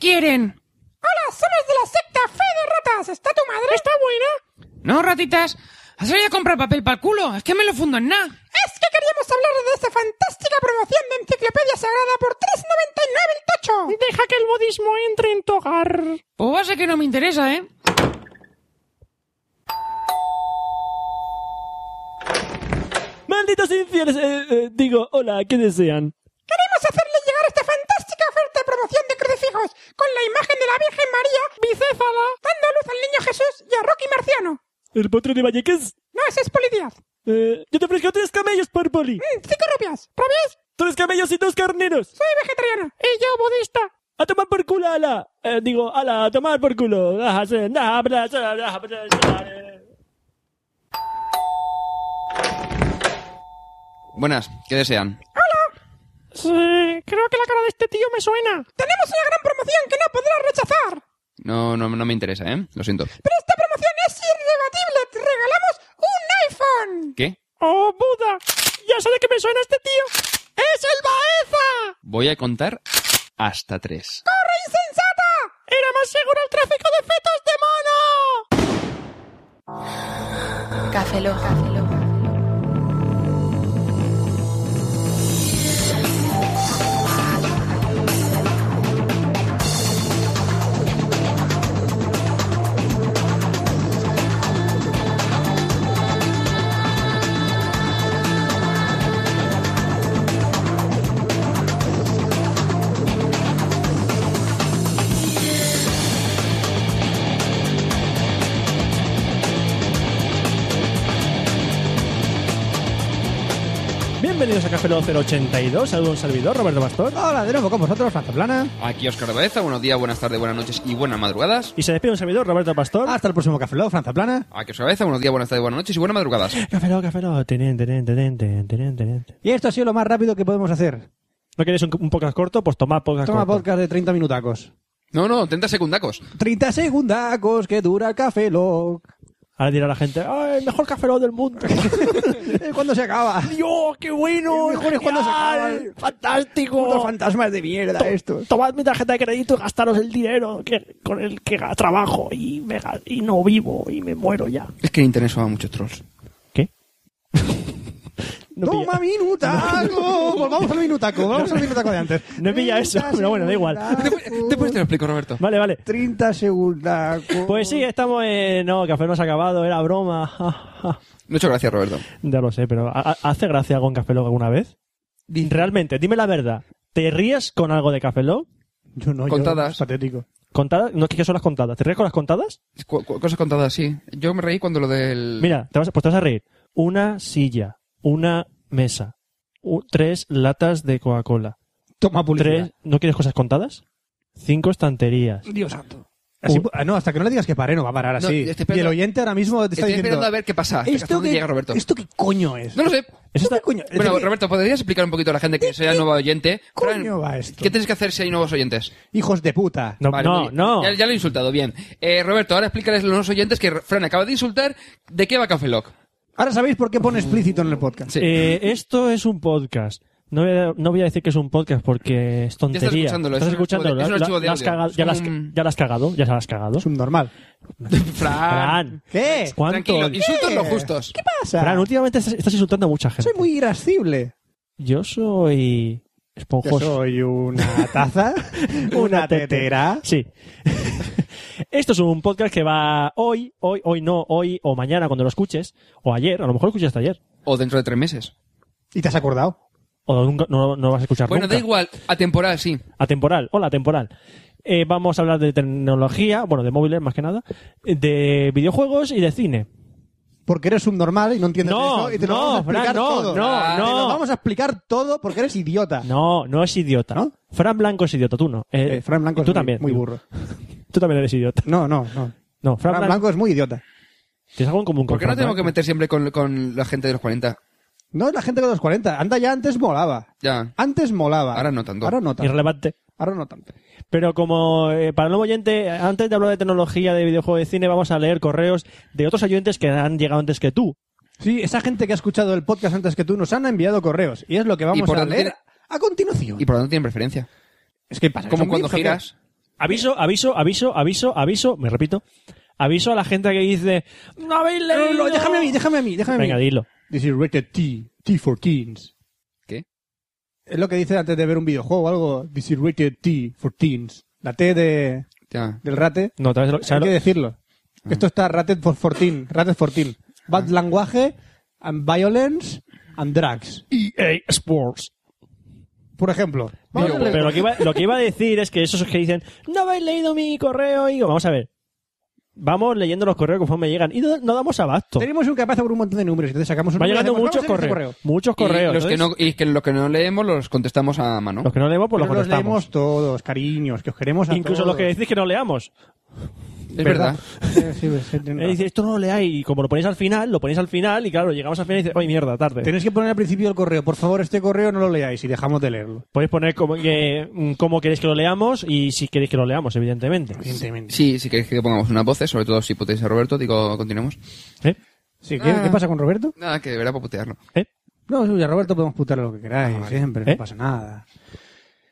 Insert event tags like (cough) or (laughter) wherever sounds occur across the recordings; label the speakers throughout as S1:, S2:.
S1: quieren?
S2: Hola, somos de la secta Fe de Ratas. ¿Está tu madre?
S1: ¿Está buena? No, ratitas. ¿Has salido a comprar papel para el culo? Es que me lo fundo en nada.
S2: Es que queríamos hablar de esta fantástica promoción de Enciclopedia Sagrada por 3.99 el tocho.
S3: Deja que el budismo entre en tu hogar.
S1: Pues va a ser que no me interesa, ¿eh?
S3: Malditos infieles. eh, eh, digo, hola, ¿qué desean?
S2: Queremos hacerle llegar esta fantástica oferta de promoción de crucifijos con la imagen de la Virgen María bicéfala dando a luz al niño Jesús y a Rocky Marciano.
S3: ¿El potro de Vallecas?
S2: No, ese es Polidíaz.
S3: Eh, yo te ofrezco tres camellos por poli.
S2: Mm, cinco rupias. ¿Probéis?
S3: Tres camellos y dos carneros.
S2: Soy vegetariana.
S3: Y yo, budista. A tomar por culo, ala. Eh, digo, ala, a tomar por culo. Ajá, sí, nah, bla, bla, bla, bla, bla, eh.
S4: Buenas, ¿qué desean?
S3: Sí, creo que la cara de este tío me suena.
S2: Tenemos una gran promoción que no podrás rechazar.
S4: No, no, no me interesa, ¿eh? Lo siento.
S2: Pero esta promoción es irrebatible. Te regalamos un iPhone.
S4: ¿Qué?
S3: ¡Oh, Buda! Ya sé de qué me suena este tío. ¡Es el Baeza!
S4: Voy a contar hasta tres.
S2: ¡Corre, insensata!
S3: ¡Era más seguro el tráfico de fetos de mono!
S5: Café Lock.
S3: Bienvenidos a Café Lock 082, a un servidor, Roberto Pastor.
S6: Hola, de nuevo con vosotros, Franza Plana.
S4: Aquí Oscar Baeza, buenos días, buenas tardes, buenas noches y buenas madrugadas.
S3: Y se despide un servidor, Roberto Pastor.
S6: Hasta el próximo Café Lock, Franza Plana.
S4: Aquí Oscar Baeza, buenos días, buenas tardes, buenas noches y buenas madrugadas.
S3: Café Lock, Café Lock, teniente, teniente, teniente, teniente, teniente.
S6: Y esto ha sido lo más rápido que podemos hacer.
S3: ¿No queréis un, un podcast corto? Pues tomad podcast
S6: Toma
S3: corto.
S6: podcast de 30 minutacos.
S4: No, no, 30 secundacos.
S6: 30 segundacos que dura el Café (laughs) Lock.
S3: Ahora dirá la gente, ¡ay, el mejor Café Lock del mundo!
S6: (laughs) ¿Cuándo se acaba?
S3: ¡Dios, qué bueno!
S6: El mejor es cuando se
S3: genial,
S6: acaba. Unos
S3: ¡Fantástico!
S6: fantasmas de mierda (laughs) estos.
S3: Tomad mi tarjeta de crédito y gastaros el dinero que, con el que ga- trabajo y, me ga- y no vivo y me muero ya.
S4: Es que en internet son muchos trolls.
S3: ¿Qué? (laughs)
S6: ¡Toma minutaco! Volvamos al minutaco, volvamos al minutaco de (laughs) antes.
S3: No pilla eso,
S6: 30
S3: pero bueno, da igual.
S6: segundacos, (laughs)
S4: Después te lo explico, Roberto.
S3: Vale, vale.
S6: 30 segundacos.
S3: Pues sí, estamos en... No, Café no se ha acabado, era broma. (laughs) Ja, ja.
S4: Muchas gracias, Roberto.
S3: ya lo sé, pero ¿ha- ha- ¿hace gracia algo en Café Lock alguna vez? Realmente, dime la verdad. ¿Te ríes con algo de Café Lock?
S6: Yo no, yo-
S4: Contadas.
S6: es patético.
S3: ¿Contadas? No, es que son las contadas. ¿Te ríes con las contadas?
S4: Cu- cu- cosas contadas, sí. Yo me reí cuando lo del...
S3: Mira, te vas, pues te vas a reír. Una silla, una mesa, u- tres latas de Coca-Cola,
S6: Toma publicidad.
S3: tres... ¿No quieres cosas contadas? Cinco estanterías.
S6: Dios santo. Así-
S3: Uh.
S6: ah, no, hasta que no le digas que pare, no va a parar
S4: No,
S6: así.
S4: estoy
S6: y el
S4: esperando-
S6: oyente ahora mismo te está
S4: Estoy
S6: diciendo...
S4: esperando a ver qué pasa. ¿Hasta
S6: ¿Esto
S4: dónde
S6: qué,
S4: llega Roberto?
S6: ¿Esto qué coño es?
S4: No lo sé.
S3: Eso
S6: ¿Esto
S3: está-
S6: qué coño? es?
S4: Bueno,
S6: ¿De qué
S4: Roberto, ¿podrías explicar un poquito a la gente que sea nueva oyente? Fran,
S6: coño va esto?
S4: ¿Qué tienes que hacer si hay nuevos oyentes?
S6: Hijos de puta.
S3: No,
S4: Vale, muy
S3: no,
S4: bien.
S3: no.
S4: Ya, ya lo he insultado, bien. Eh, Roberto, ahora explícales a los oyentes que Fran acaba de insultar. ¿De qué va Café Lock?
S6: Ahora sabéis por qué pone explícito en el podcast.
S4: Sí.
S3: Eh, esto es un podcast. No voy, a, no voy a decir que es un podcast porque es tontería.
S4: escuchándolo, es un archivo
S3: escuchándolo,
S4: de- es un
S3: la-
S4: archivo de
S3: la has
S4: audio,
S3: cagado-
S4: es
S3: ya, la has,
S4: como un-
S3: ya la has cagado, ya la has cagado.
S6: Es un normal.
S4: Fran.
S3: Fran,
S6: ¿Qué?
S3: ¿cuánto?
S4: Tranquilo, insultos
S6: ¿Qué?
S4: los justos.
S6: ¿Qué pasa?
S3: Fran, últimamente estás, estás insultando a mucha gente.
S6: soy muy irascible.
S3: Yo soy
S6: Yo
S3: esponjoso.
S6: soy una
S3: (laughs)
S6: taza, una
S3: tete.
S6: tetera.
S3: Sí. (laughs) Esto es un podcast que va hoy, hoy, hoy no, hoy o mañana cuando lo escuches, o ayer, a lo mejor lo escuchaste ayer,
S4: O dentro de tres meses.
S6: ¿Y te has acordado?
S3: o nunca- no, no lo vas a escuchar
S4: Bueno,
S3: nunca.
S4: da igual, atemporal, sí.
S3: Atemporal, hola, atemporal. Eh, vamos a hablar de tecnología, bueno, de móviles más que nada, de videojuegos y de cine.
S6: Porque eres subnormal y no entiendes
S3: No,
S6: eso y te lo
S3: no,
S6: vamos a explicar
S3: Fran, no,
S6: todo.
S3: no,
S6: Te lo
S3: no.
S6: vamos a explicar todo porque eres idiota.
S3: No, no es idiota.
S6: ¿No?
S3: Fran Blanco es idiota, tú no. Eh,
S6: Eh, Fran Blanco
S3: tú
S6: es muy-
S3: también.
S6: muy burro.
S3: Tú también eres idiota.
S6: No, no, no.
S3: No, Fran,
S6: Fran
S3: Blanco.
S6: Blanco es muy idiota.
S3: Tienes algo en común con ¿eh?
S4: ¿Por qué no
S3: Fran
S4: tenemos que
S3: Blanco?
S4: meter siempre con, con la gente de los 40?
S6: No es la gente de los 40. Anda ya, antes molaba.
S4: Ya.
S6: Antes molaba.
S4: Ahora no tanto.
S6: Ahora no tanto.
S3: Irrelevante.
S6: Ahora no tanto.
S3: Pero como eh, para el nuevo oyente, antes de hablar de tecnología, de videojuegos de cine, vamos a leer correos de otros oyentes que han llegado antes que tú.
S6: Sí, esa gente que ha escuchado el podcast antes que tú nos han enviado correos. Y es lo que
S4: ¿Y
S6: vamos
S4: por
S6: a
S4: dónde
S6: leer
S4: tiene-
S6: a continuación.
S4: Y por lo tanto tienen preferencia.
S6: Es que pasa.
S4: Como
S6: son muy
S4: cuando
S6: objetivos.
S4: giras.
S3: Aviso, aviso, aviso, aviso, aviso, me repito. Aviso a la gente que dice, no habéis
S6: No, no,
S3: leído.
S6: Eh, no, déjame a mí, déjame a mí, déjame
S3: Venga,
S6: a mí.
S3: dilo.
S6: This is rated T, T for teens.
S4: ¿Qué?
S6: Es lo que dice antes de ver un videojuego o algo. This is rated T for teens. La T de,
S4: Ya.
S6: del rate.
S3: No, tal vez lo-
S6: Hay
S3: ¿sabes
S6: que
S3: lo-
S6: decirlo.
S4: Ah.
S6: Esto está rated for 14. Rated 14. Bad language and violence and drugs.
S3: EA E Sports.
S6: Por ejemplo. Vamos
S4: Yo,
S6: a
S3: Pero
S6: leer-
S3: lo que, iba, lo que iba a decir es que esos que dicen, no habéis leído mi correo, y digo, vamos a ver. Vamos leyendo los correos conforme llegan. Y no, no damos abasto.
S6: Tenemos un capaz por un montón de números. Entonces sacamos un
S3: Va
S6: número y
S3: llegando
S6: hacemos,
S3: muchos
S6: vamos a
S3: correos.
S6: ver este
S3: Muchos correos.
S4: Y los que
S3: Entonces,
S4: no, y que los que no leemos los contestamos a mano.
S3: los que no leemos, pues los
S6: Pero los
S3: contestamos.
S6: leemos todos, cariños, que os queremos a
S3: Incluso los que decís que no leamos.
S4: es verdad.
S6: Eh, sí, sí,
S3: (laughs) Eh, dice, esto no lo leáis. Y como lo ponéis al final, lo ponéis al final. Y claro, llegamos al final y dices, oye, mierda, tarde.
S6: Tenéis que poner al principio el correo. Por favor, este correo no lo leáis y dejamos de leerlo.
S3: Podéis poner como, que, mm, cómo queréis que lo leamos y si queréis que lo leamos, evidentemente.
S6: Evidentemente.
S4: Sí, si queréis que pongamos unas voces, sobre todo si puteáis a Roberto, digo, continuemos.
S3: ¿Eh?
S6: Sí, ¿qué,
S4: Ah.
S6: qué pasa con Roberto?
S4: Nada, que deberá para putearlo.
S3: ¿Eh?
S6: No, sí, a Roberto podemos putar lo que queráis, siempre,
S3: ¿Eh?
S6: no pasa nada.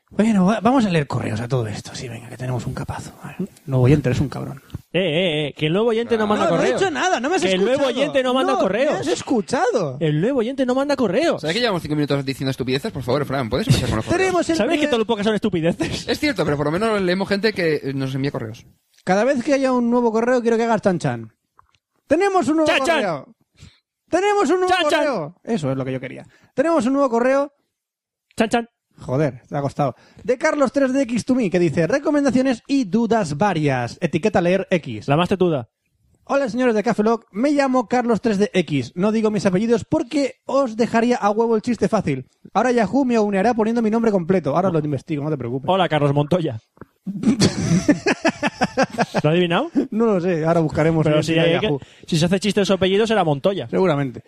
S6: Bueno, va- vamos a leer correos a todo esto. Sí, venga, que tenemos un capazo. A ver, Nuevo oyente, eres un cabrón.
S3: Eh, eh, eh, que el nuevo oyente no manda
S6: no, no he
S3: correo.
S6: dicho nada, no me has
S3: Que el
S6: escuchado.
S3: nuevo oyente no manda correos. Eh,
S6: me has escuchado.
S3: El nuevo oyente no manda correos.
S4: ¿Sabes que llevamos cinco minutos diciendo estupideces? Por favor, Fran, ¿puedes empezar con los correos?
S6: Tenemos el
S3: ¿Sabéis que
S6: primer-
S3: todos los podcasts son estupideces? (laughs)
S4: Es cierto, pero por lo menos leemos gente que nos envía correos.
S6: Cada vez que haya un nuevo correo, quiero que hagas chan chan. Tenemos un nuevo
S3: Chan, chan.
S6: correo. Tenemos un nuevo
S3: Chan, chan.
S6: correo. Eso es lo que yo quería. Tenemos un nuevo correo.
S3: Chan, chan.
S6: Joder, te ha costado. De Carlos 3DX to me, que dice recomendaciones y dudas varias. Etiqueta leer X.
S3: La más tetuda.
S6: Hola señores de Café Lock, me llamo Carlos 3DX. No digo mis apellidos porque os dejaría a huevo el chiste fácil. Ahora Yahoo me unirá poniendo mi nombre completo. Ahora lo investigo, no te preocupes.
S3: Hola, Carlos Montoya.
S6: (laughs)
S3: ¿Lo has adivinado?
S6: No lo sé, ahora buscaremos.
S3: Pero
S6: bien
S3: si,
S6: era
S3: hay que-
S6: Yahoo.
S3: si se hace chiste de su apellido, será Montoya.
S6: Seguramente.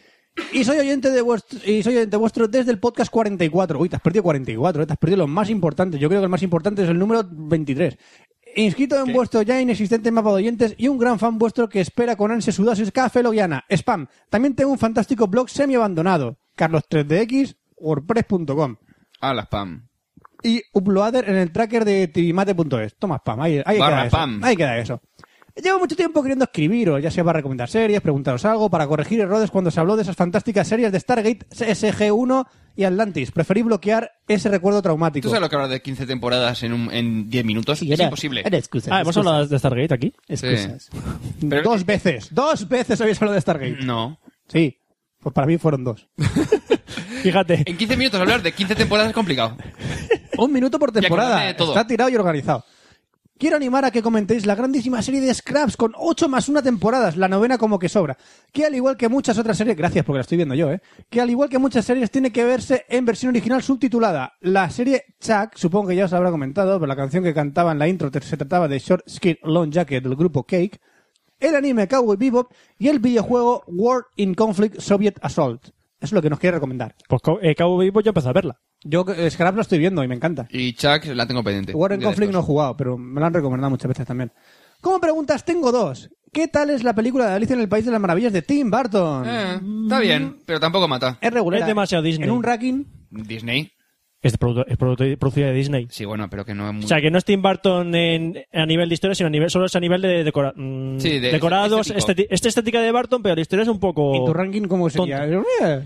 S6: Y soy oyente de vuestro, y soy oyente vuestro desde el podcast 44. Uy, te has perdido 44, eh, te has perdido los más importantes. Yo creo que el más importante es el número 23. Inscrito en vuestro ya inexistente mapa de oyentes y un gran fan vuestro que espera con ansia su dosis café logiana. Spam. También tengo un fantástico blog semi-abandonado. Carlos3dx, wordpress.com.
S4: A la spam.
S6: Y uploader en el tracker de tibimate.es. Toma spam, ahí, ahí
S4: Barra
S6: queda eso.
S4: spam.
S6: Ahí queda eso. Llevo mucho tiempo queriendo escribiros, ya sea para recomendar series, preguntaros algo, para corregir errores cuando se habló de esas fantásticas series de Stargate, SG-1 y Atlantis. Preferí bloquear ese recuerdo traumático.
S4: ¿Tú sabes lo que hablas de 15 temporadas en, un- en 10 minutos? es imposible.
S3: Ah, hemos hablado de Stargate aquí.
S4: Excusas. Pero-
S6: Dos veces, dos veces habéis hablado de Stargate.
S4: No.
S6: Sí, pues para mí fueron dos.
S3: Fíjate.
S4: En 15 minutos hablar de 15 temporadas es complicado.
S6: Un minuto por
S4: acordarme
S6: temporada.
S4: de todo.
S6: Está tirado y organizado. Quiero animar a que comentéis la grandísima serie de Scraps con 8 más una temporadas, la novena como que sobra. Que al igual que muchas otras series, gracias porque la estoy viendo yo, ¿eh? Que al igual que muchas series tiene que verse en versión original subtitulada. La serie Chuck, supongo que ya os habrá comentado, pero la canción que cantaba en la intro te- se trataba de Short Skirt Long Jacket del grupo Cake, el anime Cowboy Bebop y el videojuego War in Conflict Soviet Assault. Eso es lo que nos quiere recomendar.
S3: Pues Cabo eh, Cabo Vivo yo empecé a verla.
S6: Yo eh, Scraps lo estoy viendo y me encanta.
S4: Y Chuck la tengo pendiente.
S6: War in
S4: Un día de
S6: Conflict no he
S4: estos.
S6: jugado, pero me lo han recomendado muchas veces también. Como preguntas, tengo dos. ¿Qué tal es la película de Alicia en el País de las Maravillas de Tim Burton?
S4: Eh, está bien, pero tampoco mata.
S6: Es
S3: Ah.
S6: regular.
S3: Es demasiado Disney.
S6: En un ranking,
S4: Disney.
S3: Es, produ- es produ- producida de Disney.
S4: Sí, bueno, pero que no es muy...
S3: O sea, que no es Tim Burton en- a nivel de historia, sino a nivel, solo es a nivel de, decora- mm,
S4: Sí, de-
S3: decorados.
S4: estético.
S3: esteti- esta estética de Burton, pero la historia es un poco.
S6: ¿en tu ranking cómo sería? Eh,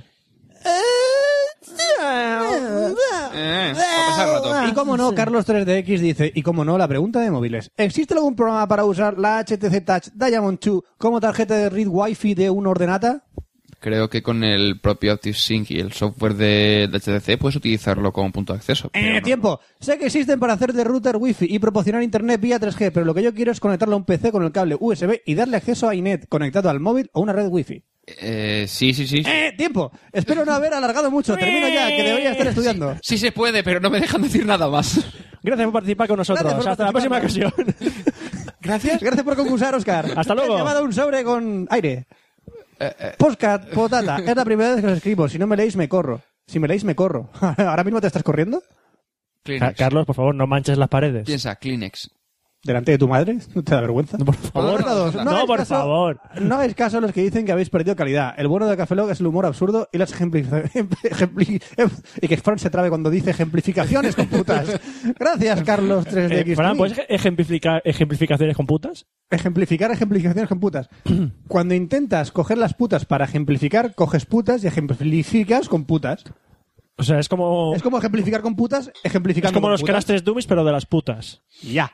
S4: Eh, para pasar rato.
S6: Y cómo no, Carlos 3DX dice, y cómo no, la pregunta de móviles. ¿Existe algún programa para usar la HTC Touch Diamond 2 como tarjeta de read wifi de un ordenata?
S4: Creo que con el propio OptiSync y el software de, de HTC puedes utilizarlo como punto de acceso.
S6: Eh,
S4: pero no.
S6: tiempo. Sé que existen para hacer de router wifi y proporcionar internet vía 3G, pero lo que yo quiero es conectarlo a un PC con el cable USB y darle acceso a INET conectado al móvil o una red wifi.
S4: Eh, sí, sí, sí.
S6: Eh, tiempo. Espero no haber alargado mucho. Termino ya, que debería estar estudiando.
S4: Sí se puede, pero no me dejan decir nada más.
S3: Gracias por participar con nosotros.
S6: Gracias por
S3: Hasta la próxima
S6: participar.
S3: ocasión.
S6: Gracias. Gracias por
S4: (laughs)
S6: concursar, Oscar.
S3: Hasta luego.
S6: He llevado un sobre con aire.
S4: Eh,
S6: Postcat, potata. Es la primera vez que os escribo. Si no me leéis, me corro. Si me leéis, me corro. (laughs) ¿Ahora mismo te estás corriendo?
S4: Kleenex.
S3: Ca- Carlos, por favor, no manches las paredes.
S4: Piensa, Kleenex.
S6: delante de tu madre? ¿No te da vergüenza? por
S4: favor.
S6: No,
S3: No,
S6: hagáis
S3: por
S6: caso-
S3: favor.
S6: No hagáis caso a los que dicen que habéis perdido calidad. El bueno de Café Lock es el humor absurdo y las ejempli- ejempli- Y que Fran se trabe cuando dice ejemplificaciones con putas. Gracias, Carlos 3DX.
S3: Eh, Fran, ¿puedes ejemplificar, ejemplificaciones con putas?
S6: Ejemplificar ejemplificaciones con putas. Cuando intentas coger las putas para ejemplificar, coges putas y ejemplificas con putas.
S3: O sea, es como,
S6: Es
S3: es
S6: como ejemplificar con putas, ejemplificando
S3: Oh. como
S6: con
S3: los
S6: putas.
S3: Crash 3 Dummies, pero de las putas.
S6: Ya.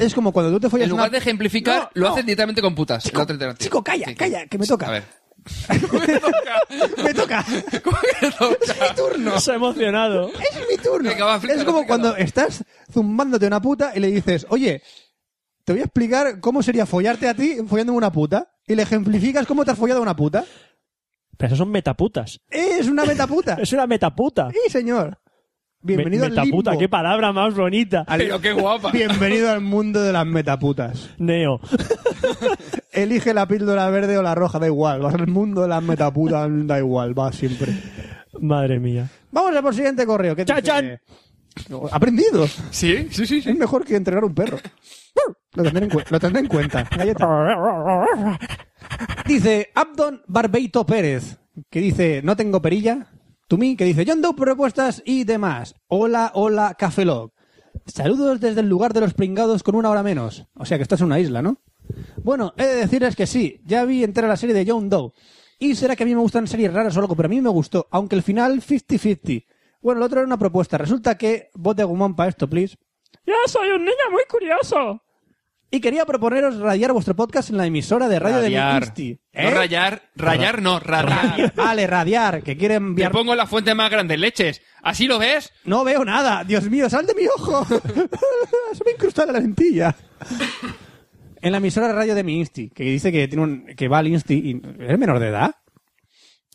S6: Es como cuando tú te follas
S4: En lugar
S6: una-
S4: de ejemplificar,
S6: No,
S4: lo
S6: no.
S4: haces directamente con putas.
S6: Chico,
S4: La otra alternativa.
S6: chico, calla,
S4: Sí,
S6: calla, que me
S4: sí.
S6: toca.
S4: A ver.
S6: (laughs) Me toca.
S4: ¿Cómo que toca?
S6: Mi
S3: (laughs)
S6: turno.
S3: Se ha
S6: (laughs)
S3: emocionado.
S6: Es mi turno.
S4: Venga, va,
S6: es
S4: explícalo,
S6: como
S4: explícalo.
S6: cuando estás zumbándote a una puta y le dices, oye, te voy a explicar cómo sería follarte a ti follándome una puta. Y le ejemplificas cómo te has follado a una puta.
S3: Pero eso son metaputas.
S6: Es una
S3: (laughs)
S6: metaputa.
S3: Es una metaputa.
S6: sí, señor.
S3: Me-
S6: Bienvenido al
S3: metaputa,
S6: limbo.
S3: qué palabra más bonita.
S6: Al-
S4: Pero qué guapa.
S6: Bienvenido al mundo de las metaputas.
S3: Neo.
S6: Elige la píldora verde o la roja, da igual. Vas al mundo de las metaputas, da igual, va siempre.
S3: Madre mía.
S6: Vamos al por siguiente correo. ¿Qué te
S3: Chan,
S6: dice? Aprendido.
S4: Sí, sí, sí. sí.
S6: Es mejor que entrenar un perro. Lo tendré en, cuen- lo tendré en cuenta. Galleta. Dice Abdon Barbeito Pérez, que dice, no tengo perilla. To me, que dice, yo ando propuestas y demás. Hola, hola, Cafelog. Saludos desde el lugar de los pringados con una hora menos. O sea que estás en una isla, ¿no? Bueno, he de decirles que sí, ya vi entera la serie de John Doe. Y será que a mí me gustan series raras o algo, pero a mí me gustó, aunque el final 50-50. Bueno, el otro era una propuesta. Resulta que, voz de gumón para esto, please.
S3: Yo soy un niño muy curioso.
S6: Y quería proponeros radiar vuestro podcast en la emisora de radio de mi
S4: Radiar.
S6: insti.
S4: No
S6: ¿Eh?
S4: rayar. Rayar no, radiar.
S6: Vale, radiar, que quiere
S4: Te
S6: enviar...
S4: pongo la fuente más grande, leches. ¿Así lo ves?
S6: No veo nada. Dios mío, sal de mi
S3: (laughs)
S6: ojo. Se me incrusta la lentilla. En la emisora de radio de mi insti, que dice que tiene un, que va al insti y es menor de edad.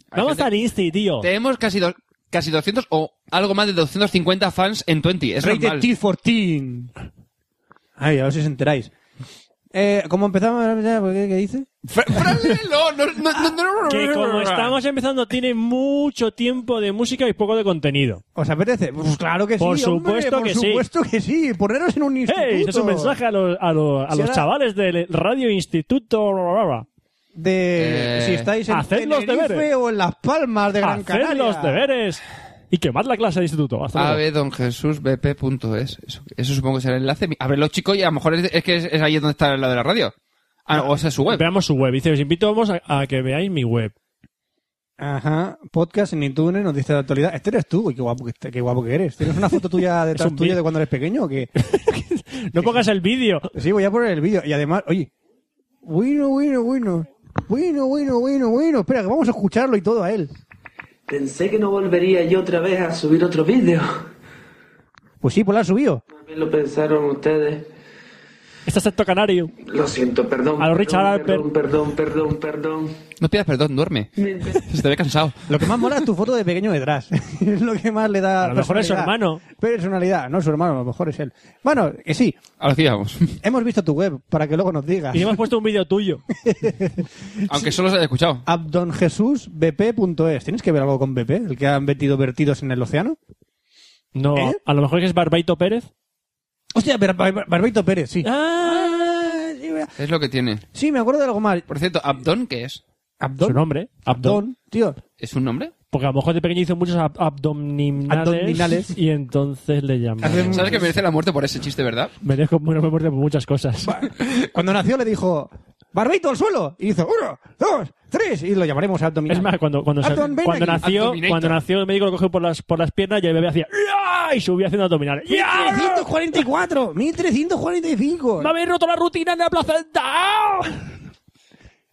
S3: Vamos al Insti, tío.
S4: Tenemos casi, dos- casi 200 o algo más de 250 fans en 20. Es
S6: Rated
S4: normal.
S6: T14. Ay, a ver si os enteráis. Eh, como empezamos, ¿qué, qué dice?
S4: Fra- Fran, léelo. No, no, no, no, no.
S3: Que como estamos empezando, tiene mucho tiempo de música y poco de contenido.
S6: ¿Os apetece? Pues claro que sí.
S3: Por
S6: hombre,
S3: supuesto
S6: por
S3: que sí.
S6: supuesto que sí. Poneros en un instituto.
S3: ¡Hey! Ese es un mensaje a los, a los- a
S6: Si
S3: los
S6: ahora-
S3: chavales del Radio Instituto. bla, bla, bla.
S6: De
S4: Eh,
S6: si estáis en
S3: haced los
S6: Tenerife
S3: deberes.
S6: o en Las Palmas de Gran
S3: Haced
S6: Canaria.
S3: los deberes y quemad la clase de instituto. Hasta luego.
S4: abdonjesusbp.es. Eso, eso supongo que será el enlace. Ábrelo, chico, y a lo mejor es, es que es, es ahí donde está la de la radio. Ah, o esa es su web.
S3: Veamos su web. Dice, os invito a, a que veáis mi web.
S6: Ajá, podcast en iTunes, noticias de actualidad. Este eres tú, uy, qué guapo, que este- qué guapo que eres. ¿Tienes una
S3: (laughs)
S6: foto tuya detrás
S3: un
S6: tuya de
S3: vídeo.
S6: cuando eres pequeño o qué?
S3: (laughs) No pongas el vídeo.
S6: Sí, voy a poner el vídeo. Y además, oye, bueno, bueno, bueno. Bueno, bueno, bueno, bueno. Espera, que vamos a escucharlo y todo a él.
S7: Pensé que no volvería yo otra vez a subir otro vídeo.
S6: Pues sí, pues lo has subido.
S7: También lo pensaron ustedes.
S3: Este secto canario.
S7: Lo siento, perdón.
S3: A lo
S7: perdón,
S3: Richard Alper.
S7: perdón, perdón, perdón, perdón.
S4: No pidas perdón, duerme. (laughs)
S7: Me- me-
S4: Se te ve cansado.
S6: Lo que más mola es tu foto de pequeño detrás. (laughs) es lo que más le da.
S3: A lo mejor es su
S6: personalidad.
S3: hermano.
S6: Personalidad, no su hermano, a lo mejor es él. Bueno, que sí,
S4: Ahora sí vamos.
S6: hemos visto tu web para que luego nos digas.
S3: Y hemos puesto un vídeo
S6: (laughs)
S3: tuyo.
S4: Aunque solo se haya escuchado.
S6: abdonjesusbp.es. ¿Tienes que ver algo con BP? ¿El que han vertido vertidos en el océano?
S3: No,
S6: ¿Eh?
S3: a lo mejor es Barbaito Pérez.
S6: Hostia, Bar- Bar- Barbeito Pérez, sí.
S3: Ah,
S6: Sí, mira.
S4: Es lo que tiene.
S6: Sí, me acuerdo de algo mal.
S4: Por cierto, Abdon, ¿qué es?
S6: Abdón.
S3: su nombre. Abdón.
S6: Abdón, tío.
S4: ¿Es un nombre?
S3: Porque a lo mejor de pequeño hizo muchos ab- abdominales,
S6: Abdominales.
S3: y entonces le llamaron.
S6: Hace-
S4: ¿Sabes que merece la muerte por ese chiste, verdad?
S3: Merezco buena memoria por muchas cosas.
S6: Cuando nació le dijo, Barbeito al suelo. Y hizo, uno, dos, tres. Y lo llamaremos abdominal.
S3: Es más, cuando, cuando, se-
S6: Abdon, ven
S3: cuando
S6: aquí.
S3: nació,
S4: Abdominator.
S3: cuando nació el médico lo cogió por las, por las piernas y el bebé hacía "Ya", y subía haciendo abdominales. ¡Ya!
S6: 1344, 1345.
S3: ¡Me habéis roto la rutina en la placenta!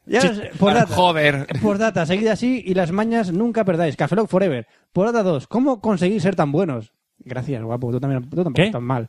S6: Ya, por
S4: Ah,
S6: data.
S4: Joder.
S6: Por data, seguid así y las mañas nunca perdáis. Café Lock Forever. Por data 2, ¿cómo conseguís ser tan buenos? Gracias, guapo. Tú también tú tampoco
S3: ¿Qué?
S6: estás tan mal.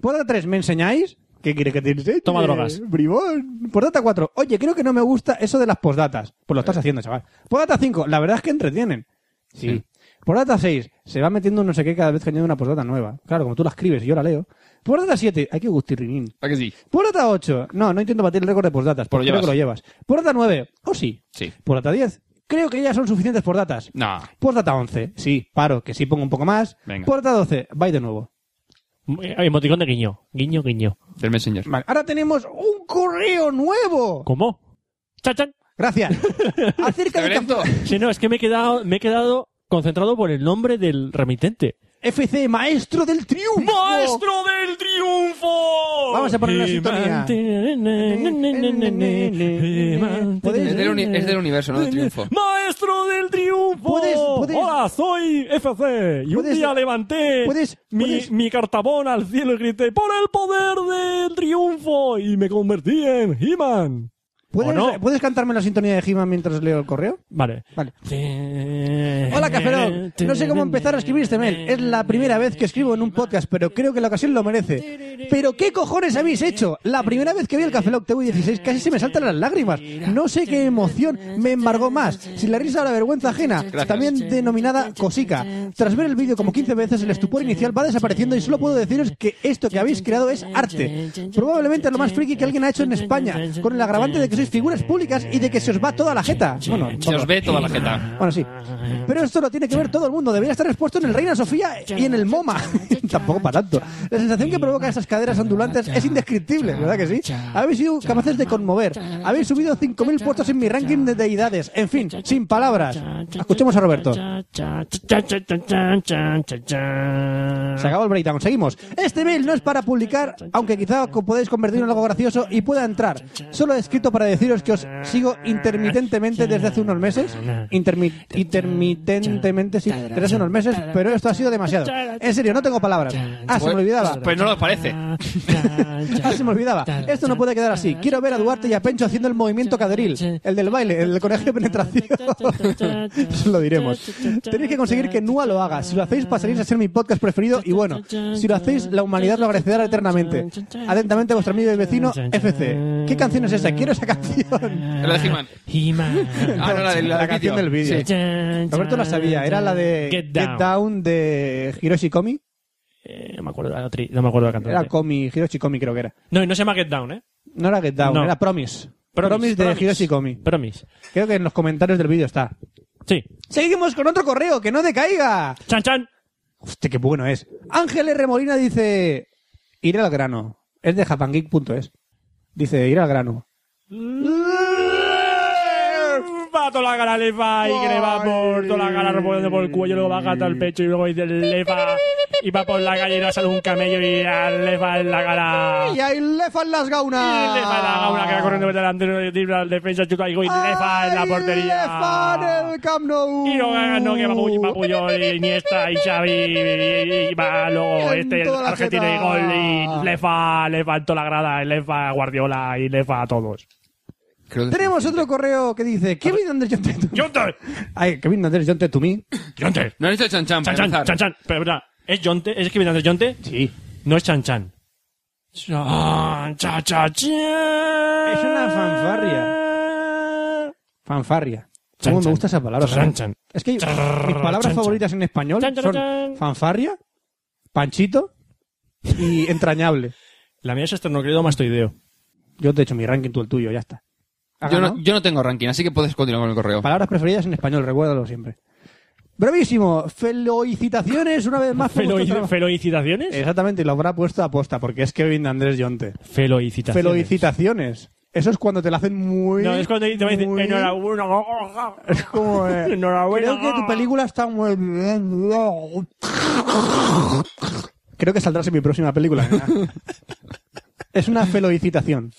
S6: Por data 3, ¿me enseñáis? ¿Qué quiere que te enseñe?
S3: Toma drogas.
S6: Bribón. Por data 4, oye, creo que no me gusta eso de las postdatas. Pues lo estás
S3: Eh.
S6: haciendo, chaval. Por data 5, la verdad es que entretienen. Sí. Por data 6, se va metiendo un no sé qué cada vez que añade una postdata nueva. Claro, como tú la escribes y yo la leo. Por data 7, hay que gustirrinín.
S4: ¿A que sí?
S6: Porata 8. No, no intento batir el récord de postdatas,
S4: Pero
S6: porque creo
S4: llevas.
S6: que lo llevas. Porata 9. Oh, sí.
S4: Sí.
S6: Porata 10. Creo que ya son suficientes pordatas.
S4: No.
S6: Portata 11. Sí, paro, que sí pongo un poco más.
S4: Venga.
S6: Porata 12. Bye de nuevo.
S3: Eh, Emoticón de guiño. Guiño, guiño.
S4: Del Messenger.
S6: Vale, ahora tenemos un correo nuevo.
S3: ¿Cómo? ¡Chachan! (laughs)
S6: Gracias. Acerca de
S4: Violento.
S3: Si no, es que me he quedado, me he quedado concentrado por el nombre del remitente.
S6: FC Maestro del Triunfo.
S3: del triunfo!
S6: Vamos a poner la sintonía.
S4: Es del, uni- es del universo, no del triunfo.
S3: ¡Maestro del triunfo!
S6: Puedes- puedes-
S3: ¡Hola, soy FC! Y un
S6: Puedes-
S3: día levanté
S6: puedes-
S3: mi,
S6: puedes-
S3: mi cartabón al cielo y grité ¡Por el poder del triunfo! Y me convertí en He-Man.
S6: ¿Puedes,
S3: ¿O no?
S6: ¿Puedes cantarme la sintonía de He-Man mientras leo el correo?
S3: Vale.
S6: Vale. Hola, Cafelón. No sé cómo empezar a escribir este mail. Es la primera vez que escribo en un podcast, pero creo que la ocasión lo merece. Pero ¿qué cojones habéis hecho? La primera vez que vi el Cafelón TV16 casi se me saltan las lágrimas. No sé qué emoción me embargó más. Sin la risa o la vergüenza ajena, también denominada cosica. Tras ver el vídeo como 15 veces, el estupor inicial va desapareciendo y solo puedo deciros que esto que habéis creado es arte. Probablemente lo más friki que alguien ha hecho en España, con el agravante de que sois figuras públicas y de que se os va toda la jeta. Bueno,
S4: Se os ve toda la jeta.
S6: bueno, sí. Pero esto lo tiene que ver todo el mundo. Debería estar expuesto en el Reina Sofía y en el MoMA. (laughs) Tampoco para tanto. La sensación que provoca esas caderas ondulantes es indescriptible, ¿verdad que sí? Habéis sido capaces de conmover. Habéis subido 5.000 puestos en mi ranking de deidades. En fin, sin palabras. Escuchemos a Roberto. Se acabó el breakdown. Seguimos. Este mail no es para publicar, aunque quizá co- podéis convertirlo en algo gracioso y pueda entrar. Solo he escrito para deciros que os sigo intermitentemente desde hace unos meses. Intermi- intermitentemente, sí, desde hace unos meses, pero esto ha sido demasiado. En serio, no tengo palabras. Ah, se me olvidaba.
S4: Pues no lo parece.
S6: Ah, se me olvidaba. Esto no puede quedar así. Quiero ver a Duarte y a Pencho haciendo el movimiento caderil. El del baile, el del conejo
S3: (laughs)
S6: de penetración. Os lo diremos. Tenéis que conseguir que Nua lo haga. Si lo hacéis, pasaréis a ser mi podcast preferido. Y bueno, si lo hacéis, la humanidad lo agradecerá eternamente. Atentamente, vuestro amigo y vecino, FC. ¿Qué canción es esa? Quiero esa canción.
S4: La de He-Man. Ah, no, la, de- la
S6: La
S4: del
S6: canción del vídeo.
S4: Sí.
S6: Roberto la sabía. Era la de
S3: Get Down.
S6: de Hiroshi Komi.
S3: Eh, no me acuerdo la actriz, no me acuerdo la cantante.
S6: Era Komi, Hiroshi Komi creo que era.
S3: No, y no se llama Get Down, ¿eh?
S6: No era Get Down,
S3: No.
S6: era Promise. Promise,
S3: Promise,
S6: de
S3: Promise.
S6: Hiroshi Komi.
S3: Promis.
S6: Creo que en los comentarios del vídeo está.
S3: Sí.
S6: Seguimos con otro correo, que no decaiga.
S3: Chan Chan.
S6: Hostia, qué bueno es. Ángel R. Molina dice... Iré al grano. Es de japangeek.es. Dice, ir al grano.
S3: Va toda la cara lefa y que le va por toda la cara revolviendo por el cuello, luego baja hasta el pecho y luego dice lefa y va por la calle y le sale un camello y a lefa en la cara.
S6: Y ahí lefan las
S3: Y
S6: gaunas.
S3: lefa en la gauna que va corriendo por delantero y tira al defensa chuca y go- y lefa en la
S6: Ay, Lefa en
S3: portería.
S6: el Camp Nou.
S3: Y luego gana, no, que va Puy- va Puyol, y Iniesta y Xavi y va luego
S6: En
S3: este el
S6: toda la
S3: argentino
S6: jeta.
S3: y gol y lefa, lefa en toda la grada, y lefa a Guardiola y lefa a todos.
S4: Creo que-
S6: Tenemos otro correo que dice... Kevin Anderson...
S3: ¡Yonte!
S6: (laughs) Ay, Kevin Anderson to me.
S3: ¡Yonte!
S4: No han hecho chan chan,
S3: Chan,
S4: para
S3: chan,
S4: empezar.
S3: chan, chan. Pero, verdad, ¿es Yonte? ¿Es escribiendo antes Yonte?
S6: Sí.
S3: No es Chan Chan. Chan, cha, cha, chan.
S6: Es una fanfarria. Fanfarria.
S3: Chan,
S6: ¿Cómo me
S3: chan.
S6: gusta esa palabra?
S3: Chan, chan.
S6: Es que yo-
S3: Chan,
S6: mis palabras
S3: chan,
S6: favoritas en español
S3: Chan, chan,
S6: son
S3: chan.
S6: fanfarria, panchito y entrañable.
S3: La mía es esternocleido
S6: (laughs)
S3: mastoideo.
S6: Yo te he hecho mi ranking, tú el tuyo, ya está. Ha
S4: Yo Ah, no,
S6: ganado.
S4: yo no tengo ranking, así que puedes continuar con el correo.
S6: Palabras preferidas en español, recuérdalo siempre. Bravísimo. Felicitaciones una vez más. por vuestro
S3: Feloici-
S6: trabajo.
S3: ¿Feloicitaciones?
S6: Exactamente, y lo habrá puesto a posta porque es Kevin de Andrés Yonte.
S3: Feloicitaciones.
S6: Felicitaciones. Eso es cuando te la hacen muy...
S3: No, es cuando te va a decir
S6: muy-
S3: enhorabuena.
S6: Es (laughs) como.
S3: (laughs)
S6: eh,
S3: Enhorabuena.
S6: Creo que tu película está muy bien. Creo que saldrás en mi próxima película. (laughs) nena. es una felicitación.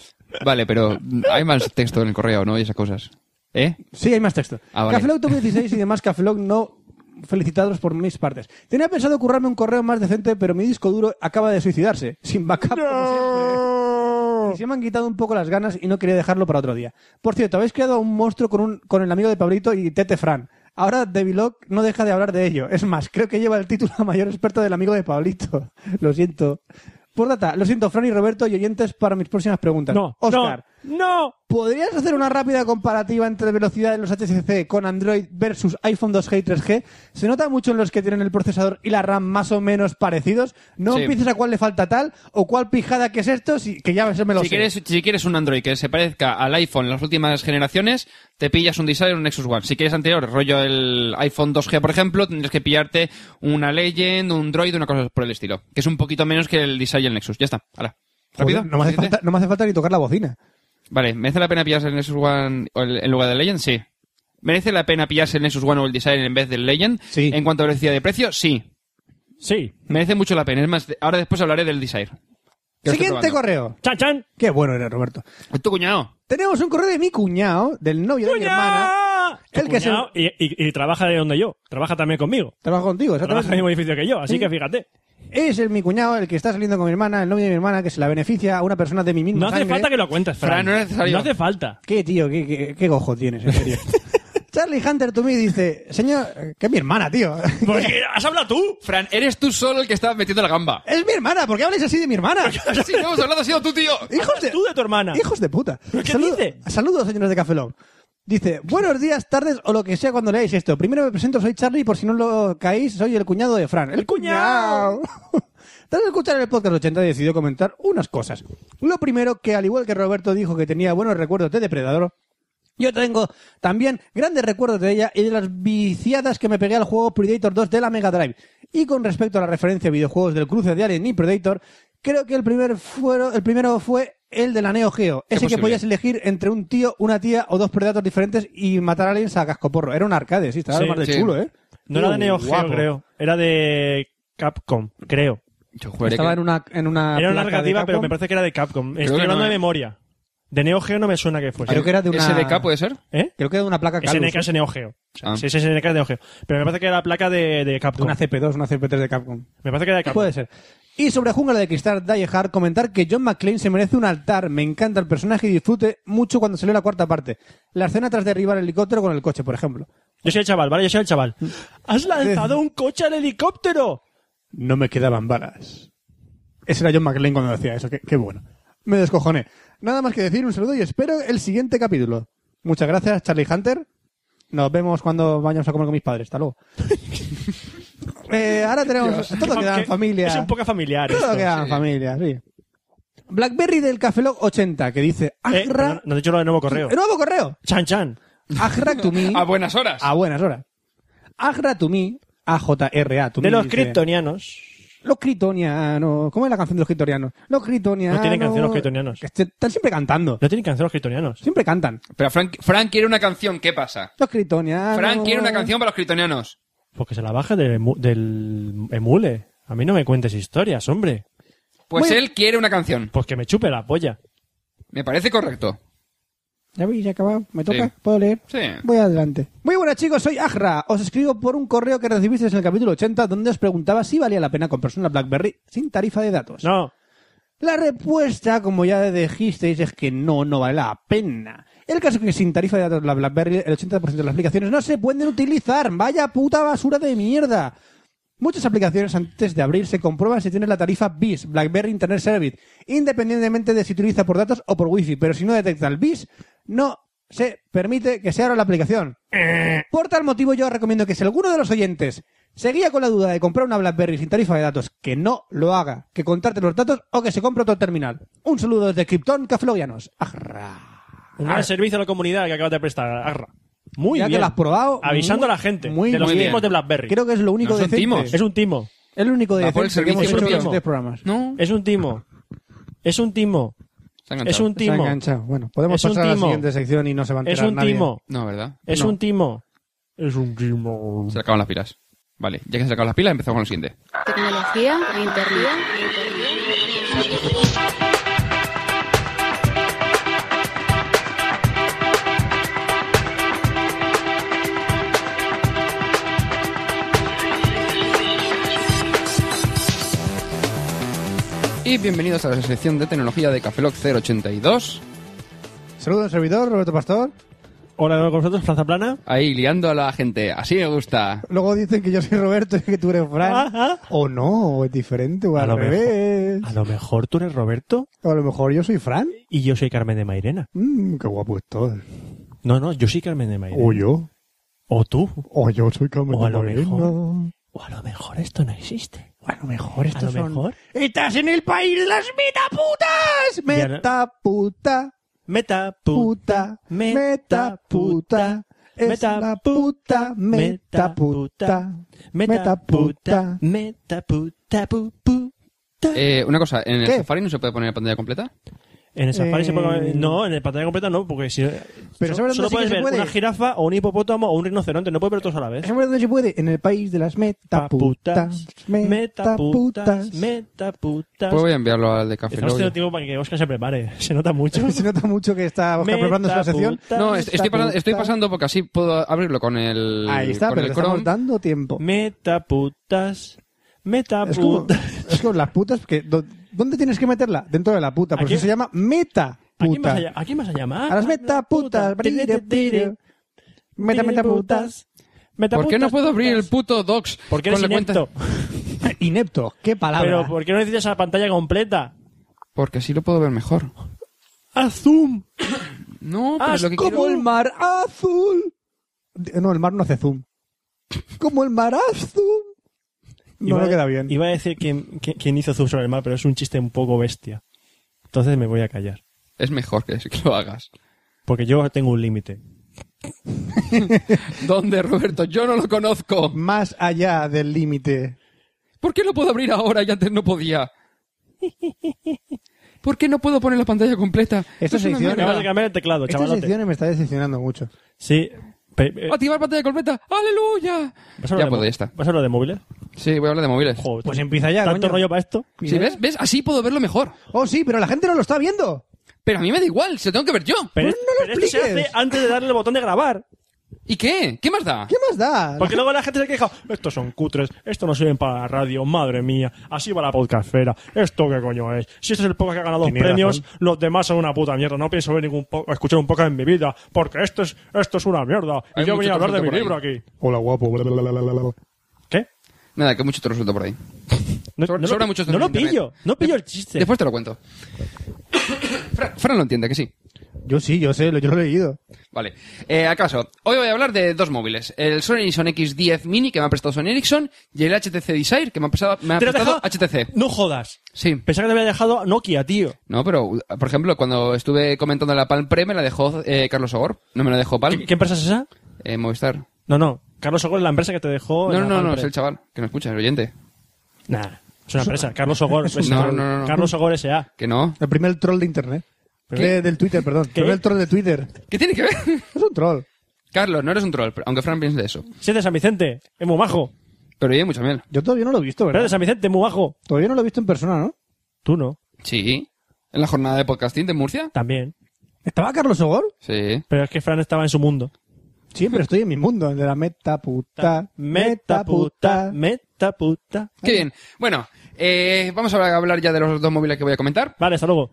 S4: Vale, pero mm, hay más texto en el correo, ¿no? Y esas cosas. ¿Eh?
S6: Sí, hay más texto.
S4: Ah, vale.
S6: Cafelog Top 16 y demás Cafelog no felicitados por mis partes. Tenía pensado currarme un correo más decente, pero mi disco duro acaba de suicidarse, (laughs) sin backup. como siempre. Y Se me han quitado un poco las ganas y no quería dejarlo para otro día. Por cierto, habéis creado un monstruo con, un, con el amigo de Pablito y Tete Fran. Ahora Devilog no deja de hablar de ello. Es más, creo que lleva el título a mayor experto del amigo de (laughs) Pablito. Lo siento. Por data, lo siento, Fran y Roberto y oyentes para mis próximas preguntas.
S3: No,
S6: Oscar,
S3: no, ¡No!
S6: ¿Podrías hacer una rápida comparativa entre velocidad de los HCC con Android versus iPhone 2G y 3G? ¿Se nota mucho en los que tienen el procesador y la RAM más o menos parecidos? No
S4: Sí.
S6: empieces a cuál le falta tal o cuál pijada que es esto, si- que ya se me lo
S4: Si
S6: sé.
S4: quieres, si quieres un Android que se parezca al iPhone en las últimas generaciones, te pillas un Desire o un Nexus One. Si quieres anterior, rollo el iPhone 2G, por ejemplo, tendrías que pillarte una Legend, un Droid, una cosa por el estilo. Que es un poquito menos que el Desire y el Nexus. Ya está. Ahora.
S6: Joder,
S4: ¿Rápido?
S6: no, me hace
S4: ¿Siguiente?
S6: falta, no me hace falta ni tocar la bocina.
S4: Vale, ¿merece la pena pillarse el Nexus One o el- en lugar del Legend? Sí. ¿Merece la pena pillarse el Nexus One o el Desire en vez del Legend?
S6: Sí.
S4: En cuanto a velocidad de precio, sí.
S3: Sí.
S4: Merece mucho la pena. Es más, de- ahora después hablaré del Desire. Que lo estoy
S6: Siguiente
S4: probando.
S6: correo.
S3: ¡Chan, chan!
S6: Qué bueno era Roberto.
S4: Es tu cuñado.
S6: Tenemos un correo de mi cuñado, del novio de mi hermana.
S3: ¡Cuñado!
S6: El
S3: Tu
S6: que se-
S3: cuñado Y, y- y trabaja de donde yo. Trabaja también conmigo.
S6: Trabaja contigo,
S3: Trabaja en el
S6: exactamente.
S3: mismo edificio que yo, así
S6: Sí.
S3: que fíjate.
S6: Es el, mi cuñado el que está saliendo con mi hermana, el novio de mi hermana, que se la beneficia a una persona de mi mismo
S3: No hace
S6: sangre.
S3: falta que lo cuentes, Fran.
S4: Fran, no es necesario.
S3: No hace falta.
S6: ¿Qué, tío? ¿Qué, qué, qué gojo tienes,
S3: (laughs)
S6: en serio? Charlie Hunter to me dice, señor, eh, que es mi hermana, tío.
S3: Porque has hablado tú.
S4: Fran, eres tú solo el que estaba metiendo la
S6: (laughs)
S4: gamba.
S6: (laughs) es mi hermana, ¿por qué habláis así de
S3: (laughs)
S6: mi hermana?
S4: Sí, no hemos hablado, ha sido tú, tío.
S6: Hijos
S3: Hablas
S6: de,
S3: tú de tu hermana.
S6: Hijos de puta.
S3: ¿Pero qué dice?
S6: Saludos, señores de Cafelón. Dice, buenos días, tardes o lo que sea cuando leáis esto. Primero me presento, soy Charlie, por si no lo caéis, soy el cuñado de Fran. ¡El
S3: cuñao!
S6: (laughs) Tras escuchar el podcast 80 he decidido comentar unas cosas. Lo primero, que al igual que Roberto dijo que tenía buenos recuerdos de Depredador, yo tengo también grandes recuerdos de ella y de las viciadas que me pegué al juego Predator 2 de la Mega Drive. Y con respecto a la referencia a videojuegos del cruce de Alien y Predator, creo que el, primer fuero- el primero fue el de la Neo Geo. Ese que
S4: posible.
S6: podías elegir entre un tío, una tía o dos Predators diferentes y matar aliens a cascoporro. Era un arcade, sí, estaba
S3: Sí,
S6: lo más de
S4: sí.
S6: chulo, ¿eh?
S3: No era de
S6: Uh,
S3: Neo Geo,
S6: guapo.
S3: creo. Era de Capcom, creo.
S4: Yo jugaré
S6: Estaba
S4: que-
S6: en una, en una
S3: Era una
S6: placa de
S3: narrativa, pero
S6: Capcom.
S3: me parece que era de Capcom.
S4: que
S3: Estoy hablando
S4: no,
S3: de
S4: eh.
S3: memoria. De Neo Geo no me suena que fuese.
S6: Creo que era de una...
S4: SDK puede ser.
S3: ¿Eh?
S6: Creo que era de una placa Calus,
S3: SNK es Neo Geo.
S4: Ah.
S3: Sí, sí, SNK es Neo Geo. Pero me parece que era la placa de, de
S6: de
S3: Capcom.
S6: una CP2, una CP3 de Capcom.
S3: Me parece que era de Capcom.
S6: Puede ser. Y sobre Jungla de Cristal Die Hard, comentar que John McClane se merece un altar. Me encanta el personaje y disfrute mucho cuando salió la cuarta parte. La escena tras derribar el helicóptero con el coche, por ejemplo.
S3: Yo soy el chaval, ¿vale? Yo soy el chaval. ¡Has lanzado un coche al helicóptero!
S6: No me quedaban balas. Ese era John McClane cuando decía eso. Qué, qué bueno. Me descojoné. Nada más que decir un saludo y espero el siguiente capítulo. Muchas gracias, Charlie Hunter. Nos vemos cuando vayamos a comer con mis padres. Hasta
S3: (laughs)
S6: luego. Eh, ahora tenemos... Todo
S3: Que-
S6: queda en
S3: que-
S6: familia.
S3: Es un poco familiar.
S6: Todo
S3: esto.
S6: queda en familia, sí. Blackberry del Cafelog 80, que dice
S3: Eh,
S6: Ajra...
S3: no, no he dicho lo de nuevo correo. Ah,
S6: ¡El nuevo correo!
S3: Chan Chan.
S6: Ajra
S3: (laughs)
S6: to me...
S4: A buenas horas.
S6: a buenas horas. Ajra to me... A-J-R-A to
S3: De
S6: me,
S3: los
S6: dice,
S3: kryptonianos.
S6: Los critonianos... ¿Cómo es la canción de los critonianos? Los critonianos...
S3: No tienen canción los kryptonianos.
S6: Que est- están siempre cantando.
S3: No tienen canción los kryptonianos.
S6: Siempre cantan.
S4: Pero Frank, Frank quiere una canción, ¿qué pasa?
S6: Los critonianos...
S4: Frank quiere una canción para los kryptonianos.
S3: Porque se la baja del, emu- del emule. A mí no me cuentes historias, hombre.
S4: Pues
S6: Muy-
S4: él quiere una canción.
S3: Pues que me chupe la polla.
S4: Me parece correcto.
S6: Ya veis, ya he acabado. ¿Me toca?
S4: Sí.
S6: ¿Puedo leer?
S4: Sí.
S6: Voy adelante. Muy buenas chicos, soy Ajra. Os escribo por un correo que recibisteis en el capítulo 80 donde os preguntaba si valía la pena comprarse una BlackBerry sin tarifa de datos.
S3: No.
S6: La respuesta, como ya dijisteis, es que no, no vale la pena. El caso es que sin tarifa de datos la BlackBerry, el 80% de las aplicaciones no se pueden utilizar. Vaya puta basura de mierda. Muchas aplicaciones antes de abrir se comprueban si tienes la tarifa BIS, BlackBerry Internet Service, independientemente de si utiliza por datos o por Wi-Fi. Pero si no detecta el BIS, no se permite que se abra la aplicación. Por tal motivo, yo recomiendo que si alguno de los oyentes seguía con la duda de comprar una BlackBerry sin tarifa de datos, que no lo haga, que contarte los datos o que se compre otro terminal. Un saludo desde Krypton Ah, Cafelogianos. Ajra.
S3: Un gran servicio a la comunidad que acabas de prestar. Arra. Muy
S6: Ya
S3: bien.
S6: que lo has probado.
S3: Avisando
S6: muy-
S3: a la gente
S6: muy
S3: de los
S4: bien.
S3: tipos de BlackBerry.
S6: Creo que es lo único
S4: No
S6: de
S4: son timos.
S3: Es un timo.
S6: Es lo único de
S4: Va por el
S6: que hemos
S4: servicio
S6: hecho en
S4: propio.
S6: los tres programas.
S4: No.
S3: Es un timo. Es un timo.
S4: Se ha
S3: Es
S4: enganchado.
S3: un
S6: Se ha
S3: timo.
S6: enganchado. Bueno, podemos
S3: Es un
S6: pasar a la
S3: timo.
S6: siguiente sección y no se va a
S3: Es
S6: enterar
S3: un
S6: nadie.
S3: timo.
S4: No, ¿verdad?
S3: Es
S6: No.
S3: un timo. Es un timo.
S4: Se le acaban las pilas. Vale, ya que se le acaban las pilas, empezamos con lo siguiente.
S5: Tecnología e internet.
S4: Y bienvenidos a la sección de tecnología de Cafeloc 082.
S6: Saludos, servidor, Roberto Pastor.
S3: Hola con vosotros, Franza Plana.
S4: Ahí, liando a la gente. Así me gusta.
S6: Luego dicen que yo soy Roberto y que tú eres Fran.
S3: Ajá.
S6: O no, o es diferente, o Pues al
S3: Ah, lo mejor-
S6: revés.
S3: A lo mejor tú eres Roberto
S6: O a lo mejor yo soy Fran.
S3: y yo soy Carmen de Mairena.
S6: Mm, qué guapo estoy.
S3: No, no, yo soy Carmen de Mairena.
S6: O yo.
S3: O tú.
S6: O yo soy Carmen
S3: O a
S6: de
S3: lo
S6: Moreno.
S3: mejor. O a lo mejor esto no existe.
S6: O a lo mejor
S3: A lo
S6: estos son-
S3: mejor.
S6: ¡Estás en el país de las metaputas!
S3: Ya no-
S6: Metaputa,
S3: Meta,
S6: puta, metaputa. Es
S3: Meta-
S6: la puta, metaputa, metaputa.
S3: meta, puta, pu, puta.
S4: Eh, una cosa, ¿en el
S6: ¿Qué?
S4: Safari no se puede poner pantalla completa?
S3: En el Safari
S6: Eh,
S3: se puede. No, en el pantalla completa no, porque si.
S6: Pero
S3: so-
S6: ¿sabes dónde
S3: solo
S6: sí que
S3: puedes
S6: se
S3: ver
S6: puede?
S3: una jirafa o un hipopótamo o un rinoceronte, no puedes ver todos a la vez.
S6: ¿Sabes dónde se puede? En el país de las metaputas, metaputas.
S3: metaputas, metaputas.
S4: Pues voy a enviarlo al de Café
S3: Estamos
S4: Lock.
S3: teniendo tiempo para que Oscar se prepare. (laughs) Se nota mucho.
S6: (laughs) Se nota mucho que está Oscar preparándose la sección.
S3: Metaputa.
S4: No, es- estoy, pasando, estoy
S6: Metaputa.
S4: pasando porque así puedo abrirlo con el.
S6: Ahí está,
S4: con
S6: pero
S4: el
S6: le
S4: Chrome.
S6: estamos dando tiempo.
S3: Metaputas.
S6: Es como,
S3: Metaputas.
S6: (laughs) es como las putas que... do- ¿Dónde tienes que meterla? Dentro de la puta. Por
S3: Aquí-
S6: eso se llama meta
S3: ¿A quién, vas
S6: puta.
S3: a, ll- a quién vas a llamar?
S6: A las
S3: Tire,
S6: metaputas. brille,
S3: tire,
S6: brille. Meta, metaputas.
S4: ¿Por qué no puedo abrir el puto Docs
S3: Porque
S4: con
S3: eres
S4: la cuenta?
S3: inepto.
S6: Ah, Inepto. Qué palabra.
S3: Pero ¿por qué no necesitas la pantalla completa?
S4: Porque así lo puedo ver mejor.
S3: ¡Haz zoom!
S4: No, pero
S3: Ah,
S4: lo que
S3: ¿cómo?
S4: quiero...
S6: Como el mar azul. D- Eh, No, el mar no hace zoom. Como el mar azul. No
S3: Iba-
S6: me queda bien.
S3: Iba a decir quién, quién- quién hizo zoom sobre el mar, pero es un chiste un poco bestia. Entonces me voy a callar.
S4: Es mejor que, que lo hagas.
S3: Porque yo tengo un límite.
S4: ¿Dónde, Roberto? Yo no lo conozco.
S6: Más allá del límite.
S4: ¿Por qué lo puedo abrir ahora y antes no podía? ¿Por qué no puedo poner la pantalla completa?
S6: Esto
S4: Es una
S6: se hizo-
S4: mierda.
S3: Acabas de cambiar el teclado,
S6: Esta
S3: chavalote.
S6: sección me está decepcionando mucho.
S3: Sí. pe- eh,
S4: Activar pantalla completa. ¡Aleluya!
S3: ¿vas a hablar
S4: Oh, Ya
S3: de
S4: puedo,
S3: mo-
S4: ya está.
S3: ¿Vas a hablar de móviles?
S4: Sí, voy a hablar de móviles.
S3: Joder,
S6: Pues empieza ya,
S3: ¿Tanto
S6: coño.
S3: rollo para esto?
S4: Si ves, ves, así puedo verlo mejor.
S6: Oh, sí, pero la gente no lo está viendo.
S4: Pero a mí me da igual, se lo tengo que ver yo.
S3: Pero,
S6: Pues no lo
S3: pero esto se
S6: expliques.
S3: hace antes de darle el botón de grabar.
S4: ¿Y qué? ¿Qué más da?
S6: ¿Qué más da?
S3: Porque luego la gente se queja, estos son cutres, esto no sirven para la radio, madre mía, así va la podcastfera, esto qué coño es. Si este es el podcast que ha ganado dos
S6: Tenía
S3: premios,
S6: razón.
S3: los demás son una puta mierda, no pienso ver ningún po- escuchar un podcast en mi vida, porque esto es, esto es una mierda.
S4: Hay
S3: y yo
S4: mucho
S3: venía a hablar de mi
S4: tonto por ahí.
S3: libro aquí.
S6: Hola, guapo. bla, bla, bla, bla, bla, bla.
S3: ¿Qué?
S4: Nada, que mucho te resulta por ahí.
S3: No,
S4: Sobra-
S3: no
S4: sobra
S3: lo,
S4: mucho esto
S3: no
S4: en
S3: lo
S4: Internet.
S3: pillo, no pillo el chiste.
S4: Después te lo cuento. Fran, Fran lo entiende, que sí.
S6: Yo sí, yo sé, lo- yo lo he leído.
S4: Vale. Eh, ¿Acaso? Hoy voy a hablar de dos móviles. El Sony Ericsson X10 Mini, que me ha prestado Sony Ericsson, y el HTC Desire, que me ha prestado, me ha
S3: ¿Te lo has
S4: prestado
S3: dejado?
S4: HTC.
S3: No jodas.
S4: Sí.
S3: Pensaba que te había dejado Nokia, tío.
S4: No, pero, uh, por ejemplo, cuando estuve comentando la Palm Pre, me la dejó eh, Carlos Ogor. No me la dejó Palm,
S3: ¿Qué, qué empresa es esa?
S4: eh, Movistar.
S3: No, no. Carlos Ogor es la empresa que te dejó.
S4: No,
S3: en
S4: no,
S3: Oh, la
S4: no, no,
S3: Palpre.
S4: es el chaval, que no escucha, el oyente.
S3: Nah, es una empresa. Carlos Ogor. es-
S4: (laughs) No, no, no, no.
S3: Carlos Ogor S.A.
S4: Que no.
S6: El primer troll de internet.
S3: ¿Qué?
S6: De- del Twitter, perdón. El
S3: ¿Qué?
S6: primer troll de Twitter.
S4: ¿Qué tiene que ver? (laughs)
S6: Es un troll.
S4: Carlos, no eres un troll, pero- aunque Fran piense eso.
S3: Si es de San Vicente, es muy majo.
S4: Pero oye, mucha miel.
S6: Yo todavía no lo he
S4: Pues
S6: visto,
S3: Pero es
S6: ¿verdad?
S3: de San Vicente, es muy majo.
S6: Todavía no lo he visto en persona, ¿no?
S3: Tú no,
S4: Sí. ¿En la jornada de podcasting de Murcia?
S3: también.
S6: ¿Estaba Carlos Ogor?
S4: Sí.
S3: Pero es que Fran estaba en su mundo.
S6: Siempre estoy en mi mundo, el de la meta puta, meta puta.
S3: meta puta.
S4: Qué bien. Bueno, eh, vamos a hablar ya de los dos móviles que voy a comentar.
S3: Vale, hasta luego.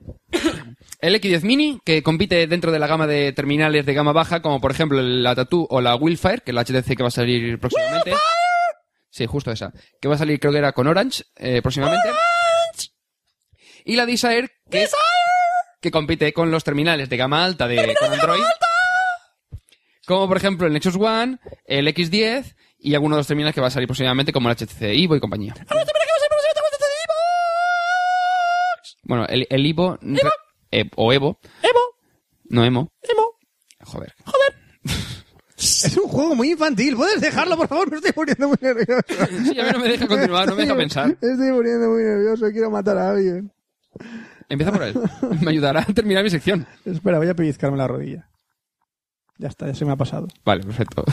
S4: El X10 Mini, que compite dentro de la gama de terminales de gama baja, como por ejemplo la Tattoo o la Willfire, que es la HTC que va a salir próximamente. Sí, justo esa. Que va a salir, creo que era con Orange, eh, próximamente. Y la Desire, que, que compite con los terminales de gama alta de con Android. Como por ejemplo el Nexus One, el X10 y algunos de los terminales que va a salir próximamente, como el HTC Evo y compañía. Bueno, el, el Evo, eh, o Evo,
S3: Evo,
S4: no Emo.
S3: Evo.
S4: Joder.
S6: Es un juego muy infantil, ¿puedes dejarlo, por favor? Me estoy poniendo muy nervioso.
S4: Sí, a mí no me deja continuar, no me deja
S6: Estoy-
S4: pensar.
S6: Me estoy poniendo muy nervioso, quiero matar a alguien.
S4: Empieza por él. Me ayudará a terminar mi sección.
S6: Espera, voy a pellizcarme la rodilla. Ya está, ya se me ha pasado.
S4: Vale, perfecto.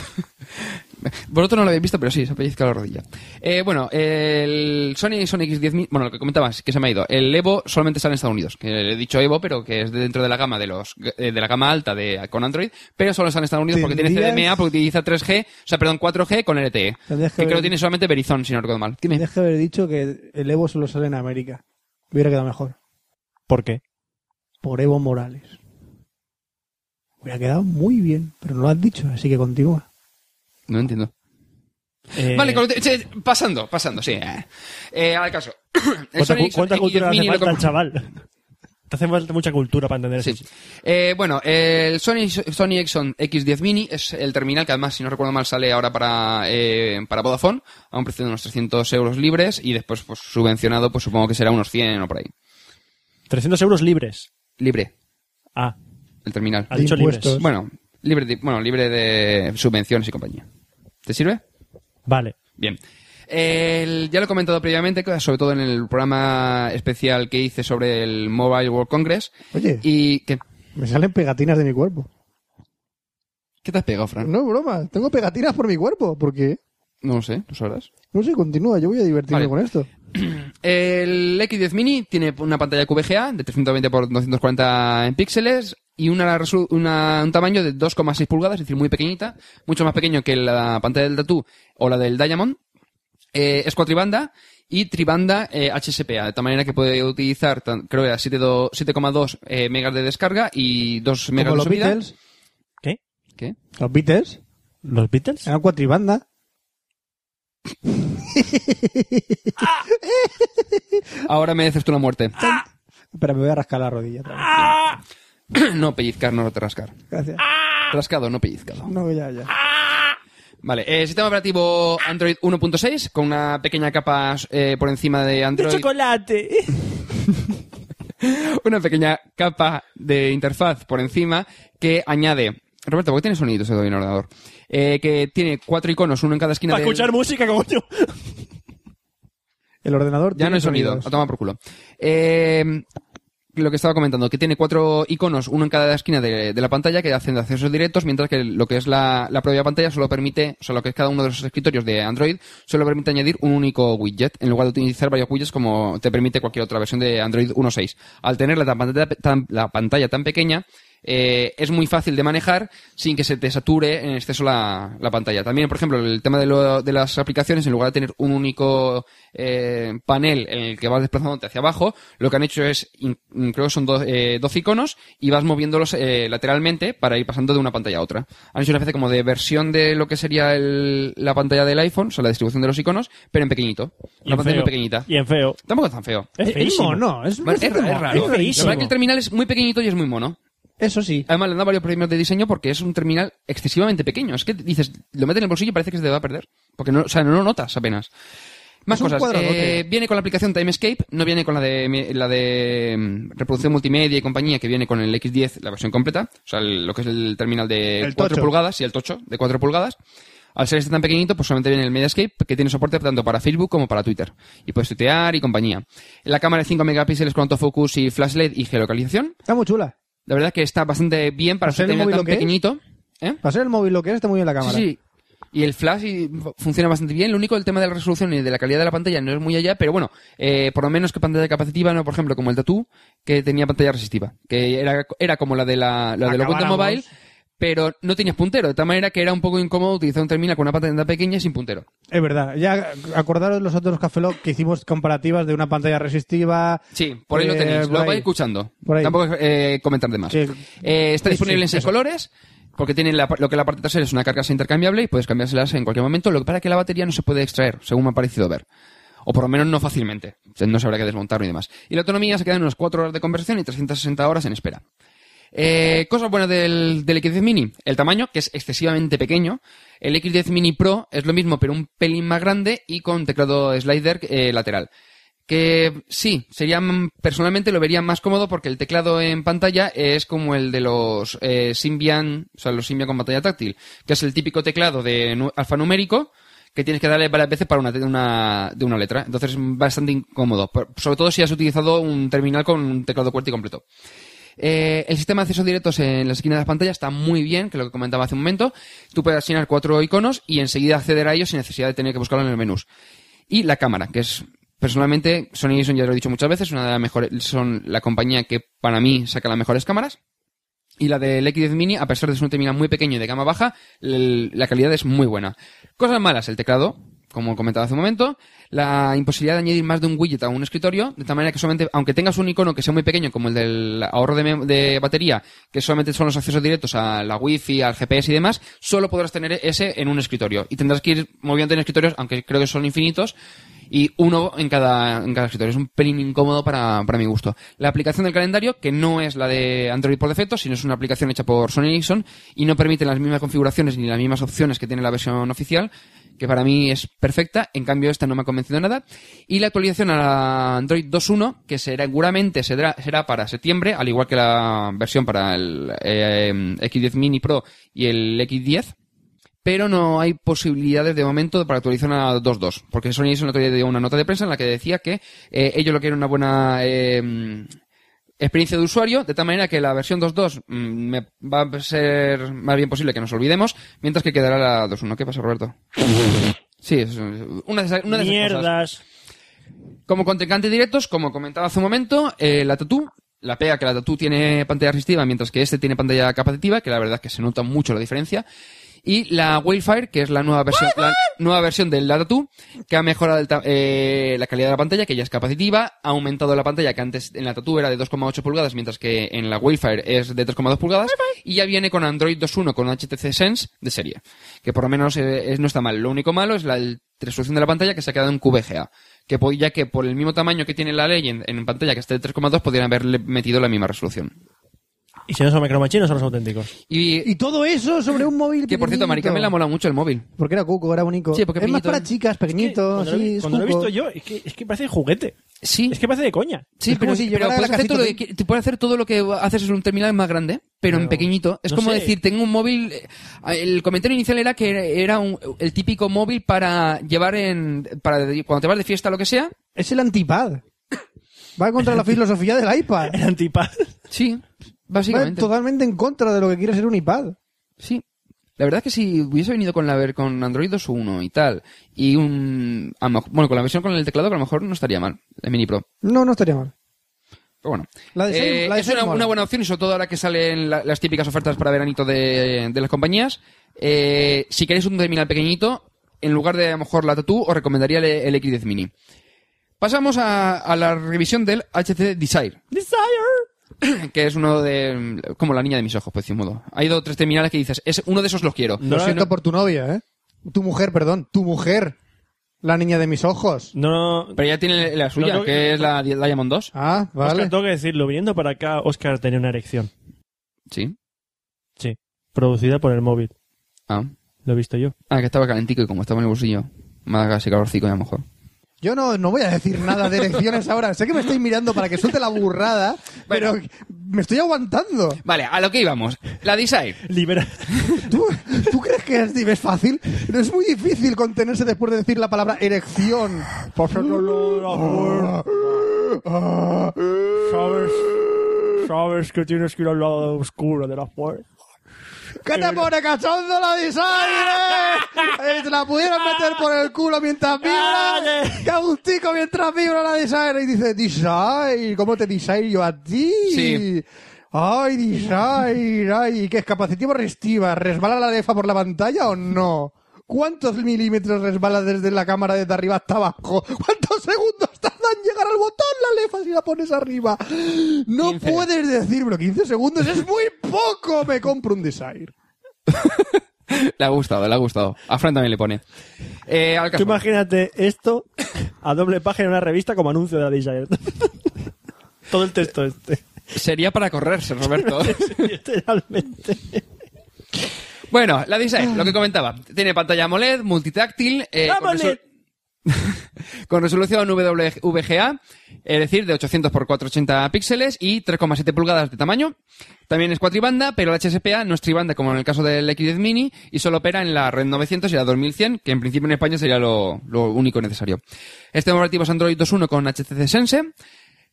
S4: Vosotros no lo habéis visto, pero sí, se ha pellizcado la rodilla. Eh, bueno, el Sony Sony X10 mil- bueno, lo que comentabas, que se me ha ido. El Evo solamente sale en Estados Unidos. Que he dicho Evo, pero que es de dentro de la gama de los eh, de la gama alta de con Android, pero solo sale en Estados Unidos porque tiene
S6: Tendrías-
S4: CDMA, porque utiliza 3G, o sea, perdón, 4G con LTE.
S6: Tendrías que
S4: Que creo
S6: ver-
S4: que tiene solamente Verizon, si no recuerdo mal. Dime.
S6: Deja de haber dicho que el Evo solo sale en América. Hubiera quedado mejor.
S3: ¿Por qué?
S6: Por Evo Morales. Hubiera quedado muy bien, pero no lo has dicho, así que continúa.
S4: No entiendo.
S6: Eh,
S4: Vale, con- che, pasando, pasando, sí. Eh, al caso. (clears throat) El
S8: ¿Cuánta, cu-
S4: Sonic
S8: cuánta
S4: X
S8: cultura le
S4: Mini
S8: hace
S4: lo
S8: falta al
S4: compro-
S8: chaval?
S3: (laughs)
S8: Te hace falta mucha cultura para entender
S4: Sí.
S8: eso.
S4: Eh, bueno, el Sony, Sony Ericsson X10 Mini es el terminal que además, si no recuerdo mal, sale ahora para, eh, para Vodafone a un precio de unos 300 euros libres y después pues, subvencionado, pues supongo que será unos 100 o por ahí.
S8: 300 euros libres.
S4: Libre,
S8: Ah,
S4: el terminal.
S8: ha
S6: De
S8: dicho
S6: impuestos.
S8: libres.
S4: Bueno, libre de, bueno, libre de subvenciones y compañía. ¿Te sirve?
S8: Vale.
S4: Bien. El- ya lo he comentado previamente, que sobre todo en el programa especial que hice sobre el Mobile World Congress.
S6: Oye.
S4: ¿Y qué,
S6: Me salen pegatinas de mi cuerpo.
S4: qué te has pegado, Fran?
S6: No es broma, tengo pegatinas por mi cuerpo, porque
S4: No lo sé, no sabrás.
S6: no sé, continúa, yo voy a divertirme
S4: Vale.
S6: con esto.
S4: El X10 Mini tiene una pantalla QVGA de 320 x 240 en píxeles y una, resolu- una- un tamaño de 2,6 pulgadas, es decir, muy pequeñita, mucho más pequeño que la pantalla del Tattoo o la del Diamond. Eh, es cuatribanda y tribanda eh, HSPA, de tal manera que puede utilizar, tan- creo que era 7,2 7,2 eh, megas de descarga y 2 megas
S6: Como
S4: de
S6: los
S4: subida.
S6: Beatles,
S8: ¿Qué?
S4: ¿Qué?
S6: los Beatles
S8: ¿Los Beatles?
S6: eran cuatribanda.
S4: Ahora me dices tú la muerte.
S6: Espera, me voy a rascar la rodilla. otra
S4: Ah. (coughs)
S6: vez.
S4: no pellizcar, no rascar.
S6: Gracias.
S4: Ah. Rascado, no pellizcado.
S6: No, ya, ya.
S4: Ah. Vale, eh, sistema operativo Android 1.6 con una pequeña capa eh, por encima de
S8: ¡De
S4: Android,
S8: chocolate!
S4: (laughs) una pequeña capa de interfaz por encima que añade. Roberto, ¿por qué tienes sonidos en el ordenador? Eh, que tiene cuatro iconos, uno en cada esquina
S8: Para
S4: del-
S8: escuchar música, coño.
S6: El ordenador
S4: Ya no
S6: tiene
S4: hay sonido,
S6: sonidos.
S4: a tomar por culo. Eh, lo que estaba comentando, que tiene cuatro iconos, uno en cada esquina de, de la pantalla, que hacen accesos directos, mientras que lo que es la, la propia pantalla solo permite, o sea, lo que es cada uno de los escritorios de Android, solo permite añadir un único widget, en lugar de utilizar varios widgets como te permite cualquier otra versión de Android 1.6. Al tener la tan pantalla tan, la pantalla tan pequeña, eh, es muy fácil de manejar sin que se te sature en exceso la, la pantalla. También, por ejemplo, el tema de, lo- de las aplicaciones, en lugar de tener un único eh, panel en el que vas desplazándote hacia abajo, lo que han hecho es, in- in- creo que son do- eh, 12 iconos y vas moviéndolos eh, lateralmente para ir pasando de una pantalla a otra. Han hecho una especie como de versión de lo que sería el- la pantalla del iPhone, o sea, la distribución de los iconos, pero en pequeñito. Una pantalla muy pequeñita.
S8: Y en feo.
S4: Tampoco es tan feo.
S8: Es
S6: Es
S8: feísimo.
S6: mono, es,
S4: Bueno, es, ra- es
S6: mono,
S4: raro.
S6: es
S4: La
S8: feísimo.
S4: verdad es que el terminal es muy pequeñito y es muy mono.
S6: Eso sí.
S4: Además, le han dado varios premios de diseño porque es un terminal excesivamente pequeño. Es que dices, lo metes en el bolsillo y parece que se te va a perder. Porque no, o sea, no lo notas apenas. Más
S6: Es un
S4: cosas.
S6: cuadradote.
S4: Eh, viene con la aplicación Timescape, no viene con la de mi- la de mm, reproducción multimedia y compañía que viene con el X10, la versión completa, o sea, el- lo que es el terminal de
S6: El
S4: 4
S6: tocho.
S4: pulgadas y el tocho de 4 pulgadas. Al ser este tan pequeñito, pues solamente viene el Mediascape, que tiene soporte tanto para Facebook como para Twitter. Y puedes tuitear y compañía. La cámara de 5 megapíxeles con autofocus y flash LED y geolocalización.
S6: Está muy chula.
S4: La verdad que está bastante bien para
S6: ¿Para ser
S4: ser
S6: el móvil
S4: tan
S6: lo que es?
S4: pequeñito. ¿Eh?
S6: Para ser el móvil lo que es, está muy bien la cámara.
S4: Sí, sí. Y el flash y fu- funciona bastante bien. Lo único, el tema de la resolución y de la calidad de la pantalla no es muy allá, pero bueno, eh, por lo menos que pantalla capacitiva, no por ejemplo como el Tattoo, que tenía pantalla resistiva, que era, era como la de la, la de los Windows
S6: Acabáramos.
S4: Mobile, pero no tenías puntero, de tal manera que era un poco incómodo utilizar un terminal con una pantalla tan pequeña y sin puntero.
S6: Es verdad. Ya acordaros los otros Café Lock que hicimos comparativas de una pantalla resistiva.
S4: Sí, por ahí lo
S6: eh,
S4: tenéis,
S6: por
S4: lo
S6: ahí.
S4: vais escuchando.
S6: Por ahí.
S4: Tampoco eh, comentar de más.
S6: Sí.
S4: Eh, está disponible
S6: Sí,
S4: en seis
S6: eso.
S4: colores, porque tiene la par- lo que la parte trasera es una carcasa intercambiable y puedes cambiárselas en cualquier momento, lo que para que la batería no se puede extraer, según me ha parecido ver. O por lo menos no fácilmente. O sea, no se habrá que desmontarlo y demás. Y la autonomía se queda en unas 4 horas de conversación y 360 horas en espera. Eh, cosas buenas del, del X10 Mini. El tamaño, que es excesivamente pequeño. El X10 Mini Pro es lo mismo, pero un pelín más grande y con teclado slider eh, lateral. Que sí, sería, mm, personalmente lo vería más cómodo porque el teclado en pantalla es como el de los eh, Symbian, o sea, los Symbian con pantalla táctil, que es el típico teclado de nu- alfanumérico que tienes que darle varias veces para una, te- una- de una letra. Entonces es bastante incómodo, por- sobre todo si has utilizado un terminal con un teclado QWERTY completo. Eh, el sistema de acceso directos en la esquina de la pantalla está muy bien, que es lo que comentaba hace un momento. Tú puedes asignar cuatro iconos y enseguida acceder a ellos sin necesidad de tener que buscarlo en el menú. Y la cámara, que es, personalmente, Sony Ericsson, ya lo he dicho muchas veces, una de las mejores, son la compañía que para mí saca las mejores cámaras. Y la del X10 Mini, a pesar de ser un terminal muy pequeño y de gama baja, el- la calidad es muy buena. Cosas malas, el teclado, como comentaba hace un momento, la imposibilidad de añadir más de un widget a un escritorio, de tal manera que solamente, aunque tengas un icono que sea muy pequeño, como el del ahorro de, mem- de batería, que solamente son los accesos directos a la wifi, al GPS y demás, solo podrás tener ese en un escritorio. Y tendrás que ir moviéndote en escritorios, aunque creo que son infinitos, y uno en cada, en cada escritorio. Es un pelín incómodo para, para mi gusto. La aplicación del calendario, que no es la de Android por defecto, sino es una aplicación hecha por Sony Ericsson y no permite las mismas configuraciones ni las mismas opciones que tiene la versión oficial, que para mí es perfecta. En cambio, esta no me ha convencido nada. Y la actualización a la Android 2.1, que será, seguramente será, será para septiembre, al igual que la versión para el eh, X10 Mini Pro y el X10 pero no hay posibilidades de momento para actualizar a 2.2, porque Sony hizo un otro día dio una nota de prensa en la que decía que eh, ellos lo que era una buena eh, experiencia de usuario, de tal manera que la versión 2.2 mm, me va a ser más bien posible que nos olvidemos, mientras que quedará la 2.1. ¿Qué pasa, Roberto? Sí, es una de esas, una de esas cosas.
S8: Mierdas.
S4: Como contrincante directos, como comentaba hace un momento, eh, la Tatú, la pega que la Tatú tiene pantalla resistiva, mientras que este tiene pantalla capacitiva, que la verdad es que se nota mucho la diferencia. Y la Wildfire, que es la nueva versión, la nueva versión del Tatú, que ha mejorado el ta- eh, la calidad de la pantalla, que ya es capacitiva, ha aumentado la pantalla, que antes en la Tatú era de 2,8 pulgadas, mientras que en la Wildfire es de 3,2 pulgadas, y ya viene con Android 2.1, con HTC Sense de serie, que por lo menos eh, es- no está mal. Lo único malo es la el- resolución de la pantalla que se ha quedado en QVGA que po- ya que por el mismo tamaño que tiene la ley en, en pantalla que está de 3,2 podrían haberle metido la misma resolución.
S8: Y si no son micromachinos, son los auténticos.
S4: Y,
S6: Y todo eso sobre un móvil
S4: que por cierto,
S6: pequeñito.
S4: Marica me la mola mucho el móvil.
S6: Porque era cuco, era bonito.
S4: Sí, porque
S6: es más
S4: pequeñito,
S6: para
S4: ¿eh?
S6: chicas, pequeñito,
S8: Es que cuando lo
S6: sí,
S8: vi-
S6: es
S8: cuando lo he
S6: cuco.
S8: visto yo, es que, es que parece juguete.
S4: Sí,
S8: Es que parece de coña.
S4: sí,
S6: es como
S4: pero,
S6: si
S4: pero
S6: llevara
S4: puedes,
S6: la
S4: hacer todo lo que
S6: cajita
S4: qui- te puedes hacer todo lo que haces en un terminal más grande, pero, en
S8: Pero,
S4: pequeñito. Es
S8: no
S4: como
S8: sé.
S4: decir, tengo un móvil... eh, El comentario inicial era que era, era un- el típico móvil para llevar en... para de- cuando te vas de fiesta o lo que sea.
S6: Es el antipad. Va
S8: (laughs)
S6: contra la filosofía del iPad.
S8: El antipad.
S4: Sí,
S6: Va
S4: básicamente.
S6: totalmente en contra de lo que quiere ser un iPad.
S4: Sí. La verdad es que si hubiese venido con la ver con Android 2.1 y tal, y un... a lo mejor- bueno, con la versión con el teclado que a lo mejor no estaría mal, el Mini Pro.
S6: No, no estaría mal.
S4: Pero bueno.
S6: La de
S4: Eh,
S6: Sony- la de
S4: es
S6: Sony
S4: una,
S6: mola.
S4: una buena opción y sobre todo ahora que salen la- las típicas ofertas para veranito de, de las compañías. Eh, si queréis un terminal pequeñito, en lugar de a lo mejor la Tatú, os recomendaría el, el X10 Mini. Pasamos a, a la revisión del HTC Desire.
S8: Desire.
S4: (clears throat) que es uno de... como la niña de mis ojos, por decir un modo. Hay dos o tres terminales que dices, es, uno de esos los quiero.
S6: Lo
S8: No,
S6: siento
S8: no.
S6: por tu novia, ¿eh? Tu mujer, perdón. Tu mujer. La niña de mis ojos.
S8: No, no.
S4: Pero ya tiene la suya,
S8: No, no,
S4: que es la la Diamond 2.
S6: Ah, vale.
S8: Oscar, tengo que decirlo. Viniendo para acá, Oscar tenía una erección.
S4: Sí.
S8: Producida por el móvil.
S4: Ah.
S8: Lo he visto yo.
S4: Ah, que estaba calentico y como estaba en el bolsillo, más casi calorcico a lo mejor.
S6: Yo no, no voy a decir nada de elecciones ahora. Sé que me estoy mirando para que suelte la burrada, pero me estoy aguantando.
S4: Vale, a lo que íbamos. La Desire.
S6: (laughs)
S8: Libera.
S6: ¿Tú, tú crees que es, es fácil? No es muy difícil contenerse después de decir la palabra erección.
S8: ¿Sabes? ¿Sabes que tienes que ir al lado oscuro de la fuerza?
S6: ¿Qué te pone cachondo la design? Te la pudieron meter por el culo mientras vibra.
S8: Dale.
S6: ¡Qué gustico mientras vibra la design! Y dice, design, ¿cómo te design yo a ti?
S4: Sí.
S6: Ay, design, ay, ¿qué es capacitivo restiva? ¿Resbala la lefa por la pantalla o no? ¿Cuántos milímetros resbala desde la cámara desde arriba hasta abajo? ¿Cuántos segundos tarda en llegar al botón la lefa si la pones arriba? No
S4: 15.
S6: puedes decirlo, 15 segundos es muy poco, me compro un Desire.
S4: (laughs) Le ha gustado, le ha gustado. A Fran también le pone. Eh, al
S8: Tú
S4: caso.
S8: imagínate esto a doble página en una revista como anuncio de la Desire. (laughs) Todo el texto este.
S4: Sería para correrse, Roberto.
S8: Literalmente.
S4: bueno, la Desire, lo que comentaba. Tiene pantalla AMOLED, multitáctil. eh, con
S8: ¡Vámonos!
S4: resol- (laughs) con resolución WVGA, es decir, de 800 x 480 píxeles y 3,7 pulgadas de tamaño. También es cuatribanda, pero la HSPA no es tribanda como en el caso del X10 Mini y solo opera en la red 900 y la 2100, que en principio en España sería lo, lo único necesario. Este operativo es Android 2.1 con HTC Sense.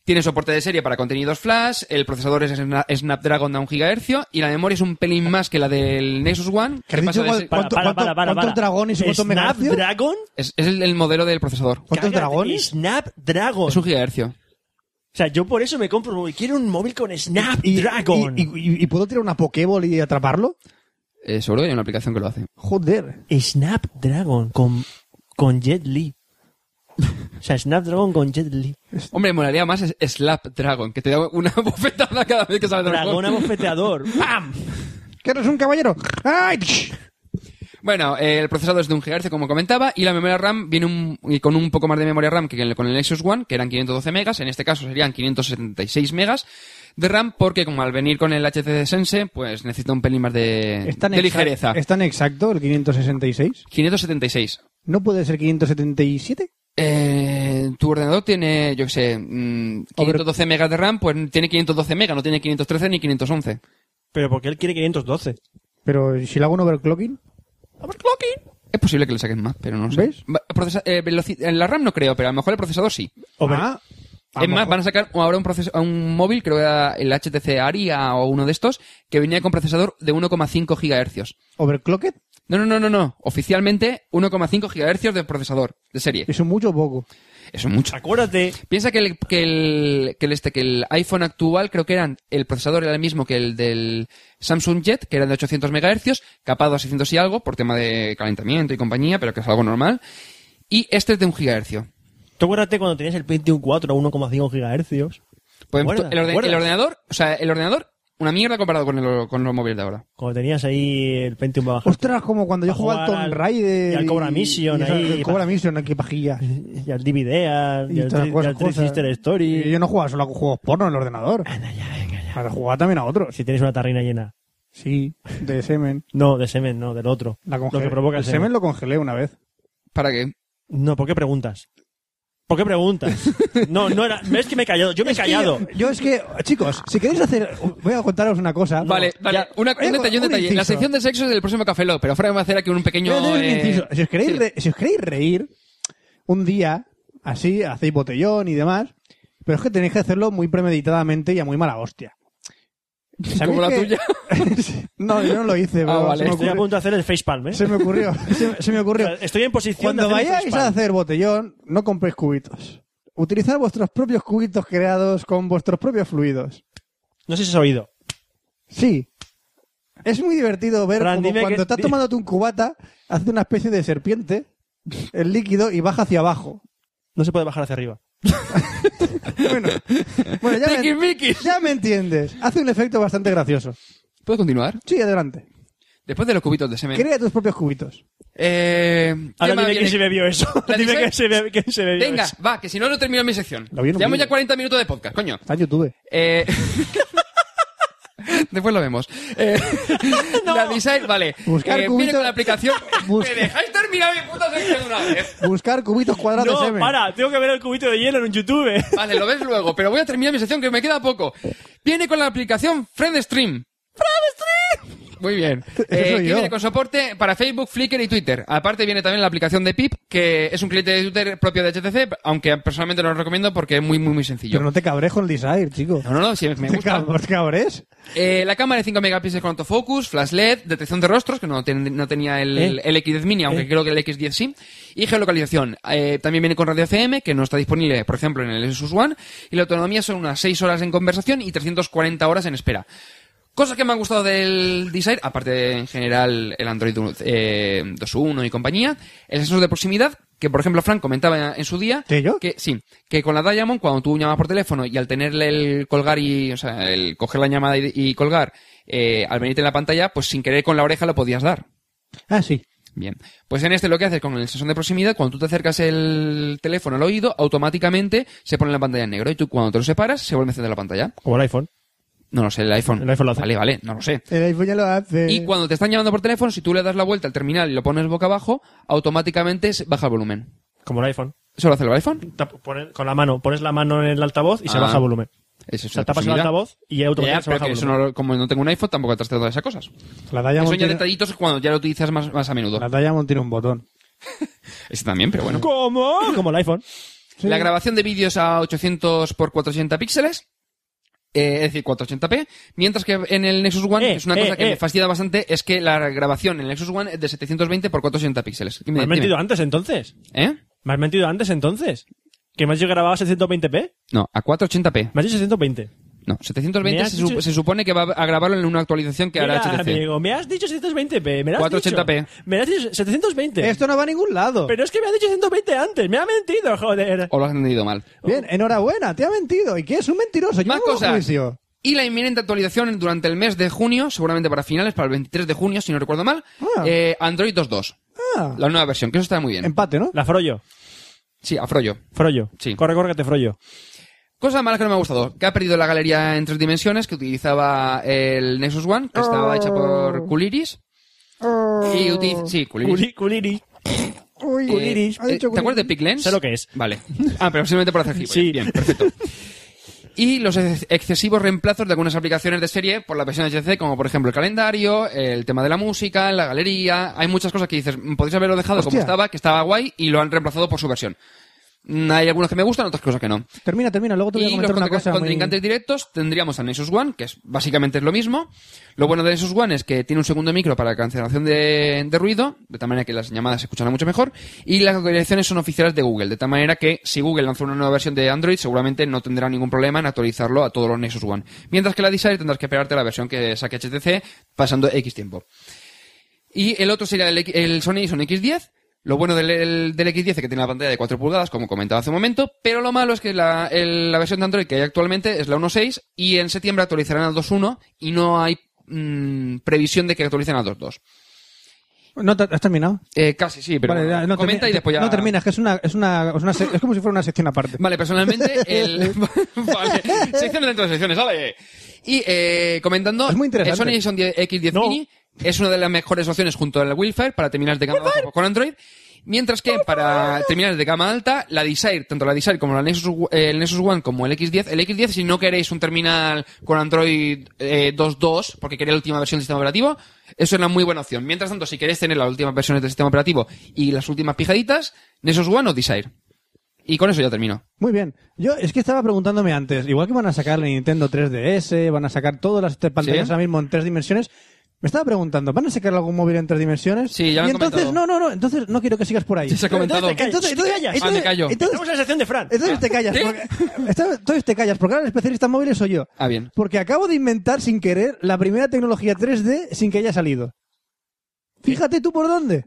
S4: Tiene soporte de serie para contenidos flash, el procesador es Sna- Snapdragon a 1 GHz y la memoria es un pelín más que la del Nexus One.
S6: ¿Qué has
S4: que pasa
S6: dicho,
S4: de
S6: Wal-
S4: se-
S6: ¿Cuánto- cuánto- cuántos dragones y cuántos megahercios?
S8: ¿Snapdragon?
S4: es, es el, el modelo del procesador.
S6: ¿Cuántos
S8: Cágate,
S6: dragones?
S8: Snapdragon.
S4: Es un gigahercio.
S8: O sea, yo por eso me compro un móvil. Quiero un móvil con
S6: ¿Y,
S8: Snapdragon.
S6: y- y- y puedo tirar una Pokéball y atraparlo?
S4: Eh, seguro que hay una aplicación que lo hace.
S6: Joder.
S8: Snapdragon con
S3: con Jet Li. O sea, Snapdragon con Jet Li.
S4: Hombre, molaría más es- Snapdragon, que te da una (laughs) bofetada cada vez que sale del
S3: Dragón
S4: juego.
S3: abofeteador.
S6: ¡Pam! ¿Que eres un caballero? ¡Ay!
S4: Bueno, eh, el procesador es de un GHz, como comentaba, y la memoria RAM viene un- y con un poco más de memoria RAM que con el- con el Nexus One, que eran 512 megas, en este caso serían 576 megas de RAM, porque como al venir con el HTC Sense, pues necesita un pelín más de,
S6: ¿Es tan
S4: de
S6: exa-
S4: ligereza.
S6: ¿Es tan exacto el 566?
S4: 576.
S6: ¿No puede ser 577?
S4: Eh, tu ordenador tiene, yo qué sé, mm, 512 megas de RAM, pues tiene 512 megas, no tiene 513 ni 511.
S3: Pero porque él quiere 512.
S6: Pero si le hago un overclocking,
S4: Es posible que le saquen más, pero no lo sé.
S6: ¿Ves?
S4: Va- procesa- eh, veloci- en la RAM no creo, pero a lo mejor el procesador sí.
S6: over-
S3: Ah,
S6: a
S4: es
S6: lo
S4: más,
S6: mejor-
S4: van a sacar ahora un, proces- un móvil, creo que era el HTC Aria o uno de estos, que venía con procesador de 1,5 GHz.
S6: overclocked,
S4: No, no, no, no, no. Oficialmente 1,5 GHz de procesador de serie.
S6: ¿eso mucho o poco?
S4: Eso es mucho.
S3: Acuérdate.
S4: Piensa que el, que el, que el este, que el iPhone actual, creo que eran, el procesador era el mismo que el del Samsung Jet, que era de 800 MHz, capado a 600 y algo, por tema de calentamiento y compañía, pero que es algo normal. Y este es de 1 GHz.
S3: Tú acuérdate cuando tenías el Pentium 4 a 1,5 GHz.
S4: Pues,
S3: Guarda,
S4: el, orde-
S3: guarda.
S4: el ordenador, o sea, el ordenador, una mierda comparado con, el, con los móviles de ahora.
S3: Cuando tenías ahí el Pentium para bajar.
S6: Ostras, como cuando yo
S3: A
S6: jugaba al
S3: jugar
S6: Tomb
S3: al-
S6: Raider.
S3: y al Cobra
S6: y-
S3: Mission
S6: y esa-
S3: ahí,
S6: el Cobra Mission, aquí pajilla.
S3: Y al DVD, y
S6: Y
S3: al
S6: todas
S3: Tri- y
S6: esas
S3: al Three
S6: cosas.
S3: Sister Story. Ah,
S6: Y yo no jugaba solo a juegos porno en el ordenador. Anda ya, venga ya. Ahora jugaba también a otros.
S3: Si tienes una tarrina llena.
S6: Sí, de semen.
S3: No, de semen, no, del otro.
S6: La
S3: lo
S6: congelé.
S3: que provoca el
S6: el semen
S3: semen.
S6: lo congelé una vez.
S4: ¿Para qué?
S3: No, ¿por qué preguntas? ¿Por qué
S6: (laughs)
S3: preguntas? No, no era. Es que me he callado. Yo me he callado.
S6: Yo, yo es que, chicos, si queréis hacer. Voy a contaros una cosa.
S4: vale, vale.
S3: ya.
S4: Una,
S6: Oye,
S4: un detalle, un
S6: Eh, un
S4: detalle. La
S6: inciso.
S4: sección del sexo es del próximo Café Lock, pero ahora vamos a hacer aquí un pequeño...
S6: Voy a hacer un
S4: eh,
S6: inciso. Si os queréis,
S4: sí.
S6: re- si os queréis reír, un día, así, hacéis botellón y demás, pero es que tenéis que hacerlo muy premeditadamente y a muy mala hostia. ¿Sabéis
S4: Como la
S6: que-
S4: tuya.
S6: (laughs)
S4: Ah,
S6: no, yo no lo hice, pero
S4: vale.
S6: se, me
S3: Estoy a
S6: ocurrió,
S3: punto de hacer el facepalm, ¿eh?
S6: se me
S3: (laughs)
S6: ocurrió. se- se me
S3: O
S6: ocurrió.
S3: sea, Estoy en posición
S6: Cuando
S3: de hacer un
S6: vayáis a
S3: facepalm.
S6: hacer botellón, no compréis cubitos. Utilizad vuestros propios cubitos creados con vuestros propios fluidos.
S3: No sé si has oído.
S6: Sí. Es muy divertido ver
S3: Fran,
S6: como
S3: dime
S6: cuando
S3: que-
S6: estás tomándote un cubata, hace una especie de serpiente, el líquido, y baja hacia abajo.
S3: No se puede bajar hacia arriba.
S6: Bueno, bueno, ya, me,
S4: Tiquismiquis.
S6: ya me entiendes. Hace un efecto bastante gracioso.
S4: ¿Puedo continuar?
S6: Sí, adelante.
S4: Después de los cubitos de semen.
S6: Crea tus propios cubitos.
S4: Eh,
S3: Ahora
S4: tema
S3: dime quién
S4: viene-
S3: se bebió
S6: (laughs)
S3: eso. (laughs)
S4: ¿La
S3: Dime
S4: dice?
S3: quién se bebió, quién se bebió
S4: Venga,
S3: eso.
S4: va, que si no, no termino mi sección.
S6: Lo vi en un
S4: Llevamos
S6: vídeo.
S4: ya 40 minutos de podcast, coño.
S6: Está en YouTube.
S4: Eh, (laughs) Después lo vemos.
S6: (laughs)
S4: Eh, La design, vale.
S6: Buscar
S4: eh, viene
S6: cubito-
S4: con la aplicación.
S6: (laughs) Busca-
S4: ¿Me dejáis terminar mi puta sección de una vez?
S6: Buscar cubitos cuadrados de
S3: No,
S6: semen.
S3: para, tengo que ver el cubito de hielo en YouTube. (laughs)
S4: Vale, lo ves luego, pero voy a terminar mi sección que me queda poco. Viene con la aplicación FriendStream. ¡FriendStream! Muy
S6: (laughs)
S4: bien. Eh,
S6: soy
S4: que
S6: yo.
S4: viene con soporte para Facebook, Flickr y Twitter. Aparte viene también la aplicación de Pip, que es un cliente de Twitter propio de HTC, aunque personalmente no lo recomiendo porque es muy, muy, muy sencillo.
S6: Pero no te cabres con el desire, chico.
S4: No, no, no, sí, me
S6: ¿Te
S4: gusta.
S6: cab- te cabres?
S4: Eh, la cámara de 5 megapíxeles con autofocus, flash LED, detección de rostros, que no, ten- no tenía el,
S3: Eh.
S4: el X10 mini, aunque
S3: Eh.
S4: creo que el X10 sí. Y geolocalización. Eh, también viene con radio FM, que no está disponible, por ejemplo, en el Asus One. Y la autonomía son unas 6 horas en conversación y 340 horas en espera. Cosas que me han gustado del Desire, aparte de, en general el Android eh, 2.1 y compañía, el sensor de proximidad, que por ejemplo Frank comentaba en su día,
S6: ¿Sí, yo?
S4: que sí, que con la Diamond cuando tú llamabas por teléfono y al tenerle el colgar y, o sea, el coger la llamada y, y colgar, eh, al venirte en la pantalla, pues sin querer con la oreja lo podías dar.
S6: Ah, sí.
S4: Bien, pues en este lo que haces con el sensor de proximidad, cuando tú te acercas el teléfono al oído, automáticamente se pone la pantalla en negro y tú cuando te lo separas se vuelve a encender la pantalla.
S3: Como el iPhone.
S4: No lo sé, el iPhone.
S3: El iPhone lo hace.
S4: Vale, vale, no lo sé.
S6: El iPhone ya lo hace.
S4: Y cuando te están llamando por teléfono, si tú le das la vuelta al terminal y lo pones boca abajo, automáticamente se- baja el volumen.
S3: Como el iPhone.
S4: ¿Eso lo hace el iPhone?
S3: Tap- pone- con la mano, pones la mano en el altavoz y se
S4: Ah.
S3: baja el volumen.
S4: Eso
S3: O sea, tapas el altavoz y automáticamente se baja el
S4: eso
S3: volumen.
S4: no lo- como no tengo un iPhone, tampoco te has tratado de esas cosas.
S6: La Diamond
S4: Eso ya
S6: tiene-
S4: detallitos cuando ya lo utilizas más, más a menudo.
S6: La Diamond tiene un botón.
S4: Ese también, pero bueno.
S3: ¿Cómo? Como el iPhone.
S4: La grabación de vídeos a 800 por 480 píxeles. eh, es decir, 480p. Mientras que en el Nexus One,
S3: Eh,
S4: que es una
S3: eh,
S4: cosa que
S3: eh.
S4: me fastidia bastante, es que la grabación en el Nexus One es de 720 por 480 píxeles. Dime,
S3: Me has
S4: dime.
S3: mentido antes entonces.
S4: ¿Eh?
S3: Me has mentido antes entonces. ¿Que me has dicho que grababas 620p?
S4: No, a 480p.
S3: Me has dicho 620.
S4: No,
S3: ¿Me
S4: 720
S3: has
S4: se,
S3: dicho-
S4: sup- se supone que va a grabarlo en una actualización que hará
S3: Mira,
S4: HTC.
S3: amigo, me has dicho 720p, me lo has
S4: 480p.
S3: dicho. Me lo has dicho 720.
S6: Esto no va a ningún lado.
S3: Pero es que me has dicho 720 antes, me ha mentido, joder.
S4: O lo has entendido mal.
S6: Bien, enhorabuena, te ha mentido. ¿Y qué es un mentiroso? Yo
S4: Más
S6: no hago
S4: cosas.
S6: juicio.
S4: Y la inminente actualización durante el mes de junio, seguramente para finales, para el 23 de junio, si no recuerdo mal,
S6: Ah.
S4: eh, Android 2.2.
S6: Ah, Em-
S4: La nueva versión, que eso está muy bien.
S6: empate, ¿no?
S3: La frollo.
S4: Sí, afrollo.
S3: Frollo.
S4: Sí.
S3: Corre, corre, que te frollo.
S4: Cosa mala que no me ha gustado, que ha perdido la galería en tres dimensiones que utilizaba el Nexus One, que estaba hecha
S6: Oh.
S4: por Culiris. Y utiliza... Sí, Culiris.
S3: Culi- Culiri.
S6: Uy,
S4: Eh,
S3: Culiris.
S6: ha dicho
S4: eh, ¿Te
S6: Culiris.
S4: acuerdas de PicLens?
S3: Sé lo que es.
S4: Vale. Ah, pero simplemente por hacer gilipollas.
S3: Sí.
S4: Bien, perfecto. Y los ex- excesivos reemplazos de algunas aplicaciones de serie por la versión HC, como por ejemplo el calendario, el tema de la música, la galería. Hay muchas cosas que dices, "Mm, podéis haberlo dejado como
S6: Hostia.
S4: estaba, que estaba guay, y lo han reemplazado por su versión. Mm, Hay algunos que me gustan, otras cosas que no.
S6: Termina, termina, luego te voy a
S4: Y los
S6: comentar una
S4: contra-
S6: cosa. muy-
S4: contrincantes directos tendríamos a Nexus One, que es básicamente es lo mismo. Lo bueno de Nexus One es que tiene un segundo micro para cancelación de, de ruido, de tal manera que las llamadas se escucharán mucho mejor. Y las actualizaciones son oficiales de Google, de tal manera que si Google lanza una nueva versión de Android, seguramente no tendrá ningún problema en actualizarlo a todos los Nexus One. Mientras que la Desire tendrás que esperarte a la versión que saque HTC pasando X tiempo. Y el otro sería el, el Sony Sony X10. Lo bueno del, el- del X10 es que tiene la pantalla de 4 pulgadas, como comentaba hace un momento, pero lo malo es que la, el- la versión de Android que hay actualmente es la 1.6 y en septiembre actualizarán al 2.1 y no hay mm, previsión de que actualicen al 2.2.
S6: No, te- ¿Has terminado?
S4: Eh, casi, sí, pero
S6: Vale,
S4: bueno,
S6: ya, no,
S4: comenta
S6: termi-
S4: y después ya...
S6: No terminas, que es una, es una, es una se- es como si fuera una sección aparte.
S4: (laughs) Vale, personalmente,
S6: (laughs)
S4: el... vale, sección dentro de secciones, ¿vale? Y eh, comentando,
S6: Es muy interesante.
S4: el Sony Ericsson 10 X10
S3: No.
S4: Mini es una de las mejores opciones junto al Wi-Fi para terminar de gama baja con Android. Mientras que para terminar de gama alta, la Desire, tanto la Desire como la Nexus, eh, el Nexus One como el X10, el X10 si no queréis un terminal con Android eh, 2.2 porque queréis la última versión del sistema operativo, eso es una muy buena opción. Mientras tanto, si queréis tener las últimas versiones del sistema operativo y las últimas pijaditas, Nexus One o Desire. Y con eso ya termino.
S6: Muy bien. Yo es que estaba preguntándome antes, igual que van a sacar la Nintendo 3DS, van a sacar todas las te- pantallas
S4: Sí.
S6: ahora mismo en tres dimensiones, me estaba preguntando, ¿van a sacar algún móvil en tres dimensiones?
S4: Sí, ya lo
S6: y
S4: han
S6: entonces,
S4: comentado.
S6: no, no, no, entonces no quiero que sigas por ahí.
S4: Sí, se ha comentado.
S3: Entonces te callas.
S6: entonces,
S3: te
S6: entonces-
S3: callas.
S6: entonces-
S4: Ah, me callo. ¿Eh?
S6: entonces-
S3: Estamos en la sección de Fran.
S6: entonces te callas.
S4: ¿Sí?
S6: porque- Esta- entonces te callas, porque ahora el especialista en móviles soy yo.
S4: Ah, bien.
S6: Porque acabo de inventar sin querer la primera tecnología 3D sin que haya salido. Fíjate tú por dónde.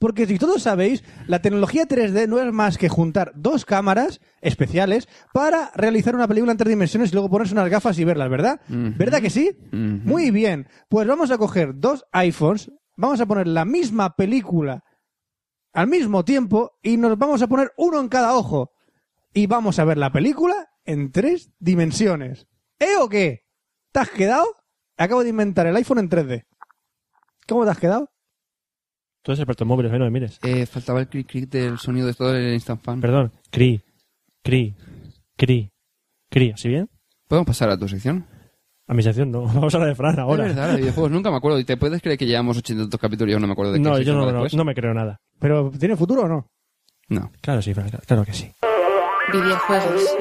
S6: Porque si todos sabéis, la tecnología 3D no es más que juntar dos cámaras especiales para realizar una película en tres dimensiones y luego ponerse unas gafas y verlas, ¿verdad?
S4: Ujú.
S6: ¿Verdad que sí?
S4: Ujú.
S6: Muy bien. Pues vamos a coger dos iPhones, vamos a poner la misma película al mismo tiempo y nos vamos a poner uno en cada ojo. Y vamos a ver la película en tres dimensiones. ¿Eh o qué? ¿Te has quedado? Acabo de inventar el iPhone en 3D. ¿Cómo te has quedado?
S3: Tú eres experto en móviles, eh, no me mires.
S4: Eh, faltaba el clic clic del sonido de todo el Instant Fan.
S3: Perdón. Cri, cri, cri, cri. ¿Así bien?
S4: ¿Podemos pasar a tu sección?
S3: A mi sección no. (laughs) Vamos a hablar de Fran ahora.
S4: Es verdad, de videojuegos nunca me acuerdo. ¿Y te puedes creer que llevamos 82 capítulos y aún no me acuerdo de qué
S3: No, yo
S4: sección
S3: no,
S4: va
S3: no,
S4: después?
S3: no me creo nada.
S6: ¿Pero tiene futuro o no?
S4: No.
S3: Claro, sí, Fran, claro que sí.
S5: videojuegos,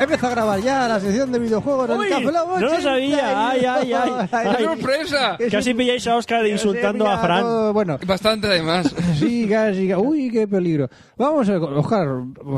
S6: Empieza a grabar ya la sesión de videojuegos
S3: Uy,
S6: en Café Lock
S3: no lo
S6: 80.
S3: sabía. Ay, ay, ay. Ay,
S6: (laughs)
S4: ¡Sorpresa!
S6: Que
S3: Casi
S6: sí,
S3: pilláis a Oscar
S6: que sí,
S3: insultando
S6: mira,
S3: a Fran.
S6: todo- Bueno,
S4: Bastante además.
S6: Sí, casi. Uy, qué peligro. Vamos a ver, Oscar,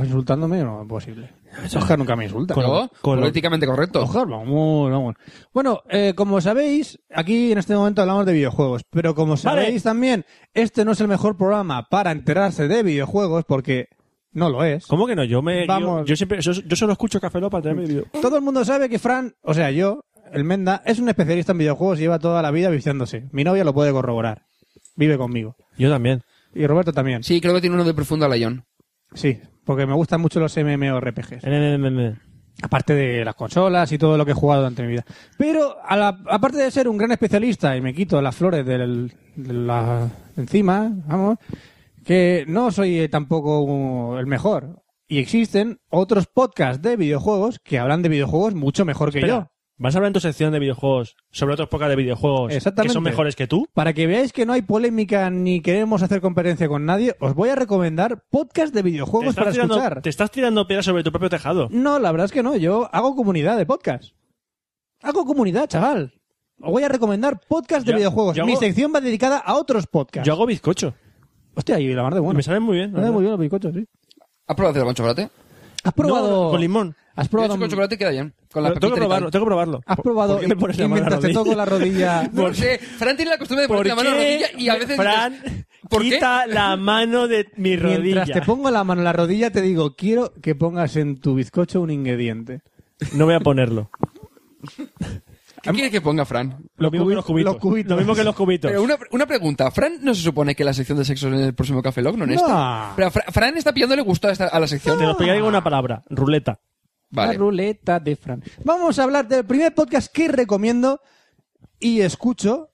S6: insultándome no es posible. Oscar nunca me insulta.
S4: ¿No?
S3: con lo-
S4: Políticamente correcto.
S6: Oscar, vamos, vamos. Bueno, eh, como sabéis, aquí en este momento hablamos de videojuegos, pero como
S3: Vale.
S6: sabéis también, este no es el mejor programa para enterarse de videojuegos porque no lo es.
S3: ¿Cómo que no? Yo me.
S6: Vamos.
S3: Yo, yo siempre. Yo, yo solo escucho Café Lock para tenerme video.
S6: Todo el mundo sabe que Fran, o sea, yo, el Menda, es un especialista en videojuegos y lleva toda la vida viciándose. Mi novia lo puede corroborar. Vive conmigo.
S3: Yo también.
S6: Y Roberto también.
S4: Sí, creo que tiene uno de profundo al Ion.
S6: Sí, porque me gustan mucho los
S3: Eh,
S6: MMORPGs.
S3: NNNN.
S6: aparte de las consolas y todo lo que he jugado durante mi vida. Pero a la- aparte de ser un gran especialista, y me quito las flores del- de la encima, vamos, que no soy eh, tampoco un- el mejor. Y existen otros podcasts de videojuegos que hablan de videojuegos mucho mejor que yo.
S3: Espera, ¿Vas a hablar en tu sección de videojuegos sobre otros pocas de videojuegos
S6: Exactamente.
S3: que son mejores que tú?
S6: Para que veáis que no hay polémica ni queremos hacer competencia con nadie, os voy a recomendar podcasts de
S3: Te
S6: videojuegos
S3: estás
S6: para
S3: tirando-
S6: escuchar.
S3: Te estás tirando piedras sobre tu propio tejado.
S6: No, la verdad es que no. Yo hago comunidad de podcasts. Hago comunidad, chaval. Os voy a recomendar podcast de
S3: Yo-
S6: videojuegos.
S3: yo
S6: Mi
S3: hago-
S6: sección va dedicada a otros podcasts.
S3: Yo hago bizcocho.
S6: Hostia, y la mar de bueno.
S3: Me salen muy bien. la
S6: Me sale
S3: verdad.
S6: muy bien los bizcochos, sí.
S4: ¿Has probado hacerlo con chocolate?
S6: ¿Has probado...
S3: no, con limón.
S6: ¿Has
S4: Yo he
S6: probado...
S4: hecho con chocolate y queda bien. Con la
S3: Pero tengo que
S4: pepita y tal.
S3: probarlo, tengo que probarlo.
S6: ¿Has
S3: ¿Por-
S6: probado...
S3: ¿Por qué me pones la mano en la
S6: inventarte todo
S3: rodilla?
S6: con
S3: (laughs)
S6: la rodilla?
S4: No sé, Fran tiene la costumbre de
S3: ¿Por
S4: poner
S3: qué?
S4: la mano en la rodilla y a veces
S3: Fran,
S4: dices, ¿por qué?
S3: quita la mano de mi rodilla.
S6: Mientras te pongo la mano en la rodilla, te digo, quiero que pongas en tu bizcocho un ingrediente.
S3: No voy a ponerlo.
S4: ¿Qué quiere que ponga Fran?
S3: Lo mismo que
S6: cubi-
S3: los cubitos.
S6: (laughs) los cubitos. Eh,
S3: Lo mismo que los cubitos.
S4: Pero una, una pregunta, ¿Fran no se supone que la sección de sexo es en el próximo Café Lock, no en este?
S6: No.
S4: esta? Pero Fra- Fran está pillándole gusto a, esta- a la sección.
S3: Te lo explicaré con una palabra. Ruleta.
S6: La
S4: Vale.
S6: ruleta de Fran. Vamos a hablar del primer podcast que recomiendo y escucho.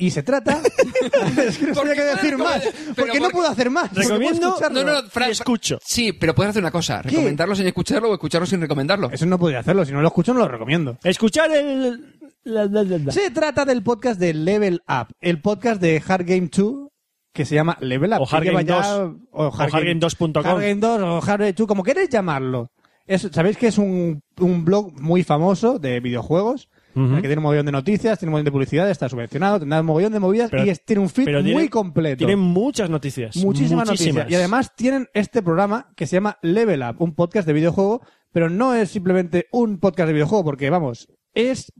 S6: Y
S4: (laughs)
S6: se trata. es que no
S4: Porque
S6: sabía qué
S4: puedes
S6: decir más.
S4: comer, pero
S6: Porque no
S4: porque-
S6: puedo hacer más. porque puedo
S3: Recomiendo-
S6: escucharlo.
S4: No, no, Fran.
S3: Y escucho.
S4: Sí, pero puedes hacer una cosa:
S6: ¿Qué?
S4: recomendarlo sin escucharlo o escucharlo sin recomendarlo.
S6: Eso no podría hacerlo. Si no lo escucho, no lo recomiendo.
S3: Escuchar el... la- la- la- la.
S6: Se trata del podcast de Level Up. El podcast de Hard Game 2 que se llama Level Up.
S3: O
S6: que
S3: Hard
S6: lleva
S3: Game
S6: ya-
S3: 2,
S6: O
S3: o Hard Game 2.com.
S6: Hard Game 2 o Hard Game 2, como queréis llamarlo. Es- Sabéis que es un, un blog muy famoso de videojuegos. en el que tiene un mogollón de noticias, tiene un mogollón de publicidad, está subvencionado, tendrá un mogollón de movidas
S3: Pero-
S6: y es- tiene un feed
S3: pero tiene-
S6: muy completo.
S3: Tienen muchas noticias.
S6: muchísimas, noticias. Y además tienen este programa que se llama Level Up, un podcast de videojuego, pero no es simplemente un podcast de videojuego, porque vamos, es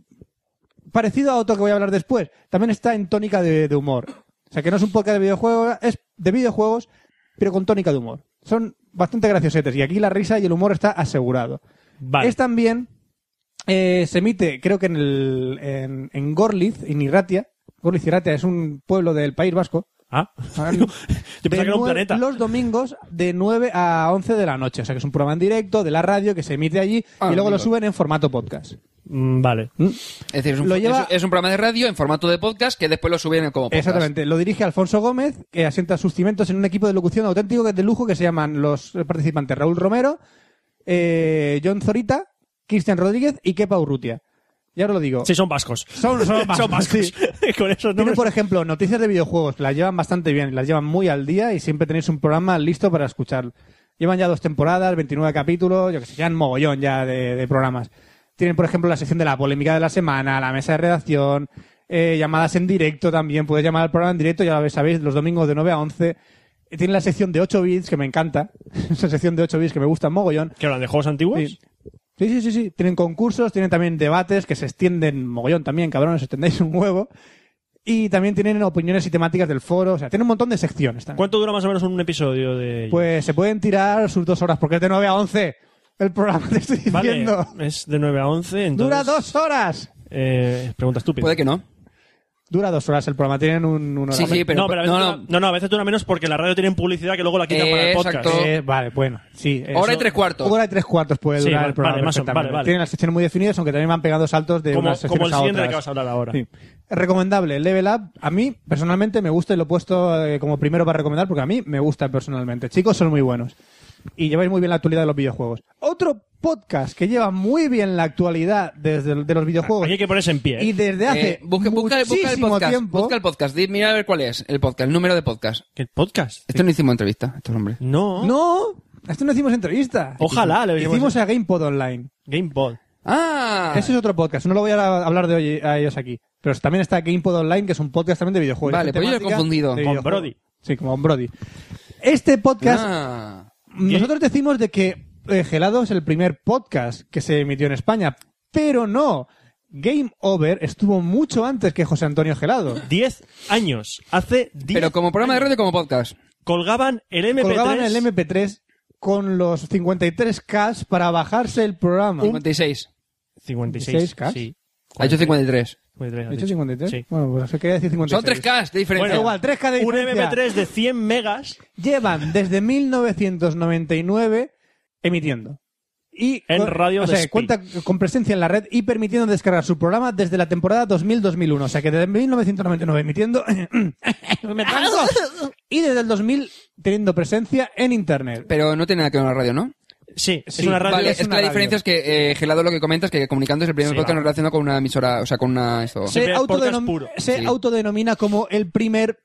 S6: parecido a otro que voy a hablar después. También está en tónica de, de humor. O sea, que no es un podcast de videojuegos, es de videojuegos, pero con tónica de humor. Son bastante graciosetes y aquí la risa y el humor está asegurado.
S3: Vale.
S6: Es también. eh, se emite, creo que en, el, en, en Gorliz, en Irratia. Gorliz Irratia es un pueblo del País Vasco.
S3: Ah. (laughs) Yo pensaba
S6: De
S3: que era un
S6: nue-
S3: planeta.
S6: Los domingos de 9 a 11 de la noche. O sea, que es un programa en directo de la radio que se emite allí
S4: Ah,
S6: y luego lo
S4: amigo.
S6: suben en formato podcast.
S3: Mm, Vale.
S4: Es decir, es un,
S6: Lo lleva-
S4: es- es un programa de radio en formato de podcast que después lo suben como podcast.
S6: Exactamente. Lo dirige Alfonso Gómez, que asienta sus cimientos en un equipo de locución auténtico que es de lujo que se llaman los participantes Raúl Romero, eh, John Zorita, Cristian Rodríguez y Kepa Urrutia. Ya os lo digo.
S3: Sí, (laughs) son vascos.
S6: Son- (laughs) son vascos, sí.
S3: (laughs) Con esos
S6: Tienen,
S3: nombres.
S6: por ejemplo, noticias de videojuegos, que las llevan bastante bien, las llevan muy al día y siempre tenéis un programa listo para escuchar. Llevan ya dos temporadas, 29 capítulos, yo que sé, ya en mogollón ya de, de programas. Tienen, por ejemplo, la sección de la polémica de la semana, la mesa de redacción, eh, llamadas en directo también, puedes llamar al programa en directo, ya lo sabéis, los domingos de 9 a 11. Eh, Tienen la sección de 8 bits, que me encanta, (laughs) esa sección de 8 bits que me gusta mogollón.
S3: ¿Que hablan de juegos antiguos?
S6: Sí. Sí, sí, sí, sí. Tienen concursos, tienen también debates que se extienden mogollón también, cabrones, (laughs) extendéis un huevo. Y también tienen opiniones y temáticas del foro, o sea, tienen un montón de secciones también.
S3: ¿Cuánto dura más o menos un episodio de.?
S6: Pues se pueden tirar sus dos horas, porque es de 9 a 11 el programa, (laughs) te estoy
S3: vale,
S6: diciendo.
S3: es de 9 a 11. Entonces,
S6: Dura dos horas.
S3: Eh, pregunta estúpida.
S4: Puede que no.
S6: Dura dos horas el programa, tienen un, un
S4: Sí,
S6: horario.
S4: sí, pero.
S3: no, pero a veces
S4: no,
S3: dura-
S4: no.
S3: no, no, a veces dura menos porque la radio tiene publicidad que luego la quitan para el podcast.
S4: Exacto.
S6: Eh, vale, bueno, sí. eso-
S4: Hora y tres cuartos.
S6: Hora y tres cuartos puede
S3: Sí,
S6: durar
S3: vale,
S6: el programa.
S3: vale, más o-
S6: perfectamente.
S3: vale, vale.
S6: Tienen las secciones muy definidas, aunque también van pegando saltos de
S3: Como,
S6: unas
S3: como
S6: secciones
S3: el
S6: a
S3: siguiente
S6: otras.
S3: del que vas a hablar ahora.
S6: Sí. Recomendable, Level Up. A mí, personalmente, me gusta y lo he puesto eh, como primero para recomendar porque a mí me gusta personalmente. Chicos, son muy buenos. Y lleváis muy bien la actualidad de los videojuegos. Otro podcast que lleva muy bien la actualidad desde el- de los videojuegos
S3: Aquí hay que ponerse en pie. ¿eh?
S6: y desde hace
S4: Eh, busca, busca- busca el
S6: muchísimo
S4: podcast.
S6: tiempo...
S4: Busca el podcast. Di- mira a ver cuál es el podcast, el número de podcast.
S3: ¿Qué podcast?
S4: Esto no hicimos entrevista, estos hombres.
S3: No.
S6: No, esto no hicimos entrevista.
S3: Ojalá le
S6: Lo hicimos a GamePod Online.
S3: GamePod.
S4: Ah,
S6: Ese es otro podcast. No lo voy a hablar de hoy a ellos aquí. Pero también está GamePod Online, que es un podcast también de videojuegos.
S4: Vale,
S6: Es
S4: pues yo lo he
S6: temática
S4: confundido.
S6: de
S4: Con
S6: videojuegos.
S3: Brody.
S6: Sí, como con Brody. Este podcast
S4: ah.
S6: Nosotros decimos de que eh, Gelado es el primer podcast que se emitió en España, pero no. Game Over estuvo mucho antes que José Antonio
S3: (laughs)
S6: Gelado.
S3: 10 años. Hace 10
S4: Pero como programa de radio, como podcast.
S3: colgaban el MP3.
S6: Colgaban el MP3 con los 53K para bajarse el programa.
S4: 56.
S3: 56.
S6: 56K.
S3: Sí.
S4: Ha hecho 53.
S3: 53, has
S6: ¿He
S3: dicho.
S6: dicho 53?
S3: Sí.
S6: Bueno, pues quería decir 56.
S4: Son 3K de diferencia.
S6: Da igual, 3K de
S3: un
S6: diferencia.
S3: MP3 de 100 megas
S6: Llevan desde 1999 emitiendo. Y
S3: En
S6: con-
S3: Radio
S6: o sea,
S3: Despí.
S6: cuenta con presencia en la red y permitiendo descargar su programa desde la temporada 2000-2001. O sea que desde 1999 emitiendo (clears throat)
S4: (laughs)
S6: me tranco. y desde el 2000 teniendo presencia en internet.
S4: Pero no tiene nada que ver con la radio, ¿no?
S3: Sí, es
S6: Sí,
S3: una radio.
S4: vale,
S6: es
S4: es,
S6: una
S4: que la
S6: radio.
S4: diferencia es que eh, Gelado lo que comenta es que comunicando es el primer
S3: Sí,
S4: podcast
S3: claro.
S4: no relacionado con una emisora, o sea, con una... Esto.
S3: Sí.
S6: Se,
S3: primer podcast
S6: autodenom-
S3: puro.
S6: se
S4: Sí.
S6: autodenomina como el primer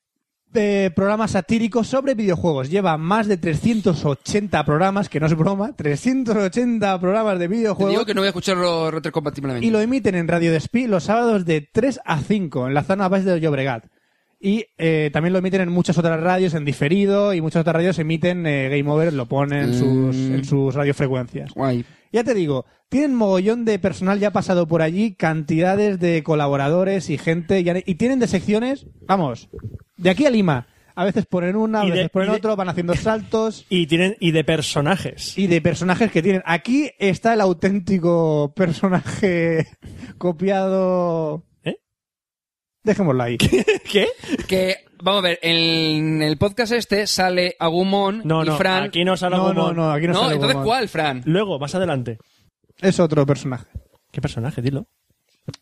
S6: eh, programa satírico sobre videojuegos. Lleva más de 380 programas, que no es broma, 380 programas de
S4: Te
S6: videojuegos.
S4: digo que no voy a escucharlo retrocompatiblemente.
S6: Y lo emiten en Radio Despí los sábados de 3 a 5 en la zona base de Llobregat. Y eh, también lo emiten en muchas otras radios, en diferido, y muchas otras radios emiten eh, Game Over, lo ponen en sus,
S4: Mm.
S6: en sus radiofrecuencias.
S4: Guay.
S6: Ya te digo, tienen mogollón de personal ya pasado por allí, cantidades de colaboradores y gente, y, han- y tienen de secciones, vamos, de aquí a Lima. A veces ponen una, a
S3: Y de-
S6: veces ponen
S3: y de-
S6: otro, van
S3: (laughs)
S6: haciendo saltos.
S3: Y, tienen, y de personajes.
S6: Y de personajes que tienen. Aquí está el auténtico personaje (laughs) copiado.
S3: ¿Eh?
S6: Dejémoslo ahí.
S3: ¿Qué?
S4: Que, vamos a ver, en el podcast este sale Agumon
S3: No,
S4: y
S3: no,
S4: Fran.
S3: aquí no sale
S6: No, no,
S3: Agumon.
S6: no, aquí no,
S4: No,
S6: sale
S4: entonces
S6: Guzmán.
S4: ¿cuál, Fran?
S3: Luego, más adelante.
S6: Es otro personaje.
S3: ¿Qué personaje? Dilo.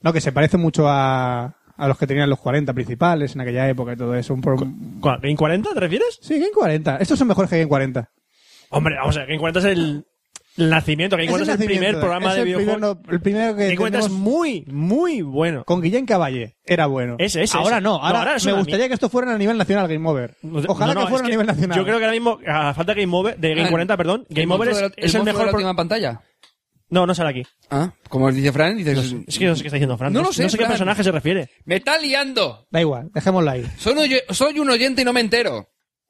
S6: No, que se parece mucho a, a los que tenían los 40 principales en aquella época y todo eso. Un pro-
S3: ¿Cuál? ¿Game 40 te refieres?
S6: Sí, Game 40. Estos son mejores que Game 40.
S3: Hombre, vamos a ver, Game 40 es el el nacimiento. Game 40 es el,
S6: nacimiento, eh.
S3: primer programa
S6: es
S3: de
S6: el
S3: videojuegos.
S6: primero- el primero que
S3: Game 40 es
S6: tenemos
S3: muy, muy bueno.
S6: con Guillén Caballé. Era bueno.
S3: Ese, ese,
S6: ahora
S3: ese.
S6: no.
S3: No,
S6: Ahora,
S3: ahora es
S6: me
S3: una
S6: gustaría que esto fuera a nivel nacional, Game Over. Ojalá
S3: No, no,
S6: que fuera
S3: es
S6: a nivel nacional.
S3: Yo creo que ahora mismo, a falta de Game Over, de Game
S4: Ah,
S3: 40, perdón,
S4: ¿El
S3: Game Over
S4: monstruo
S3: es,
S4: de la-
S3: es el
S4: monstruo
S3: mejor.
S4: de la
S3: pro-
S4: última pantalla.
S3: No, no sale aquí.
S4: Ah, como dice Fran,
S3: No
S4: dices.
S3: sé- es que no sé qué está diciendo Fran.
S4: No lo sé,
S3: No sé qué
S4: Fran.
S3: personaje se refiere.
S4: ¡Me está liando!
S6: Da igual, dejémoslo ahí.
S4: Soy un, oy- soy un oyente y no me entero.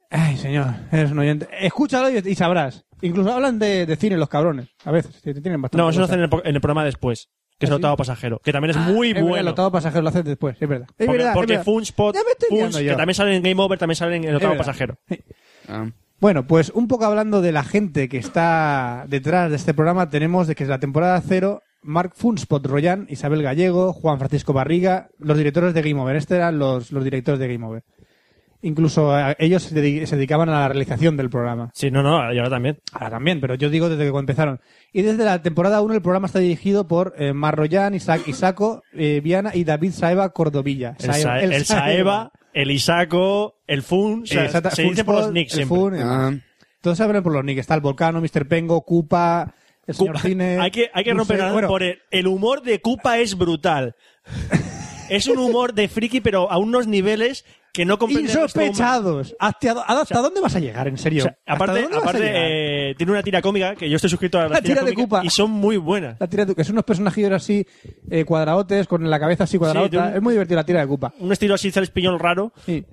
S6: Ay, señor, eres un oyente. Escúchalo y, y sabrás. Incluso hablan de, de cine los cabrones. A veces, te- te tienen bastante.
S3: No, eso lo
S6: cosa.
S3: hacen en el, po- en el programa después, que es el
S6: ¿Ah, sí? Ah,
S3: octavo pasajero, que también es muy
S6: Es verdad, el
S3: bueno.
S6: octavo pasajero lo hacen después, es verdad. Es
S3: porque
S6: verdad, es
S3: porque
S6: verdad.
S3: Funspot,
S6: Ya me estoy
S3: Funs,
S6: liando yo.
S3: que también sale en Game Over, también sale en el octavo
S6: verdad.
S3: pasajero.
S4: Ah.
S6: Bueno, pues un poco hablando de la gente que está detrás de este programa, tenemos de que es la temporada cero, Mark Funspot Royan, Isabel Gallego, Juan Francisco Barriga, los directores de Game Over. Este eran los, los directores de Game Over. Incluso eh, ellos se dedi- se dedicaban a la realización del programa.
S3: Sí, no, no, y ahora también.
S6: Ahora también, pero yo digo desde que empezaron. Y desde la temporada 1 el programa está dirigido por eh, Marroyan, Isaac Isaco, eh, Viana y David Saeva Cordovilla.
S3: El, Saeva, el, Saeva, el Isaco, el Fun, o sea,
S6: Exacta-
S3: se dice por los
S6: Funspot,
S3: nicks
S6: el
S3: siempre.
S6: Fun, eh,
S4: Ah.
S6: Todos se abren por los nicks. Está el Volcano, Mr. Pengo, Cupa, el señor
S3: Cupa- (laughs)
S6: Cine...
S3: hay que, hay que
S6: Dulce-
S3: romper algo
S6: bueno,
S3: por el, el humor de Cupa es
S6: (laughs)
S3: brutal. es un humor de friki, pero a unos niveles que no comprende nuestro humor.
S6: Insospechados. ¿Hasta, do- hasta dónde vas a llegar, en
S3: O
S6: serio?
S3: sea,
S6: ¿Hasta
S3: aparte,
S6: dónde vas a
S3: aparte,
S6: llegar?
S3: eh, tiene una tira cómica que yo estoy suscrito a la,
S6: La tira de Cupa.
S3: y son muy buenas.
S6: La tira de- que son unos personajillos así, eh, cuadradotes, con la cabeza así cuadrada.
S3: de un-
S6: Es muy divertido la tira de Cupa.
S3: Un estilo así, Charles Piñón raro.
S6: Sí.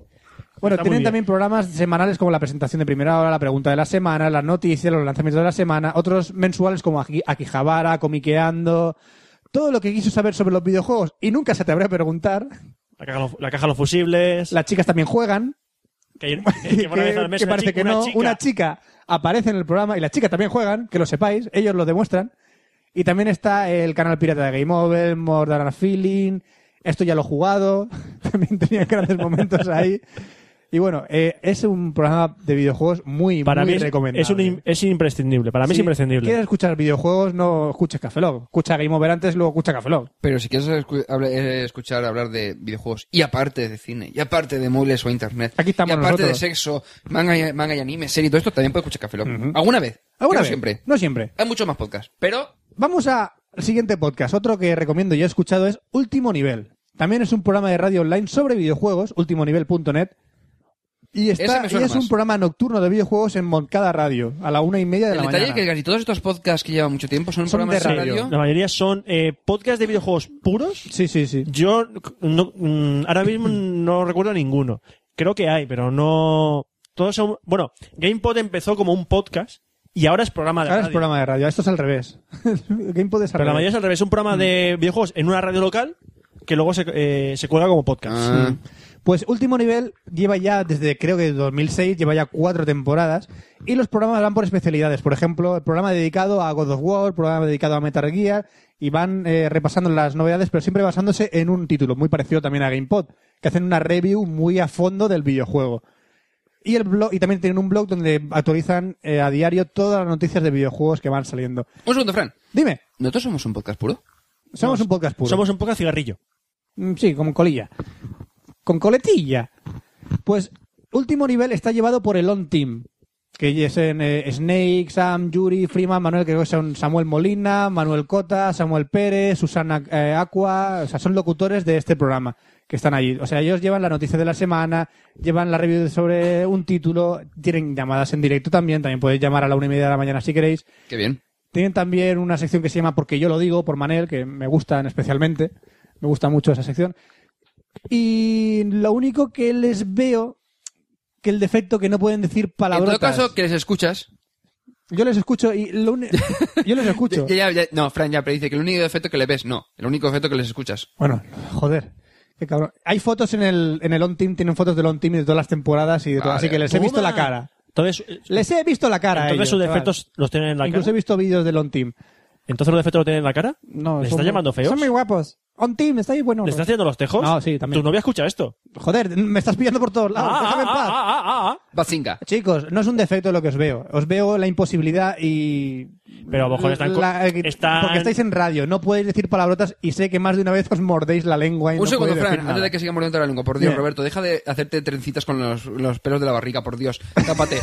S6: Bueno,
S3: Está muy
S6: tienen
S3: bien.
S6: también programas semanales como la presentación de primera hora, la pregunta de la semana, las noticias, los lanzamientos de la semana, otros mensuales como Aki- Akihabara, Comiqueando, todo lo que quiso saber sobre los videojuegos y nunca se te habrá a preguntar.
S3: La caja, lo- la caja de los fusibles.
S6: Las chicas también juegan,
S3: que, hay-
S6: (laughs)
S3: que van a vez a la mesa
S6: que
S3: una
S6: parece
S3: chica-
S6: que no, una chica aparece en el programa y las chicas también juegan, que lo sepáis, ellos lo demuestran. Y también está el canal pirata de Game Over, More Than a Feeling, esto ya lo he jugado, (laughs) también tenía grandes momentos ahí. Y bueno, eh, es un programa de videojuegos muy,
S3: Para
S6: muy
S3: mí es,
S6: recomendable.
S3: es un im- es imprescindible. Para mí es
S6: Si
S3: imprescindible.
S6: quieres escuchar videojuegos, no escuches Café Lock. Escucha Game Over antes, luego escucha Café Lock.
S4: Pero si quieres escu- habla- eh, escuchar hablar de videojuegos y aparte de cine, y aparte de móviles o internet,
S6: Aquí estamos
S4: y aparte
S6: nosotros.
S4: de sexo, manga y, manga y anime, serie y todo esto, también puedes escuchar Café Lock. ¿Alguna vez?
S6: ¿Alguna
S4: No
S6: vez?
S4: Ah, siempre.
S6: No siempre.
S4: Hay muchos más podcasts, pero
S6: Vamos al siguiente podcast. Otro que recomiendo y he escuchado es Último Nivel. También es un programa de radio online sobre videojuegos, ultimonivel.net. Y, está-
S4: Ese me suena
S6: y es
S4: más.
S6: un programa nocturno de videojuegos en Moncada Radio, a la una y media de
S4: el
S6: la
S4: detalle
S6: mañana.
S4: es que casi todos estos podcasts que llevan mucho tiempo son,
S6: Son
S4: programas
S6: de
S4: de
S6: radio.
S4: radio.
S3: Pues La mayoría son eh, podcasts de videojuegos puros.
S6: Sí, sí, sí.
S3: Yo no- mm, ahora mismo no recuerdo ninguno. Creo que hay, pero no. Todos son. Bueno, GamePod empezó como un podcast y ahora es programa de
S6: Ahora es
S3: radio.
S6: programa de radio. Esto es al revés. (laughs) GamePod es al
S3: Pero la
S6: revés.
S3: mayoría es al revés. Es un programa de
S6: Mm.
S3: videojuegos en una radio local que luego se, eh, se cuelga como podcast. Mm.
S4: Ah.
S6: Pues Último Nivel lleva ya, desde creo que 2006, lleva ya cuatro temporadas y los programas van por especialidades. Por ejemplo, el programa dedicado a God of War, programa dedicado a Metal Gear y van eh, repasando las novedades, pero siempre basándose en un título, muy parecido también a GamePod, que hacen una review muy a fondo del videojuego. Y, el blog, y también tienen un blog donde actualizan eh, a diario todas las noticias de videojuegos que van saliendo.
S4: Un segundo, Fran.
S6: Dime,
S4: ¿Nosotros somos un podcast puro?
S6: somos un podcast puro.
S3: Somos un poco cigarrillo.
S6: Mm, Sí, con colilla. Con coletilla. Pues último nivel está llevado por el On Team. que es en eh, Snake, Sam, Yuri, Freeman, Manuel, creo que son Samuel Molina, Manuel Cota, Samuel Pérez, Susana eh, Aqua, o sea, son locutores de este programa que están allí. O sea, ellos llevan la noticia de la semana, llevan la review sobre un título, tienen llamadas en directo también, también podéis llamar a la una y media de la mañana si queréis.
S4: Qué bien.
S6: Tienen también una sección que se llama Porque yo lo digo, por Manel, que me gustan especialmente. Me gusta mucho esa sección. Y lo único que les veo que el defecto que no pueden decir
S4: En
S6: palabrotas.
S4: todo caso, que les escuchas.
S6: yo les escucho y lo uni- (laughs) yo les escucho.
S4: (laughs) Ya- ya- ya- no, Fran ya, pero dice que el único defecto que le ves, no. El único defecto que les escuchas.
S6: Bueno, joder. Qué cabrón. Hay fotos en el en el on team, tienen fotos del on team y de todas las temporadas y de todo,
S4: Vale.
S6: así que les he visto
S3: Toma.
S6: la cara.
S3: Entonces, eh,
S6: Les he visto la cara. a
S3: entonces
S6: ellos,
S3: sus
S6: chaval.
S3: defectos los tienen en la
S6: Incluso he
S3: cara.
S6: visto vídeos del on team.
S3: Entonces los defectos los tienen en la cara.
S6: No,
S3: ¿Les está
S6: son muy-
S3: llamando feos?
S6: Son muy guapos. On team, está ahí bueno.
S3: ¿Le estás haciendo los tejos?
S6: No, sí, también.
S3: Tu novia escucha esto.
S6: Joder, me estás pillando por todos lados.
S3: Ah,
S6: déjame en
S3: ah,
S6: paz.
S3: ah, ah, ah, ah.
S4: Bazinga.
S6: Chicos, no es un defecto lo que os veo. Os veo la imposibilidad y.
S3: Pero a lo mejor están co-
S6: La- eh,
S3: están-
S6: Porque estáis en radio, no podéis decir palabrotas y sé que más de una vez os mordéis la lengua y
S4: Un
S6: no
S4: segundo,
S6: podéis decir
S4: Fran, antes
S6: nada.
S4: de que sigamos dentro de la lengua. Por Dios,
S6: Bien.
S4: Roberto, deja de hacerte trencitas con los, los pelos de la barriga, por Dios. Tápate.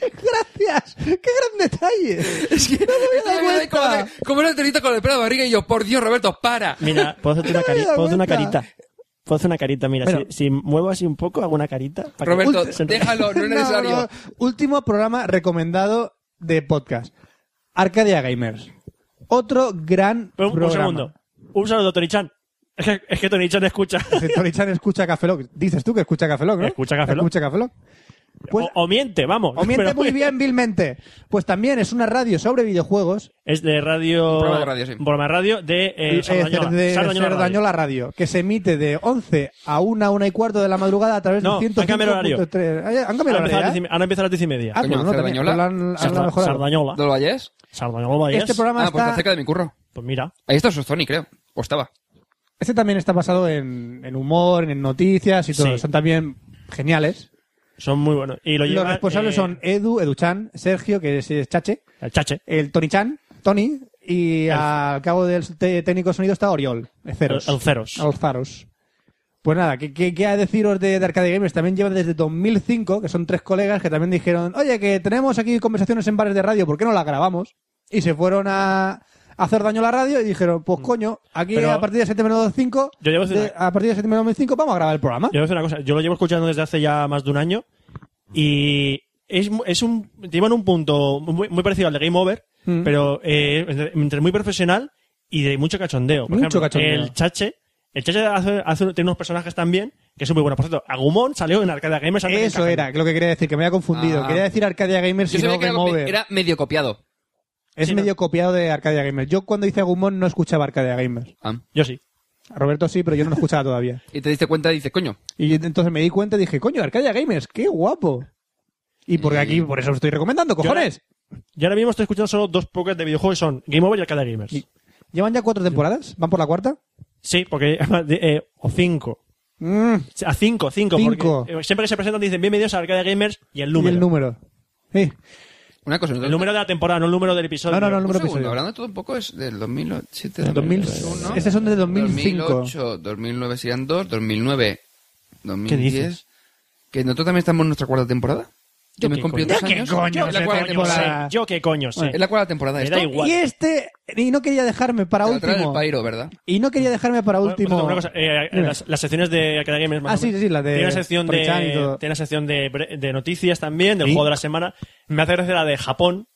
S6: ¡Gracias! ¡Qué gran detalle!
S4: es que...
S6: había dado
S4: es como,
S6: cuenta.
S4: como una trencita con el pelo de la barriga y yo, por Dios, Roberto, para.
S3: Mira, puedo hacerte
S6: (laughs) No
S3: una,
S6: me
S3: cari-
S6: da
S3: puedo hacer una
S6: cuenta.
S3: carita. Puedo hacer una carita, mira.
S6: Bueno.
S3: si, si muevo así un poco, hago una carita. para que-
S4: Roberto,
S3: Se-
S4: déjalo, (laughs) no es necesario.
S6: (laughs) No, no. Último programa recomendado de podcast: Arcadia Gamers. Otro gran.
S3: Pero un, un
S6: programa.
S3: segundo. Un saludo, Tony-chan. Es que, es que Tony-chan escucha.
S6: Dice, Tori-chan escucha Café Lock. Dices tú que escucha Café Lock, ¿no?
S3: Escucha Café Lock.
S6: Escucha Café Lock. Pues,
S3: o, o miente, vamos.
S6: o miente
S3: Pero-
S6: muy bien, vilmente. Pues también es una radio sobre videojuegos
S3: Es de radio.
S4: Un programa de radio, sí.
S3: un programa de radio de eh,
S6: Eh,
S3: Sardañola.
S6: de
S3: Sardañola Radio.
S6: Cerdañola Radio, que se emite de 11 a 1, 1 y cuarto de la madrugada a través
S3: No,
S6: de
S3: han cambiado horario.
S6: 105.3. Ah, ya, ¿Han cambiado
S3: Ahora
S6: el
S3: empieza a las
S6: horario?
S3: diez y- ahora empieza a las diez y media.
S6: Ah,
S4: Coño,
S6: pues no, también,
S4: Cerdañola.
S6: pues lo han- lo han
S3: Sarda-
S6: mejorado.
S3: Sardañola.
S4: ¿No lo vayas?
S3: Sardañola Valles.
S6: Este programa
S4: Ah, pues
S6: está...
S4: está cerca de mi curro.
S3: Pues mira.
S4: Ahí está Sony, creo. O estaba.
S6: Este también está basado en, en humor, en noticias y todo.
S3: Sí.
S6: Son también geniales.
S3: Son muy buenos. Y lo
S6: Los
S3: lleva,
S6: responsables
S3: eh,
S6: son Edu, Educhan, Sergio, que es, es Chache,
S3: El chache.
S6: el Tony Chan, Tony, y al cabo del te- técnico de sonido está Oriol, Ceros.
S3: El- el Ceros.
S6: El Ceros. Pues nada, ¿qué, qué, qué ha de deciros de, de Arcade Gamers? También lleva desde 2005, que son tres colegas que también dijeron, oye, que tenemos aquí conversaciones en bares de radio, ¿por qué no las grabamos? Y se fueron a, a hacer daño a la radio y dijeron, pues coño, aquí
S3: Mm. Pero-
S6: a partir de septiembre de 2005,
S3: Yo llevo
S6: de- a partir de septiembre de 2005 vamos a grabar el programa.
S3: Yo voy a decir una cosa, yo lo llevo escuchando desde hace ya más de un año y es, mu- es un, llevan un punto muy, muy parecido al de Game Over,
S6: Mm.
S3: pero eh, entre, entre muy profesional y de mucho cachondeo. Por
S6: Mucho
S3: ejemplo,
S6: cachondeo.
S3: El Chache, el Chache hace, hace- tiene unos personajes también que son muy buenos. Por cierto, Agumon salió en Arcade Gamers. antes que
S6: Eso
S3: Cajal.
S6: era lo que quería decir, que me había confundido.
S4: Ah.
S6: Quería decir Arcadia Gamers
S4: Yo
S6: y Pues no
S4: sabía que
S6: Game
S4: era,
S6: Over.
S4: era medio copiado.
S6: Es
S3: Sí,
S6: medio
S3: no.
S6: copiado de Arcadia Gamers. Yo cuando hice Agumon no escuchaba Arcadia Gamers.
S4: Ah.
S3: Yo sí.
S6: A Roberto sí, pero yo no lo escuchaba todavía.
S4: Y te diste cuenta y dices, coño,
S6: Y entonces me di cuenta y dije, coño, Arcadia Gamers, qué guapo. Y porque aquí, por eso os estoy recomendando, cojones.
S3: Yo ahora mismo estoy escuchando solo dos podcasts de videojuegos y son Game Over y Arcade Gamers.
S6: Y- ¿Llevan ya cuatro temporadas? ¿Van por la cuarta?
S3: Sí, porque... (laughs) eh, o cinco.
S6: Mm,
S3: A cinco, cinco.
S6: Cinco.
S3: Porque eh, siempre que se presentan dicen bienvenidos a Arcade Gamers y el
S6: y
S3: número.
S6: el número. Sí.
S4: una cosa.
S3: El número de la temporada, no el número del episodio.
S6: No, no, no,
S4: Un
S6: el número
S4: segundo,
S6: episodio.
S4: hablando todo un poco, es del 2007,
S6: Del 2000.
S4: 2001,
S6: Este son de 2005.
S4: 2008, 2009 serían dos, 2009, 2010.
S3: dices?
S4: ¿Que nosotros también estamos en nuestra cuarta temporada?
S3: Yo
S4: ¿Que me
S3: qué
S4: cumplí
S3: coño.
S4: dos
S6: Yo qué
S4: años?
S6: coño,
S4: ¿Es
S6: sé
S4: la cuarta
S6: qué
S3: Yo sé,
S4: temporada?
S6: mola.
S3: yo qué coño sé.
S4: ¿Es la cuarta temporada
S3: Me
S4: esto?
S3: da igual.
S6: Y este, y no quería dejarme para
S4: Te la trae
S6: último.
S4: el pairo, ¿verdad?
S6: Y no quería dejarme para
S3: Bueno,
S6: último.
S3: pues, una cosa, eh,
S6: Dime.
S3: las, las secciones de Arcade Gamers. más
S6: Ah,
S3: o menos.
S6: sí, sí, la de
S3: Tiene una sección de,
S6: Porichan y todo.
S3: tiene una sección de, bre- de noticias también, del
S6: Sí.
S3: juego de la semana. Me hace gracia la de Japón,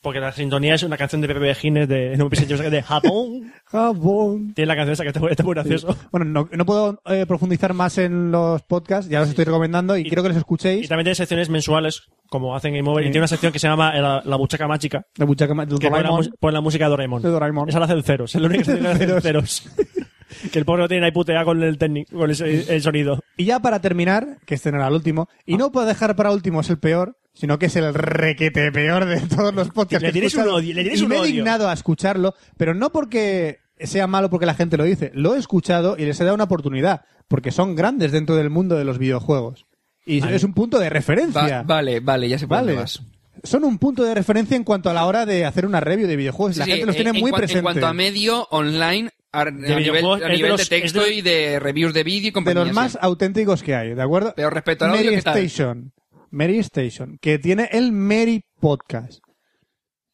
S3: porque la sintonía es una canción de Pepe Bejines de, no me pienso yo, de
S6: (laughs)
S3: Japón.
S6: Jabón.
S3: tiene la canción esa que está, muy- está muy gracioso.
S6: Bueno, no, no puedo eh, profundizar más en los podcasts, ya los estoy recomendando y, quiero que los
S3: Y
S6: escuchéis.
S3: también tiene secciones mensuales, como hacen Game Over.
S6: Sí.
S3: Y tiene una sección que se llama eh, La, la Buchaca Mágica.
S6: La buchaca ma- del
S3: Que pone la,
S6: Doraemon.
S3: mus- pone la música de Doraemon.
S6: De Doraemon.
S3: Esa la hace el ceros. Es la única que tiene
S6: (laughs)
S3: que hacer ceros. (laughs) que el pobre lo tiene ahí puteado con el técnico, con el, el sonido.
S6: Y ya para terminar, que este no era el último,
S3: Ah.
S6: y no puedo dejar para último, es el peor, sino que es el requete peor de todos los podcasts.
S3: Le
S6: que he
S3: tienes un
S6: escuchado.
S3: odio, le tienes
S6: y
S3: un
S6: me he
S3: odio.
S6: dignado a escucharlo, pero no porque sea malo porque la gente lo dice, lo he escuchado y les he dado una oportunidad, porque son grandes dentro del mundo de los videojuegos. Y es un punto de
S4: Va-
S6: referencia.
S4: vale, vale, ya se puede
S6: Vale.
S4: más.
S6: Son un punto de referencia en cuanto a la hora de hacer una review de videojuegos. la
S4: Sí,
S6: gente
S4: sí,
S6: los tiene
S4: en
S6: muy
S4: cuan-
S6: presente.
S4: En cuanto a medio online, a, a nivel,
S3: videojuegos,
S4: a
S3: es de
S4: nivel
S3: los-
S4: de
S3: es de
S4: texto
S3: los-
S4: y de reviews de vídeo y
S6: de
S4: compañía.
S6: los más
S4: sí.
S6: auténticos que hay, ¿de acuerdo?
S4: Pero respecto al audio,
S6: Media
S4: ¿qué tal?
S6: Station. Mary Station, que tiene el Mary Podcast.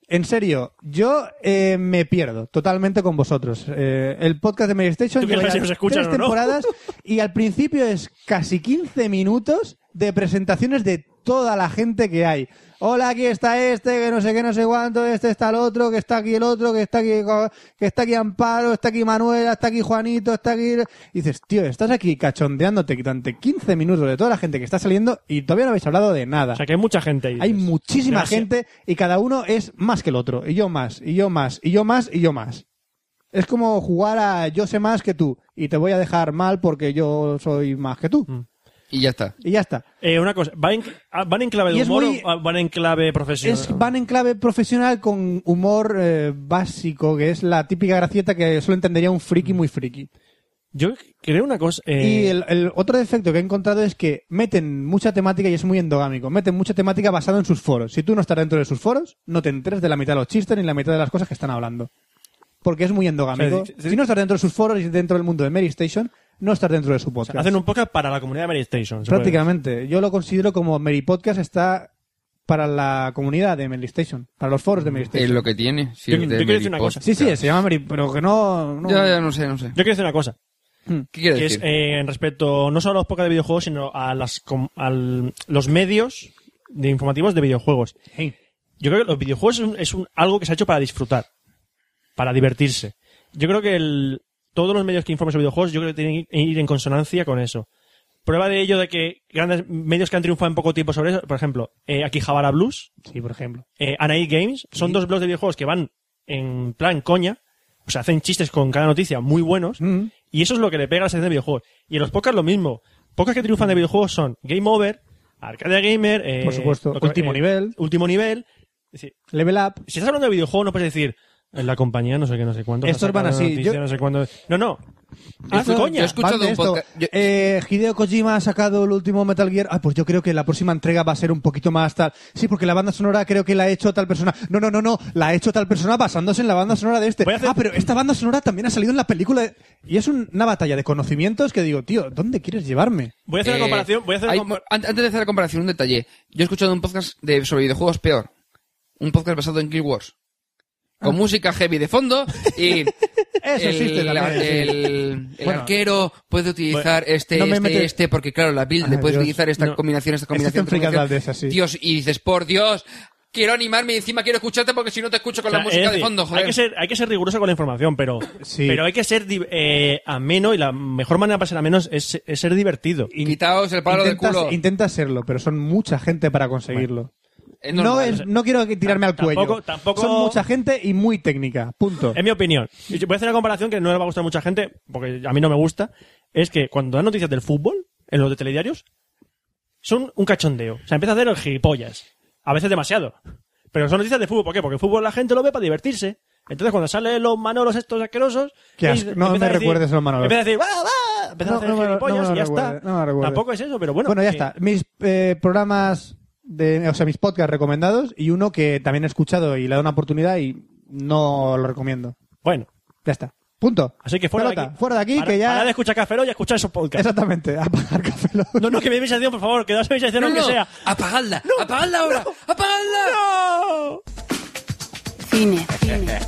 S6: En serio, yo eh, me pierdo totalmente con vosotros. Eh, el podcast de Mary Station
S3: Tú que
S6: lleva
S3: sabes
S6: ya
S3: si nos escuchan
S6: tres
S3: o no.
S6: temporadas y al principio es casi 15 minutos de presentaciones de toda la gente que hay. Hola, aquí está este, que no sé qué, no sé cuánto, este está el otro, que está aquí el otro, que está aquí, co- que está aquí Amparo, está aquí Manuela, está aquí Juanito, está aquí... Y dices, tío, estás aquí cachondeándote durante 15 minutos de toda la gente que está saliendo y todavía no habéis hablado de nada.
S3: O sea, que hay mucha gente ahí.
S6: Hay muchísima
S3: Demasiado.
S6: gente y cada uno es más que el otro. Y yo más, y yo más, y yo más, y yo más. Es como jugar a yo sé más que tú y te voy a dejar mal porque yo soy más que tú.
S4: Y ya está.
S6: Y ya está.
S3: Eh, una cosa, ¿van en, ah, van en clave
S6: Y
S3: de
S6: es
S3: humor
S6: muy-
S3: o ah, van en clave profesional?
S6: Es, van en clave profesional con humor eh, básico, que es la típica gracieta que solo entendería un friki muy friki.
S3: Yo creo una cosa. eh,
S6: Y el, el otro defecto que he encontrado es que meten mucha temática y es muy endogámico. Meten mucha temática basada en sus foros. Si tú no estás dentro de sus foros, no te enteres de la mitad de los chistes ni la mitad de las cosas que están hablando. Porque es muy endogámico.
S3: O sea,
S6: Si no estás dentro de sus foros y dentro del mundo de Mary Station, no estás dentro de su
S3: o
S6: podcast.
S3: sea, hacen un podcast para la comunidad de Mary Station. se puede decir.
S6: Prácticamente. Yo lo considero como Mary Podcast está para la comunidad de Mary Station, para los foros de
S3: Mm,
S6: Mary
S4: Es
S6: Station.
S4: lo que tiene. sí,
S3: Yo-
S4: de
S3: yo quiero decir una
S4: Mary Poppins.
S6: Sí, sí, se llama Mary, pero que no... no-
S4: Ya, ya, no sé, no sé.
S3: Yo quiero decir una cosa.
S4: ¿Qué quiere
S3: que es
S4: decir?
S3: eh, en respecto no solo a los podcasts de videojuegos, sino a las com- al- los medios de informativos de videojuegos.
S6: Sí.
S3: Yo creo que los videojuegos es, un- es un- algo que se ha hecho para disfrutar, para divertirse. Yo creo que el- todos los medios que informan sobre videojuegos, yo creo que tienen que ir en consonancia con eso. Prueba de ello de que grandes medios que han triunfado en poco tiempo sobre eso, por ejemplo, eh, aquí Javara Blues,
S6: Sí, por ejemplo.
S3: eh, Anaí Games, son dos blogs de videojuegos que van en plan coña, o sea, hacen chistes con cada noticia muy buenos,
S6: Mm.
S3: y eso es lo que le pega a la sección de videojuegos. Y en los podcasts lo mismo. Podcasts que triunfan de videojuegos son Game Over, Arcadia Gamer, eh,
S6: Por supuesto,
S3: lo que-
S6: Último Nivel.
S3: Último nivel. Es decir,
S6: Level Up.
S3: si estás hablando de videojuegos, no puedes decir "Eh, la compañía, no sé qué, no sé cuánto.
S6: Estos
S3: ha sacado
S6: van así,
S3: noticia,
S6: yo-
S3: No, sé cuándo". no, no. Haz
S4: Esto-
S3: coña.
S4: yo escu- escuchado
S6: Van de
S4: un
S6: esto.
S4: podcast- yo-
S6: Eh, Hideo Kojima ha sacado el último Metal Gear. Ah, pues yo creo que la próxima entrega va a ser un poquito más tal. Sí, porque la banda sonora creo que la ha hecho tal persona. No, no, no, no. La ha hecho tal persona basándose en la banda sonora de este.
S3: Voy a hacer-
S6: Ah, pero esta banda sonora también ha salido en la película. de- Y es un- una batalla de conocimientos que digo, tío, ¿dónde quieres llevarme?
S3: Voy a hacer la
S4: Eh,
S3: comparación. Voy a hacer la
S4: hay-
S3: compa-
S4: an- Antes de hacer la comparación, un detalle. Yo he escuchado un podcast de, sobre videojuegos peor. Un podcast basado en Guild Wars. Con música heavy de fondo
S6: (laughs)
S4: y.
S6: Ah. Eso existe también,
S4: la-
S6: sí.
S4: el- el arquero puede utilizar este,
S6: no me
S4: este,
S6: mete-
S4: este, porque claro, la build le
S6: Ah,
S4: puedes
S6: Dios,
S4: utilizar esta
S6: no. Este
S4: combinación, esta combinación.
S6: Existen
S4: esta combinación.
S6: fricadas de esas, sí.
S4: Dios, y dices, por Dios, quiero animarme y encima quiero escucharte porque si no te escucho con
S3: O sea,
S4: la
S3: es
S4: música de
S3: decir,
S4: fondo, joder.
S3: Hay que ser, hay que ser riguroso con la información, pero,
S6: Sí.
S3: pero hay que ser di- eh, ameno y la mejor manera para ser ameno es, es ser divertido.
S4: Quitaos el palo del
S6: Intentas-
S4: culo.
S6: Intenta serlo, pero son mucha gente para conseguirlo.
S4: Es normal.
S6: no, es, no quiero que tirarme al
S3: Tampoco-
S6: cuello.
S3: tampoco- Em-
S6: Son mucha gente y muy técnica. Punto.
S3: Es mi opinión. Y yo Voy a hacer una comparación que no le va a gustar a mucha gente, porque a mí no me gusta. Es que cuando dan noticias del fútbol, en los de telediarios, son un cachondeo. O sea, empieza a hacer el gilipollas. A veces demasiado. Pero son noticias de fútbol. ¿Por qué? Porque el fútbol la gente lo ve para divertirse. Entonces, cuando salen los manolos estos asquerosos...
S6: Qué
S3: y
S6: asco. No
S3: empiezan
S6: me
S3: a decir-
S6: recuerdes los Manolos.
S3: Empiezan a decir... ¡Va, va! Empiezan
S6: No,
S3: a hacer
S6: no me lo-
S3: gilipollas
S6: no me lo
S3: y ya
S6: recuerdes,
S3: está.
S6: no me lo recuerdes.
S3: Tampoco es eso, pero bueno.
S6: Bueno, ya
S3: eh,
S6: está. Mis eh, programas, de, o sea, mis podcasts recomendados y uno que también he escuchado y le he dado una oportunidad y no lo recomiendo.
S3: Bueno.
S6: Ya está. Punto.
S3: Así que fuera
S6: Pelota,
S3: de aquí.
S6: Fuera de aquí,
S3: Para-
S6: que ya.
S3: Para de escuchar Café Lock y escuchar esos podcasts.
S6: Exactamente. (laughs) Apagar Café Lock.
S3: No, no, que me deis acción, por favor. Que daos mi acción,
S4: No,
S3: aunque
S4: no,
S3: sea.
S4: apagadla, apagadla ahora, apagadla.
S5: cine, cine,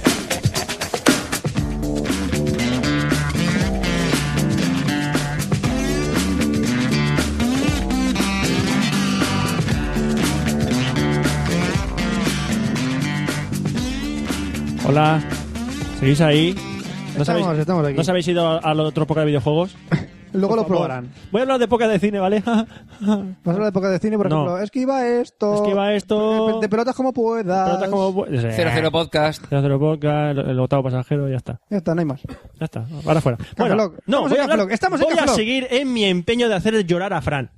S3: Hola, ¿seguís ahí? ¿No,
S6: Estamos, estamos aquí.
S3: ¿No os habéis ido a- al otro poca de videojuegos?
S6: Luego
S3: Por
S6: lo
S3: favor.
S6: probarán.
S3: Voy a hablar de poca de cine, ¿vale? (laughs)
S6: Vas a hablar de época de cine, por
S3: No.
S6: ejemplo. Esquiva esto. Eh,
S3: Esquiva esto.
S6: De, de pelotas como puedas.
S3: Pelotas como... Eh,
S4: Cero Cero Podcast.
S3: Cero Cero Poca, el, el octavo pasajero, ya está.
S6: Ya está, no hay más. (laughs)
S3: Ya está, ahora fuera.
S6: Lock.
S3: no,
S6: Estamos
S3: voy,
S6: en
S3: a,
S6: Café
S3: hablar-
S6: Lock, estamos en
S3: voy
S6: Café
S3: a
S6: Lock.
S3: seguir en mi empeño de hacer llorar a Fran.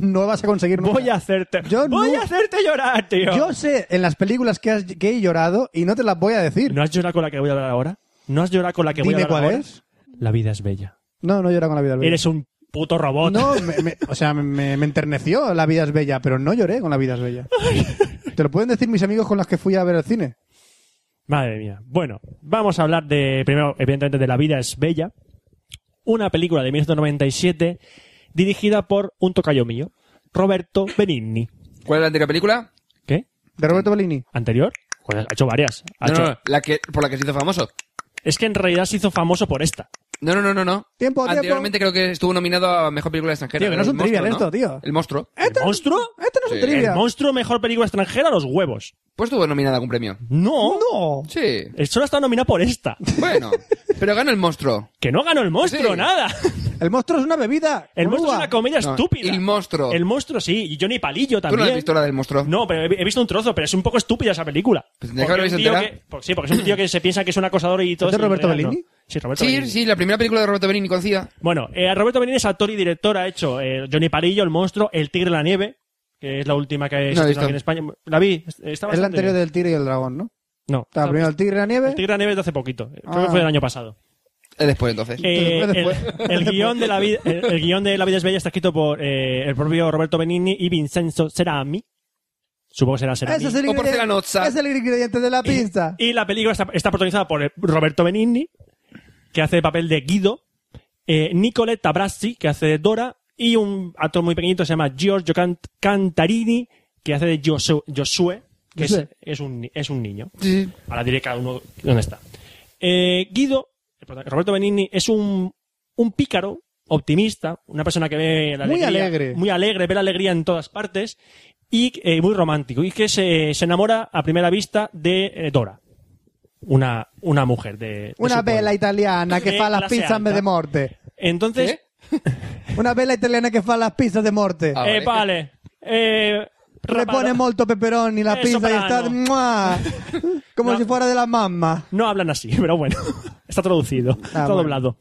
S6: no vas a conseguir nunca.
S3: Voy a hacerte...
S6: Yo
S3: voy
S6: no-
S3: a hacerte llorar, tío.
S6: Yo sé en las películas que, has- que he llorado y no te las voy a decir.
S3: ¿No has llorado con la que voy a hablar ahora? ¿No has llorado con la que voy a
S6: Dime
S3: hablar
S6: cuál
S3: ahora?
S6: es.
S3: La vida es bella.
S6: No, no llora con la vida. del Bella.
S3: Eres un puto robot.
S6: No, me- me- o sea, me, me enterneció La vida es bella, pero no lloré con La vida es bella. Te lo pueden decir mis amigos con los que fui a ver el cine.
S3: Madre mía. Bueno, vamos a hablar de, primero, evidentemente, de La vida es bella. Una película de 1997 dirigida por un tocayo mío, Roberto Benigni.
S4: ¿Cuál es la anterior película?
S3: ¿Qué?
S6: De Roberto Bellini.
S3: ¿Anterior? Joder, ha hecho varias.
S6: Ah,
S3: Ha
S4: No,
S3: hecho-
S4: no, no, la que, por la que se hizo famoso.
S3: Es que en realidad se hizo famoso por esta.
S4: No, no, no, no. no.
S6: Tiempo, tiempo.
S4: Anteriormente creo que estuvo nominado a Mejor Película Extranjera.
S6: Tío, que no es
S4: El
S6: un trivial
S4: monstruo,
S6: esto,
S4: ¿no?
S6: tío.
S4: El monstruo.
S6: ¿Este
S3: ¿El monstruo?
S6: Este no es un
S4: Sí.
S3: El
S6: trivia.
S3: monstruo, mejor película extranjera, los huevos.
S4: Pues estuvo nominada a algún premio.
S3: No.
S6: No.
S4: Sí.
S3: El solo ha estado nominado por esta.
S6: (laughs)
S4: Bueno, pero gana el monstruo.
S3: Que no ganó el monstruo,
S4: Sí.
S3: nada.
S6: El monstruo es una bebida.
S3: El
S6: con
S3: monstruo es
S6: uva.
S3: una comedia
S4: No,
S3: estúpida.
S4: el monstruo.
S3: El monstruo, sí. Y Johnny Palillo
S4: ¿Tú
S3: también.
S4: no has visto la del monstruo?
S3: No, pero he he visto un trozo, pero es un poco estúpida esa película.
S4: Pues tendría que haberla
S3: Porque
S4: visto
S3: un tío
S4: entera.
S3: que- por- sí, porque es un tío que se piensa que es un acosador y todo
S6: ¿Es de
S3: eso, y en
S6: Roberto
S3: realidad
S6: Benigni?
S3: no. Sí, Roberto
S4: Sí,
S3: Benigni.
S4: sí, la primera película de Roberto Benigni con Cida.
S3: Bueno, eh, Roberto Benigni es actor y director, ha hecho eh, Johnny Palillo, El Monstruo, El Tigre de la Nieve, que es la última que ha
S4: he
S3: existido
S4: visto.
S3: aquí en España. La vi, es- está
S6: Es la
S3: bastante
S6: anterior
S3: bien.
S6: del tigre y el dragón, ¿no?
S3: No,
S6: Está primero el tigre y la nieve.
S3: El Tigre de la Nieve es de hace poquito, eh, creo
S6: Ah.
S3: que fue del año
S6: (laughs)
S3: pasado.
S4: Es después, entonces.
S3: Eh,
S6: Después,
S3: el,
S6: después. (laughs)
S3: el guión de la vida, el, el guión de La vida es bella está escrito por eh, el propio Roberto Benigni y Vincenzo Cerami. Supongo que será Cerami.
S6: Ah, Ese es el
S4: O porcelanozza.
S6: ingrediente, es el ingrediente de la pizza.
S3: Y la película está, está protagonizada por eh, Roberto Benigni, que hace el papel de Guido, eh, Nicoletta Brassi, que hace de Dora, y un actor muy pequeñito que se llama Giorgio Can- Cantarini, que hace de Josu- Josué, que es,
S6: Josué.
S3: es un, ni- es un niño.
S4: Sí, sí.
S3: Ahora diré cada uno dónde está. Eh, Guido, el prota- Roberto Benigni, es un, un pícaro optimista, una persona que ve la
S6: Muy
S3: alegría.
S6: alegre.
S3: Muy alegre, ve la alegría en todas partes y eh, muy romántico. Y que se, se enamora a primera vista de eh, Dora, una, una mujer de. de
S6: Una
S3: su pueblo.
S6: vela italiana que
S3: De
S6: fa las
S3: clase
S6: pizzas en vez
S3: alta.
S6: de morte.
S3: Entonces,
S6: Una vela italiana che fa las pizzas de morte.
S4: Ah,
S3: eh,
S4: vale.
S3: vale. eh,
S6: Le
S3: rapado-
S6: pone molto peperoni la
S3: Eh,
S6: pizza e sta
S3: soprano. (laughs)
S6: ¡mua! come
S3: No.
S6: se fuera de la mamma.
S3: No hablan así, (laughs) pero bueno. Está traducido, está
S6: Ah, bueno.
S3: doblado.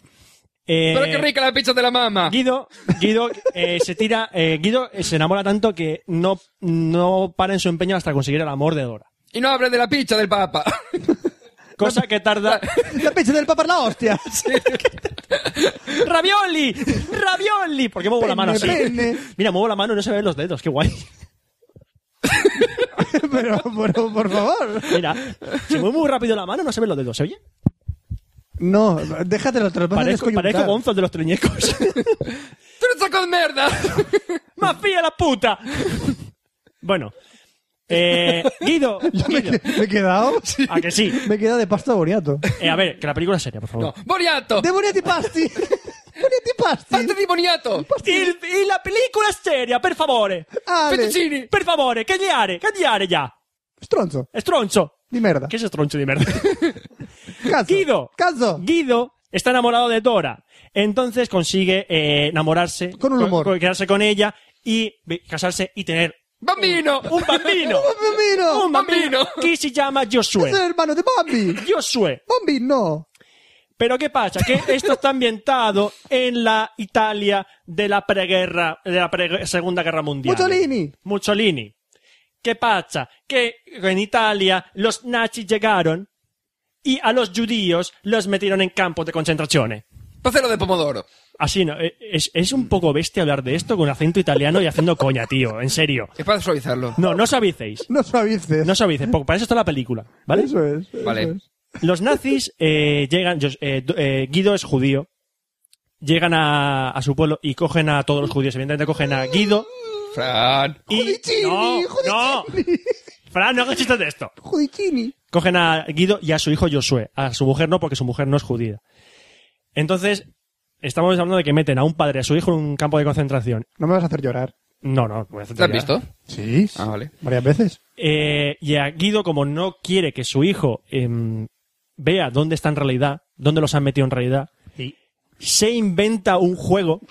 S3: Eh,
S4: Pero qué rica la pizza de la mamá.
S3: Guido, Guido eh, se tira, eh, Guido eh, se enamora tanto que no, no para en su empeño hasta conseguir el amor de Dora.
S4: Y no hables de la pizza del
S6: (laughs)
S4: papa.
S3: Cosa que tarda.
S6: La pizza del papá es la hostia. (laughs)
S3: ¡Ravioli! ¡Ravioli! ¿Por qué muevo la mano así?
S6: Pene, pene.
S3: Mira, muevo la mano y no se ven los dedos, qué guay.
S6: pero, pero, por favor.
S3: Mira, se mueve muy rápido la mano, no se ven los dedos, ¿se oye?
S6: No, déjatelo, te lo vas a
S3: Parezco, parezco
S6: descoyuntar.
S3: Gonzo el de los
S6: (laughs)
S3: treñecos.
S4: ¡Truza con merda!
S3: ¡Más fría la puta! Bueno. Eh, Guido,
S6: (laughs) Yo me,
S3: Guido,
S6: me he quedado.
S3: ¿A que sí?
S6: Me he quedado de pasta boniato.
S3: Eh, a ver, que la película es seria, por favor.
S4: No. ¡Boniato!
S6: De boniati pasti. (laughs) Boniati pasti.
S4: ¡Parte di boniato!
S3: Il- y la película es seria, per favore.
S6: Ale.
S4: ¡Fettuccini!
S3: Per favore, cambiare, cambiare ya.
S6: Stronzo.
S3: Stronzo.
S6: Di merda.
S3: ¿Qué es stronzo de merda?
S6: (laughs) Cazzo.
S3: Guido.
S6: Cazzo.
S3: Guido está enamorado de Dora. Entonces consigue eh, enamorarse.
S6: Con un humor.
S3: con- quedarse con ella y vi- casarse y tener
S4: ¡Bambino!
S3: un
S6: (laughs)
S3: bambino.
S6: Bambino.
S3: un bambino.
S4: bambino.
S3: Que se llama Josué.
S6: Es el hermano de Bambi.
S3: Josué.
S6: Bambi no.
S3: Pero ¿qué pasa? Que esto está ambientado en la Italia de la preguerra, de la pre- Segunda Guerra Mundial.
S6: Mussolini.
S3: Mussolini. ¿Qué pasa? Que en Italia los nazis llegaron y a los judíos los metieron en campos de concentración.
S4: Pacelo de pomodoro.
S3: Así, ¿no? Eh, Es, es un poco bestia hablar de esto con acento italiano y haciendo coña, tío. En serio.
S4: Es para suavizarlo.
S3: No, no os avicéis.
S6: No suavices.
S3: No os avicéis, porque para eso está la película. ¿Vale?
S6: Eso es. eso
S4: Vale.
S6: es.
S3: Los nazis eh, llegan, yo- eh, do- eh, Guido es judío, llegan a, a su pueblo y cogen a todos los judíos, evidentemente cogen a Guido
S4: Fran.
S3: y...
S6: Judicini,
S3: no, no,
S6: Judicini.
S3: Fran, no hagas chistes de esto.
S6: Judicini.
S3: Cogen a Guido y a su hijo Josué, a su mujer no, porque su mujer no es judía. Entonces, estamos hablando de que meten a un padre y a su hijo en un campo de concentración.
S6: No me vas a hacer llorar.
S3: No, no, voy a hacer
S4: ¿Lo has
S3: ya.
S4: visto?
S6: Sí.
S4: Ah, vale.
S6: Varias veces.
S3: Eh, y a Guido, como no quiere que su hijo em, vea dónde está en realidad, dónde los han metido en realidad, se inventa un juego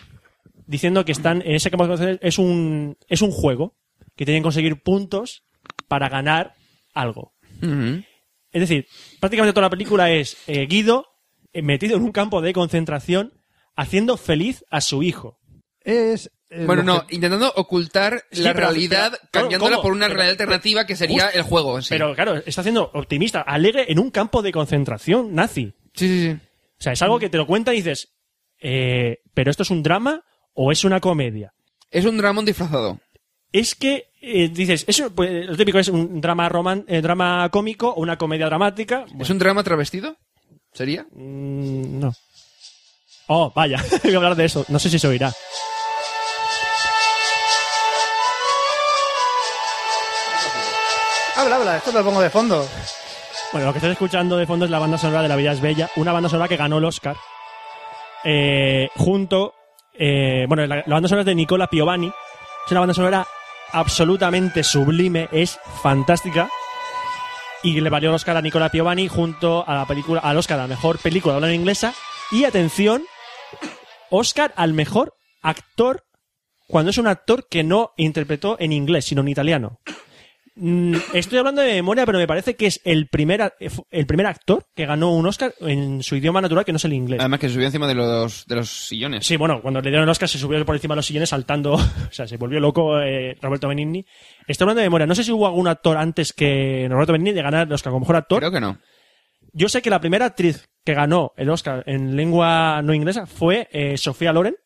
S3: diciendo que están en ese campo de concentración. Es un, es un juego que tienen que conseguir puntos para ganar algo.
S4: Ujú.
S3: Es decir, prácticamente toda la película es eh, Guido eh, metido en un campo de concentración haciendo feliz a su hijo.
S6: Es. el
S4: Bueno, no,
S6: objeto-
S4: intentando ocultar
S3: Eh, Sí,
S4: la
S3: pero-
S4: realidad
S3: pero-
S4: cambiándola
S3: ¿cómo?
S4: por una
S3: Pero-
S4: realidad alternativa que sería
S3: Justo.
S4: el juego en sí.
S3: Pero claro, está haciendo optimista, alegre en un campo de concentración nazi.
S4: Sí, sí, sí.
S3: O sea, es algo que te lo cuenta y dices, eh, ¿pero esto es un drama o es una comedia?
S4: Es un dramón disfrazado.
S3: Es que eh, dices, eso, pues, lo típico es un drama, roman eh, drama cómico o una comedia dramática.
S4: ¿Es un drama travestido? ¿Sería?
S3: Mm, no. Oh, vaya, (laughs) voy a hablar de eso. No sé si se oirá.
S6: Habla, habla, esto te lo pongo de fondo.
S3: Bueno, lo que estás escuchando de fondo es la banda sonora de La Vida es Bella, una banda sonora que ganó el Oscar. Eh, junto, eh, bueno, la, la banda sonora es de Nicola Piovani. Es una banda sonora absolutamente sublime, es fantástica. Y le valió el Oscar a Nicola Piovani junto a la película, al Oscar a la mejor película de habla no inglesa. Y atención, Oscar al mejor actor cuando es un actor que no interpretó en inglés, sino en italiano. Mm, Estoy hablando de memoria, pero me parece que es el primer, a- el primer actor que ganó un Oscar en su idioma natural, que no es el inglés.
S4: Además que se subió encima de los, de los sillones.
S3: Sí, bueno, cuando le dieron el Oscar se subió por encima de los sillones saltando. (laughs) O sea, se volvió loco eh, Roberto Benigni. Estoy hablando de memoria. No sé si hubo algún actor antes que Roberto Benigni de ganar el Oscar como mejor actor.
S4: Creo que no.
S3: Yo sé que la primera actriz que ganó el Oscar en lengua no inglesa fue eh, Sofía Loren,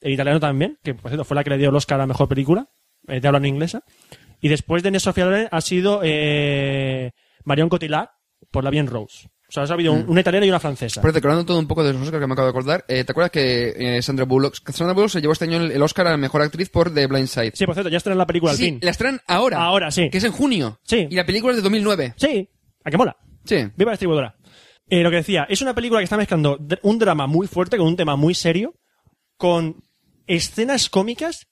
S3: el italiano también, que por cierto fue la que le dio el Oscar a la mejor película eh, de habla no inglesa. Y después de Sofía Loren ha sido eh, Marion Cotillard por La Bien Rose. O sea, ha habido
S4: Mm.
S3: un- una italiana y una francesa.
S4: Pero recordando todo un poco de los Oscar que me acabo de acordar, eh, ¿te acuerdas que eh, Sandra Bullock, Sandra Bullock se llevó este año el el Oscar a la mejor actriz por The Blind Side?
S3: Sí, por cierto, ya estrenan la película al
S4: Sí,
S3: fin.
S4: la estrenan ahora.
S3: Ahora, sí.
S4: Que es en junio.
S3: Sí.
S4: Y la película es de 2009.
S3: Sí, a que mola.
S4: Sí.
S3: Viva la distribuidora. Eh, lo que decía, es una película que está mezclando dr- un drama muy fuerte con un tema muy serio, con escenas cómicas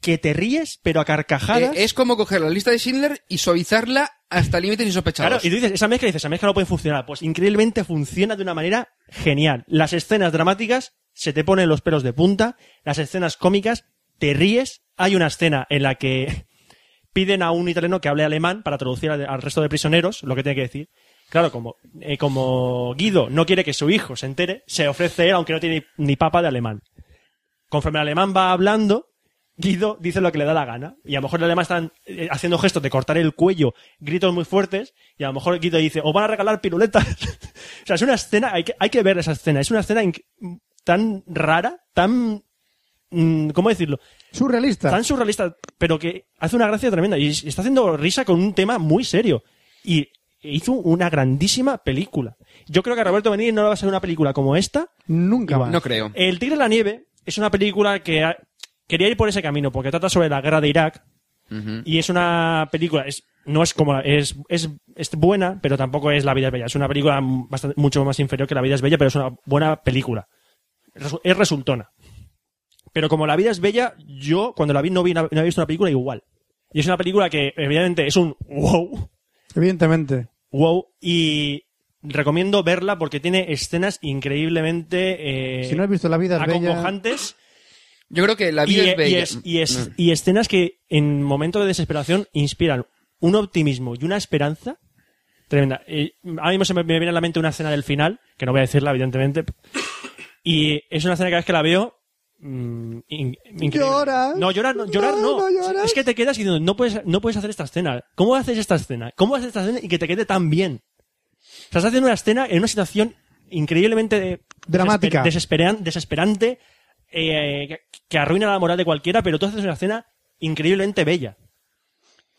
S3: que te ríes, pero a carcajadas.
S4: Eh, es como coger la lista de Schindler y suavizarla hasta límites
S3: Claro,
S4: insospechados.
S3: y tú dices, esa mezcla, dices, esa mezcla no puede funcionar. Pues increíblemente funciona de una manera genial. Las escenas dramáticas se te ponen los pelos de punta, las escenas cómicas te ríes. Hay una escena en la que (laughs) piden a un italiano que hable alemán para traducir al, al resto de prisioneros lo que tiene que decir. Claro, como, eh, como Guido no quiere que su hijo se entere, se ofrece él, aunque no tiene ni, ni papa de alemán. Conforme el alemán va hablando, Guido dice lo que le da la gana. Y a lo mejor el alemán están eh, haciendo gestos de cortar el cuello, gritos muy fuertes, y a lo mejor Guido dice, os van a regalar piruletas. (laughs) o sea, es una escena, hay que, hay que ver esa escena. Es una escena inc- tan rara, tan... mm, ¿Cómo decirlo?
S6: Surrealista.
S3: tan surrealista, pero que hace una gracia tremenda. Y está haciendo risa con un tema muy serio. Y hizo una grandísima película. Yo creo que a Roberto Benigni no le va a salir una película como esta.
S6: Nunca más.
S4: No creo.
S3: El Tigre de la Nieve es una película que ha- quería ir por ese camino, porque trata sobre la guerra de Irak.
S4: Ujú.
S3: Y es una película, es, no es como, la- es, es, es buena, pero tampoco es La vida es bella. Es una película m- bastante- mucho más inferior que La vida es bella, pero es una buena película. Resu- Es resultona. Pero como La vida es bella, yo cuando la vi no, vi, no había visto una película igual. Y es una película que evidentemente es un wow,
S6: Evidentemente.
S3: wow, y recomiendo verla porque tiene escenas increíblemente eh,
S6: si no has visto La vida es bella...
S3: acongojantes
S4: Yo creo que la vida
S3: y,
S4: es bella.
S3: y es- y es-
S4: No.
S3: y escenas que en momentos de desesperación inspiran un optimismo y una esperanza tremenda. Eh, ahora mismo se me, me viene a la mente una escena del final, que no voy a decirla, evidentemente. Y es una escena que cada vez que la veo. mm, in- increíble.
S6: Lloras.
S3: No, llorar no. Llorar
S6: No,
S3: no.
S6: no lloras.
S3: Es que te quedas diciendo, no puedes, no puedes hacer esta escena. ¿Cómo haces esta escena? ¿Cómo haces esta escena y que te quede tan bien? O sea, Estás haciendo una escena en una situación increíblemente
S6: Dramática.
S3: desesper- desesperan- desesperante, eh, que, que arruina la moral de cualquiera, pero tú haces una escena increíblemente bella.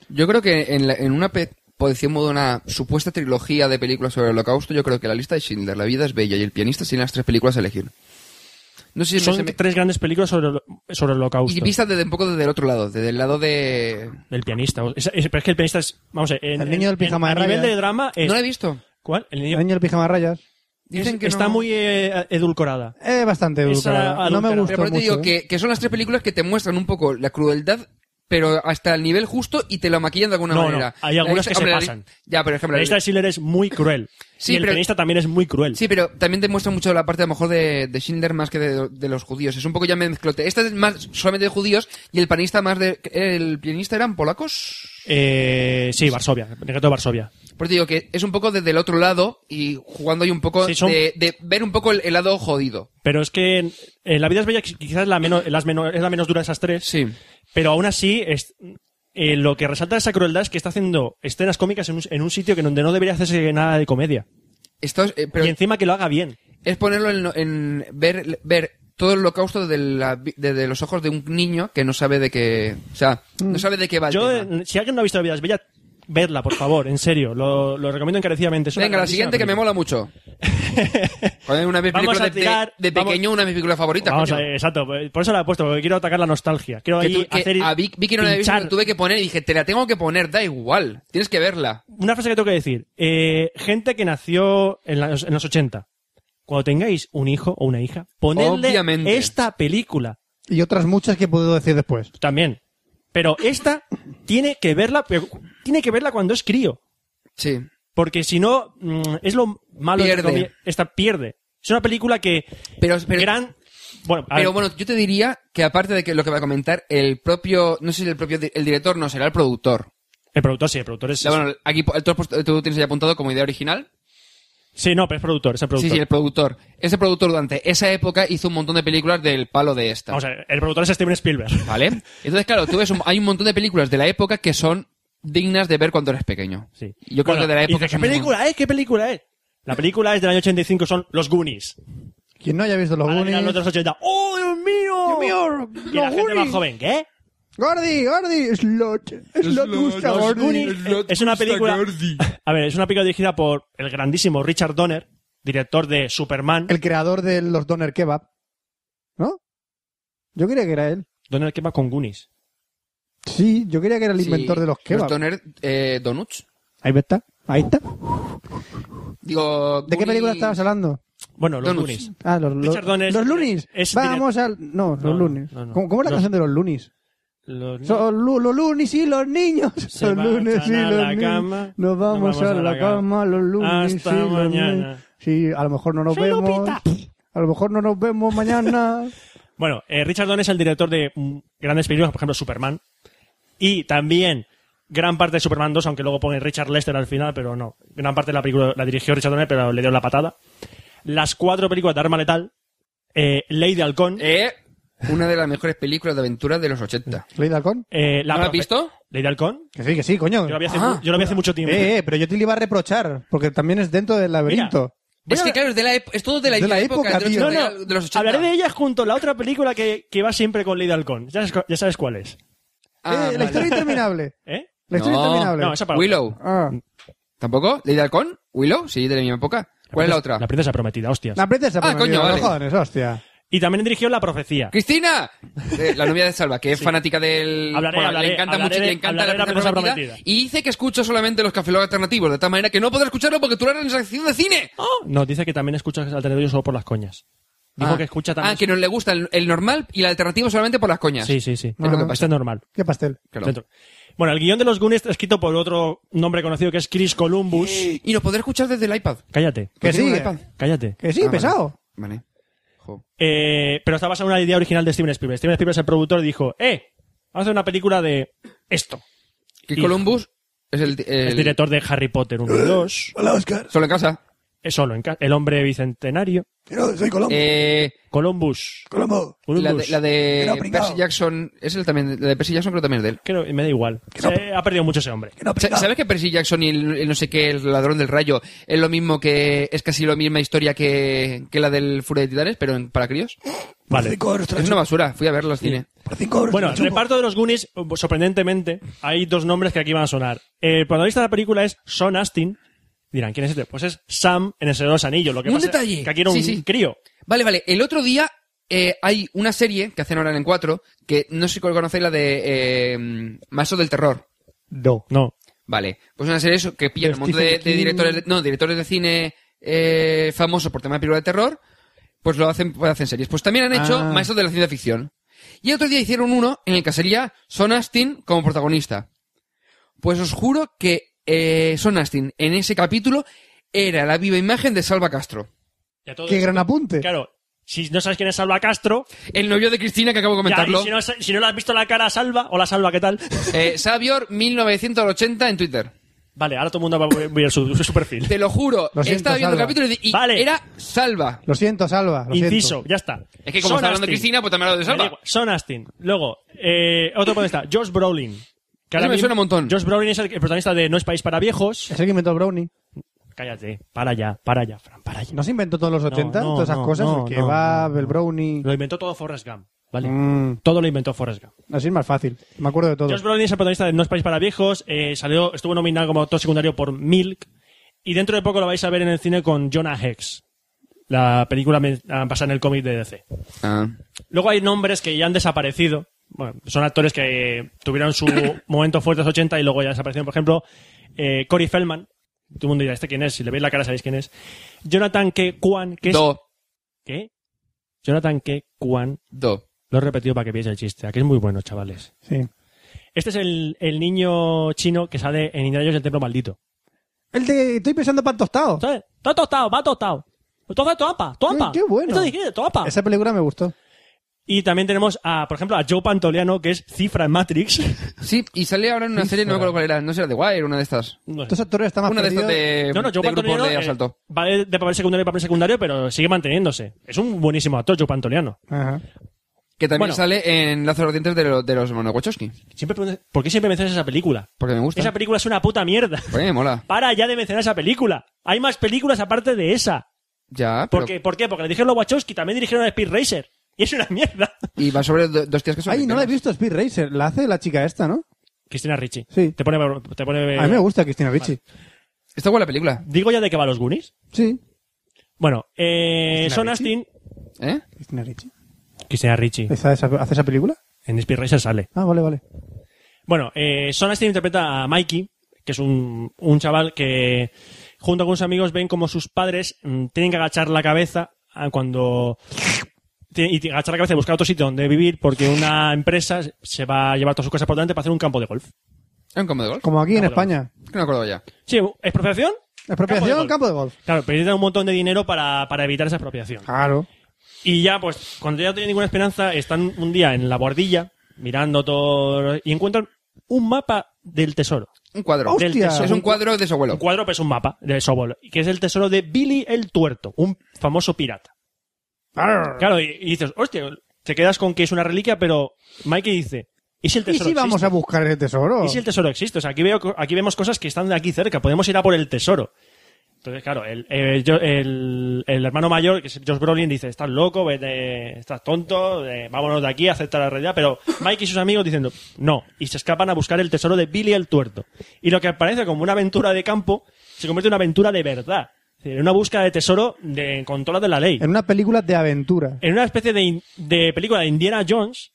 S4: Yo creo que en, la- en una, pe- por decir un modo, una supuesta trilogía de películas sobre el holocausto, yo creo que la lista de Schindler, La vida es bella y El pianista serían las tres películas a elegir. No sé si
S3: Son
S4: se me-
S3: tres grandes películas sobre, el- sobre el holocausto.
S4: Y vista desde un poco desde el otro lado, desde el lado de...
S3: El pianista. o- es- es- pero es que el pianista es... Vamos a ver, en-
S6: El niño del
S3: en-
S6: pijama
S3: en-
S6: de
S3: A nivel
S6: rayas.
S3: de drama es...
S4: No la he visto.
S3: ¿Cuál? El niño...
S6: El niño del pijama rayas.
S4: Dicen
S3: es-
S4: que
S3: está
S4: no.
S3: muy eh, edulcorada.
S6: Eh, bastante
S3: Esa
S6: edulcorada. No me
S3: adulterada.
S6: gustó
S4: Pero por eso te digo
S6: mucho. ¿eh?
S4: que, que son las tres películas que te muestran un poco la crueldad, pero hasta el nivel justo y te lo maquillan de alguna
S3: No, no,
S4: manera.
S3: hay algunas
S4: La lista-
S3: que se
S4: hombre, la
S3: pasan.
S4: lista- Ya, por ejemplo,
S3: La
S4: la
S3: lista de Schiller es muy cruel.
S4: Sí,
S3: y el
S4: pero-
S3: pianista también es muy cruel.
S4: Sí, pero también te muestra mucho la parte a lo mejor de, de Schindler más que de, de los judíos. Es un poco ya mezclote. Esta es más solamente de judíos y el pianista más de... ¿El pianista eran polacos?
S3: Eh, sí, Varsovia. Retrato de Varsovia.
S4: Por eso digo que es un poco desde el otro lado y jugando ahí un poco
S3: Sí, son-
S4: de, de ver un poco el, el lado jodido.
S3: Pero es que eh, La vida es bella quizás es la menos, las meno- es la menos dura de esas tres.
S4: Sí.
S3: Pero aún así, es- eh, lo que resalta esa crueldad es que está haciendo escenas cómicas en un, en un sitio que donde no debería hacerse nada de comedia.
S4: Esto es, eh, pero
S3: Y encima que lo haga bien.
S4: es ponerlo en, lo- en ver, ver todo el holocausto desde, la vi- desde los ojos de un niño que no sabe de qué... O sea, no sabe de qué va el
S3: Mm. Yo,
S4: tema.
S3: eh, si alguien no ha visto La vida es bella, Verla, por favor, en serio. Lo, lo recomiendo encarecidamente. Es una
S4: Venga, la
S3: grandísima
S4: siguiente que me
S3: película. (laughs)
S4: mola mucho. Cuando es una de mis
S3: Vamos
S4: películas
S3: a
S4: de- de-
S3: tirar-
S4: de,
S3: vamos-
S4: pequeño, una de mis películas favoritas.
S3: Vamos a-
S4: coño.
S3: exacto, por eso la he puesto, porque quiero atacar la nostalgia. Quiero
S4: que,
S3: ahí
S4: tú- que
S3: hacer.
S4: a Vic- Vicky no la había visto,
S3: pinchar.
S4: la tuve que poner y dije, te la tengo que poner, da igual, tienes que verla.
S3: Una frase que tengo que decir. Eh, gente que nació en, la- en los 80. Cuando tengáis un hijo o una hija, ponedle
S4: Obviamente.
S3: esta película
S6: Y otras muchas que puedo decir después.
S3: también. Pero esta tiene que verla, pero tiene que verla cuando es crío.
S4: Sí.
S3: Porque si no, mm, es lo malo
S4: Pierde.
S3: de esta pierde. Es una película que
S4: Pero, pero,
S3: gran bueno, a
S4: pero
S3: ver,
S4: bueno, yo te diría que aparte de que lo que va a comentar, el propio, no sé si el propio di- el director no, será el productor.
S3: el productor sí, el productor es
S4: O sea, bueno, aquí po- tú, has puesto- tú tienes ahí apuntado como idea original.
S3: Sí, no, pero es productor, es el productor.
S4: Sí, sí, el productor. Ese productor durante esa época hizo un montón de películas del palo de esta.
S3: Vamos a ver, el productor es Steven Spielberg.
S4: ¿Vale? Entonces, claro, tú ves, un- hay un montón de películas de la época que son dignas de ver cuando eres pequeño.
S3: Sí.
S4: Yo creo
S3: Bueno,
S4: que de la
S3: y
S4: época...
S3: dices, ¿Qué
S4: son un-
S3: película es? ¿Qué película es? La película es del año 85, son Los Goonies.
S6: Quien no haya visto los
S3: Ahora llegan los
S6: Goonies...
S3: de los 80. ¡Oh, Dios mío!
S6: Dios mío,
S3: Y la
S6: los
S3: gente más
S6: Goonies.
S3: joven, ¿qué?
S6: Gordy, Gordy, Slot, Slot gusta
S3: Los
S6: Gordy.
S3: Goonies es- es una película... (laughs) A ver, es una película dirigida por el grandísimo Richard Donner, director de Superman.
S6: El creador de los Doner Kebab. ¿No? Yo creía que era él.
S3: Donner que va con Goonies.
S6: Sí, yo creía que era el
S4: Sí,
S6: inventor de los kebab.
S4: Doner- eh, donuts.
S6: Ahí está, ahí está.
S4: Digo,
S6: ¿De qué película
S4: Goonies-
S6: estabas hablando?
S3: Bueno, Los
S4: Donuts.
S3: Goonies.
S6: Ah, los, los,
S3: Richard Donner es-
S6: los Lunis.
S3: es
S6: Vamos al. No, los
S3: No, no,
S6: Lunis.
S3: no, no.
S6: ¿Cómo, cómo es la
S3: Los-
S6: canción de los Lunis?
S3: Los...
S6: Son lu- los Lunis y los niños.
S3: Se
S6: los Lunis y
S3: marchan a la
S6: los niños.
S3: cama,
S6: Nos vamos, a, la cama, los Lunis.
S3: Hasta
S6: y los
S3: mañana.
S6: niños. Sí, a lo mejor no nos
S3: Soy
S6: vemos.
S3: Lupita.
S6: A lo mejor no nos vemos (laughs) mañana.
S3: Bueno, eh, Richard Donner es el director de mm, grandes películas, por ejemplo, Superman. Y también gran parte de Superman 2, aunque luego pone Richard Lester al final, pero no. Gran parte de la película la dirigió Richard Donner, pero le dio la patada. Las cuatro películas de Arma Letal. Eh, Ley de Halcón.
S4: Eh, una de las mejores películas de aventuras de los 80.
S6: ¿Ley de Halcón?
S3: eh, la
S4: ¿No la has
S3: profe-
S4: visto?
S3: Ley de Halcón.
S6: Que sí, que sí, coño.
S3: Yo la vi hace,
S4: Ah.
S3: mu- yo la vi hace mucho tiempo.
S6: Eh, eh, pero yo te lo iba a reprochar, porque también es dentro del laberinto. eh,
S4: Es que claro, es, de la ep- es todo de la,
S6: De la
S4: época,
S6: época,
S4: de, los
S6: tío.
S3: No,
S4: 80,
S3: no,
S4: de los 80.
S3: hablaré de ella junto a la otra película que, que va siempre con Ley de Halcón. Ya sabes, cu- ya sabes cuál es.
S4: Ah,
S6: Eh, La
S4: vale.
S6: historia interminable.
S3: ¿Eh?
S6: La
S4: (laughs)
S6: historia
S4: No,
S6: interminable.
S3: No, esa para
S4: Willow.
S6: Ah.
S4: ¿Tampoco? ¿Ley de Halcón? ¿Willow? Sí, de la misma época. ¿Cuál es la otra?
S3: La princesa prometida, hostias.
S6: La princesa
S4: Ah,
S6: prometida,
S4: coño,
S6: no
S4: vale.
S6: jodas, hostia.
S3: Y también dirigió La Profecía.
S4: ¡Cristina! Eh, la novia de Salva, que es fanática del...
S3: Hablaré,
S4: bueno,
S3: hablaré,
S4: le encanta
S3: hablaré
S4: mucho,
S3: de-
S4: le encanta
S3: hablaré
S4: la
S3: de la
S4: princesa
S3: princesa
S4: prometida,
S3: prometida.
S4: Y dice que escucho solamente los café Lock alternativos, de tal manera que no podrá escucharlo porque tú lo harás en la sección de cine.
S3: No, dice que también escuchas alternativo solo por las coñas. Dijo
S4: Oh. Ah.
S3: que escucha también.
S4: Ah, que nos le gusta el, el normal y el alternativo solamente por las coñas.
S3: Sí, sí, sí. Es
S6: lo que
S3: Este es normal.
S6: Qué pastel.
S4: Claro.
S3: Dentro. Bueno, el guión de los Goonies está escrito por otro nombre conocido que es Chris Columbus.
S4: Y nos podrá escuchar desde el iPad.
S3: Cállate,
S6: Que
S4: Pues tiene
S6: sí, eh.
S4: un iPad.
S3: cállate.
S6: que sí,
S4: Ah, vale.
S6: pesado.
S4: Vale. Jo.
S3: Eh, pero está basado en una idea original de Steven Spielberg. Steven Spielberg es el productor y dijo, eh, vamos a hacer una película de esto.
S4: Que
S3: Hijo.
S4: Columbus es el, el-
S3: El, director de Harry Potter 1 y 2.
S6: Hola, Oscar.
S4: Solo en casa.
S3: Es solo en ca- El hombre bicentenario.
S6: soy Colombo.
S4: Eh,
S3: Columbus.
S6: Colombo.
S3: Columbus.
S4: la de, la de
S6: Que no, pringao.
S4: Percy Jackson. Es el también. La de Percy Jackson creo también es de él.
S3: Creo- me da igual. Eh, ha perdido mucho ese hombre.
S4: Sa- ¿Sabes que Percy Jackson y el, el no sé qué, el ladrón del rayo, es lo mismo que. Es casi la misma historia que, que la del Furia de Titanes, pero en- para críos?
S3: Vale.
S4: Es una basura. Fui a verlo al cine.
S3: Bueno, el reparto de los Goonies, sorprendentemente, hay dos nombres que aquí van a sonar. Eh, El protagonista de la película es Sean Astin. Dirán, ¿quién es este? Pues es Sam en el Señor de los Anillos. Lo que
S4: Un
S3: pasa
S4: detalle.
S3: que aquí era un
S4: Sí, sí.
S3: crío.
S4: Vale, vale. El otro día eh, hay una serie que hacen ahora en cuatro que no sé si conocéis, la de eh, Maso del Terror.
S6: No.
S3: No.
S4: Vale, pues una serie eso, que pilla
S6: De
S4: un montón de,
S6: Stephen
S4: de
S6: King.
S4: directores, de- no, directores de cine eh, famosos por tema de película de terror, pues lo hacen, pues hacen series. Pues también han hecho
S6: Ah.
S4: maestros de la ciencia ficción. Y el otro día hicieron uno en el que sería Son Astin como protagonista. Pues os juro que eh, Son Astin en ese capítulo era la viva imagen de Salva Castro.
S3: Y a todo
S6: Qué
S3: esto,
S6: gran apunte.
S3: Claro, si no sabes quién es Salva Castro,
S4: El novio de Cristina que acabo de
S3: ya, y
S4: comentarlo.
S3: si, no, sa- si no le has visto la cara a Salva, hola Salva, ¿qué tal? (laughs)
S4: eh, Savior 1980 en Twitter.
S3: Vale, ahora todo el mundo va a ver su, su
S4: (laughs)
S3: perfil.
S4: Te lo juro,
S6: Lo siento,
S4: estaba viendo
S6: Salva.
S4: el capítulo y, y
S3: Vale.
S4: era Salva.
S6: Lo siento, Salva. Lo
S3: Inciso,
S6: siento.
S3: ya está.
S4: Es que como
S3: Sean
S4: está hablando
S3: Astin.
S4: Cristina, pues también hablo de
S3: Me da
S4: Salva.
S3: igual. Sean Astin. Luego, eh, otro protagonista, Josh Brolin. Que
S4: Eso me suena un montón.
S3: Josh Brolin es el, el protagonista de No es país para viejos.
S6: Es el que inventó el Brownie.
S3: Cállate, para allá, para allá, Fran, para allá.
S6: ¿No se inventó todos los 80?
S3: no,
S6: todas esas
S3: no,
S6: cosas.
S3: no,
S6: el que
S3: no,
S6: va,
S3: no,
S6: el
S3: no.
S6: Brownie.
S3: Lo inventó todo Forrest Gump. ¿vale?
S6: Mm.
S3: Todo lo inventó Forrest Gump.
S6: Así es más fácil. Me acuerdo de todo.
S3: Josh Brolin es el protagonista de No es país para viejos. eh, salió, estuvo nominado como actor secundario por Milk. Y dentro de poco lo vais a ver en el cine con Jonah Hex. La película me- ah, basada en el cómic de DC.
S4: Ah.
S3: Luego hay nombres que ya han desaparecido. Bueno, son actores que eh, tuvieron su momento fuerte en los 80 y luego ya desaparecieron. Por ejemplo, eh, Corey Feldman. Todo el mundo dirá, ¿este quién es? Si le veis la cara sabéis quién es. Jonathan K. Kwan, que es...
S4: Do,
S3: ¿Qué? Jonathan K. Kwan.
S4: do.
S3: Lo he repetido para que veáis el chiste. Aquí es muy bueno, chavales.
S6: Sí.
S3: Este es el, el niño chino que sale en Indiana Jones el templo maldito.
S6: El de estoy pensando pan tostado.
S3: ¿Sabes? Está tostado, va tostado. Entonces, toapa, toapa.
S6: Qué- qué bueno.
S3: Esto dije, toapa.
S6: Esa película me gustó.
S3: Y también tenemos, a, por ejemplo, a Joe Pantoliano, que es cifra en Matrix. (laughs)
S4: Sí, y sale ahora en una serie, no me acuerdo cuál era, no sé, era de Wire, una de estas.
S3: No,
S6: Estos actores están más
S4: Una de estas
S6: perdidos.
S4: de,
S3: no, no, Joe
S4: de
S3: Pantoliano
S4: grupos de
S3: eh,
S4: asalto.
S3: va de, de papel secundario a papel secundario, pero sigue manteniéndose. Es un buenísimo actor, Joe Pantoliano.
S6: Ajá.
S4: Que también
S3: bueno.
S4: sale en Lazos Ardientes de, lo- de los hermanos Wachowski.
S3: Siempre, preguntas, ¿Por qué siempre mencionas esa película?
S4: Porque me gusta.
S3: Esa película es una puta mierda. (laughs)
S4: Oye, me mola.
S3: Para ya de mencionar esa película. Hay más películas aparte de esa.
S4: Ya, pero...
S3: ¿Por, qué? ¿Por qué? Porque le dijeron los Wachowski, también dirigieron a Speed Racer. Y es una mierda.
S4: Y va sobre do- dos tías que son...
S6: Ay, no la he
S4: lesbianas.
S6: visto Speed Racer. La hace la chica esta, ¿no?
S3: (laughs) Cristina Ricci.
S6: Sí.
S3: Te pone. Te pone
S6: A mí me gusta Cristina Ricci.
S4: Está buena la película,
S3: Digo ya de que va los Goonies.
S6: Sí.
S3: Bueno, eh,
S6: ¿Cristina
S3: Son
S6: Ricci?
S3: Astin.
S4: ¿eh?
S6: Cristina Ricci.
S3: Cristina Ricci.
S6: ¿Esa- esa- ¿Hace esa película?
S3: En Speed Racer sale.
S6: Ah, vale, vale.
S3: Bueno, eh, Son Astin interpreta a Mikey, que es un, un chaval que junto con sus amigos ven como sus padres mm, tienen que agachar la cabeza ah, cuando. Y agachar la cabeza y buscar otro sitio donde vivir porque una empresa se va a llevar todas sus cosas por delante para hacer un campo de golf.
S4: ¿Era un campo de golf?
S6: Como aquí en
S3: Campo de
S6: España.
S4: Que no me acuerdo ya.
S3: Sí, expropiación. Campo
S6: Expropiación, campo de golf.
S3: Claro, pero necesitan un montón de dinero para, para evitar esa expropiación.
S6: Claro.
S3: Y ya, pues, cuando ya no tienen ninguna esperanza, están un día en la bordilla, mirando todo, y encuentran un mapa del tesoro.
S4: Un cuadro.
S3: Del
S6: ¡Hostia!
S3: tesoro.
S4: Es un cuadro de su
S3: Un
S4: abuelo.
S3: cuadro, pero es un mapa de Sobol, que es el tesoro de Billy el Tuerto, un famoso pirata. Claro, y, y dices, hostia, te quedas con que es una reliquia, pero Mikey dice, ¿y si el
S6: ¿Y
S3: tesoro
S6: si vamos
S3: existe?
S6: a buscar el tesoro?
S3: ¿Y si el tesoro existe? O sea, aquí, veo, co- aquí vemos cosas que están de aquí cerca. Podemos ir a por el tesoro. Entonces, claro, el, el- yo- el- el hermano mayor, que es Josh Brolin, dice, estás loco, vete, estás tonto, eh, vámonos de aquí, acepta la realidad. Pero Mike y sus amigos diciendo, no, y se escapan a buscar el tesoro de Billy el Tuerto. Y lo que parece como una aventura de campo, se convierte en una aventura de verdad. Es decir, En una búsqueda de tesoro de, con todas las de la ley.
S6: En una película de aventura.
S3: En una especie de, in- de película de Indiana Jones,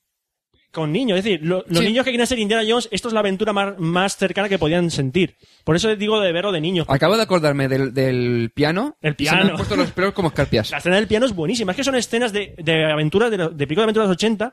S3: con niños. Es decir, lo- los
S4: Sí.
S3: niños que quieren ser Indiana Jones, esto es la aventura mar- más cercana que podían sentir. Por eso digo de verlo de niños.
S4: Acabo de acordarme del, del piano.
S3: El
S4: y se me
S3: piano.
S4: han puesto los pelos
S3: (laughs)
S4: como escarpias.
S3: La escena del piano es buenísima. Es que son escenas de, de aventuras, de, lo- de películas de aventuras 80,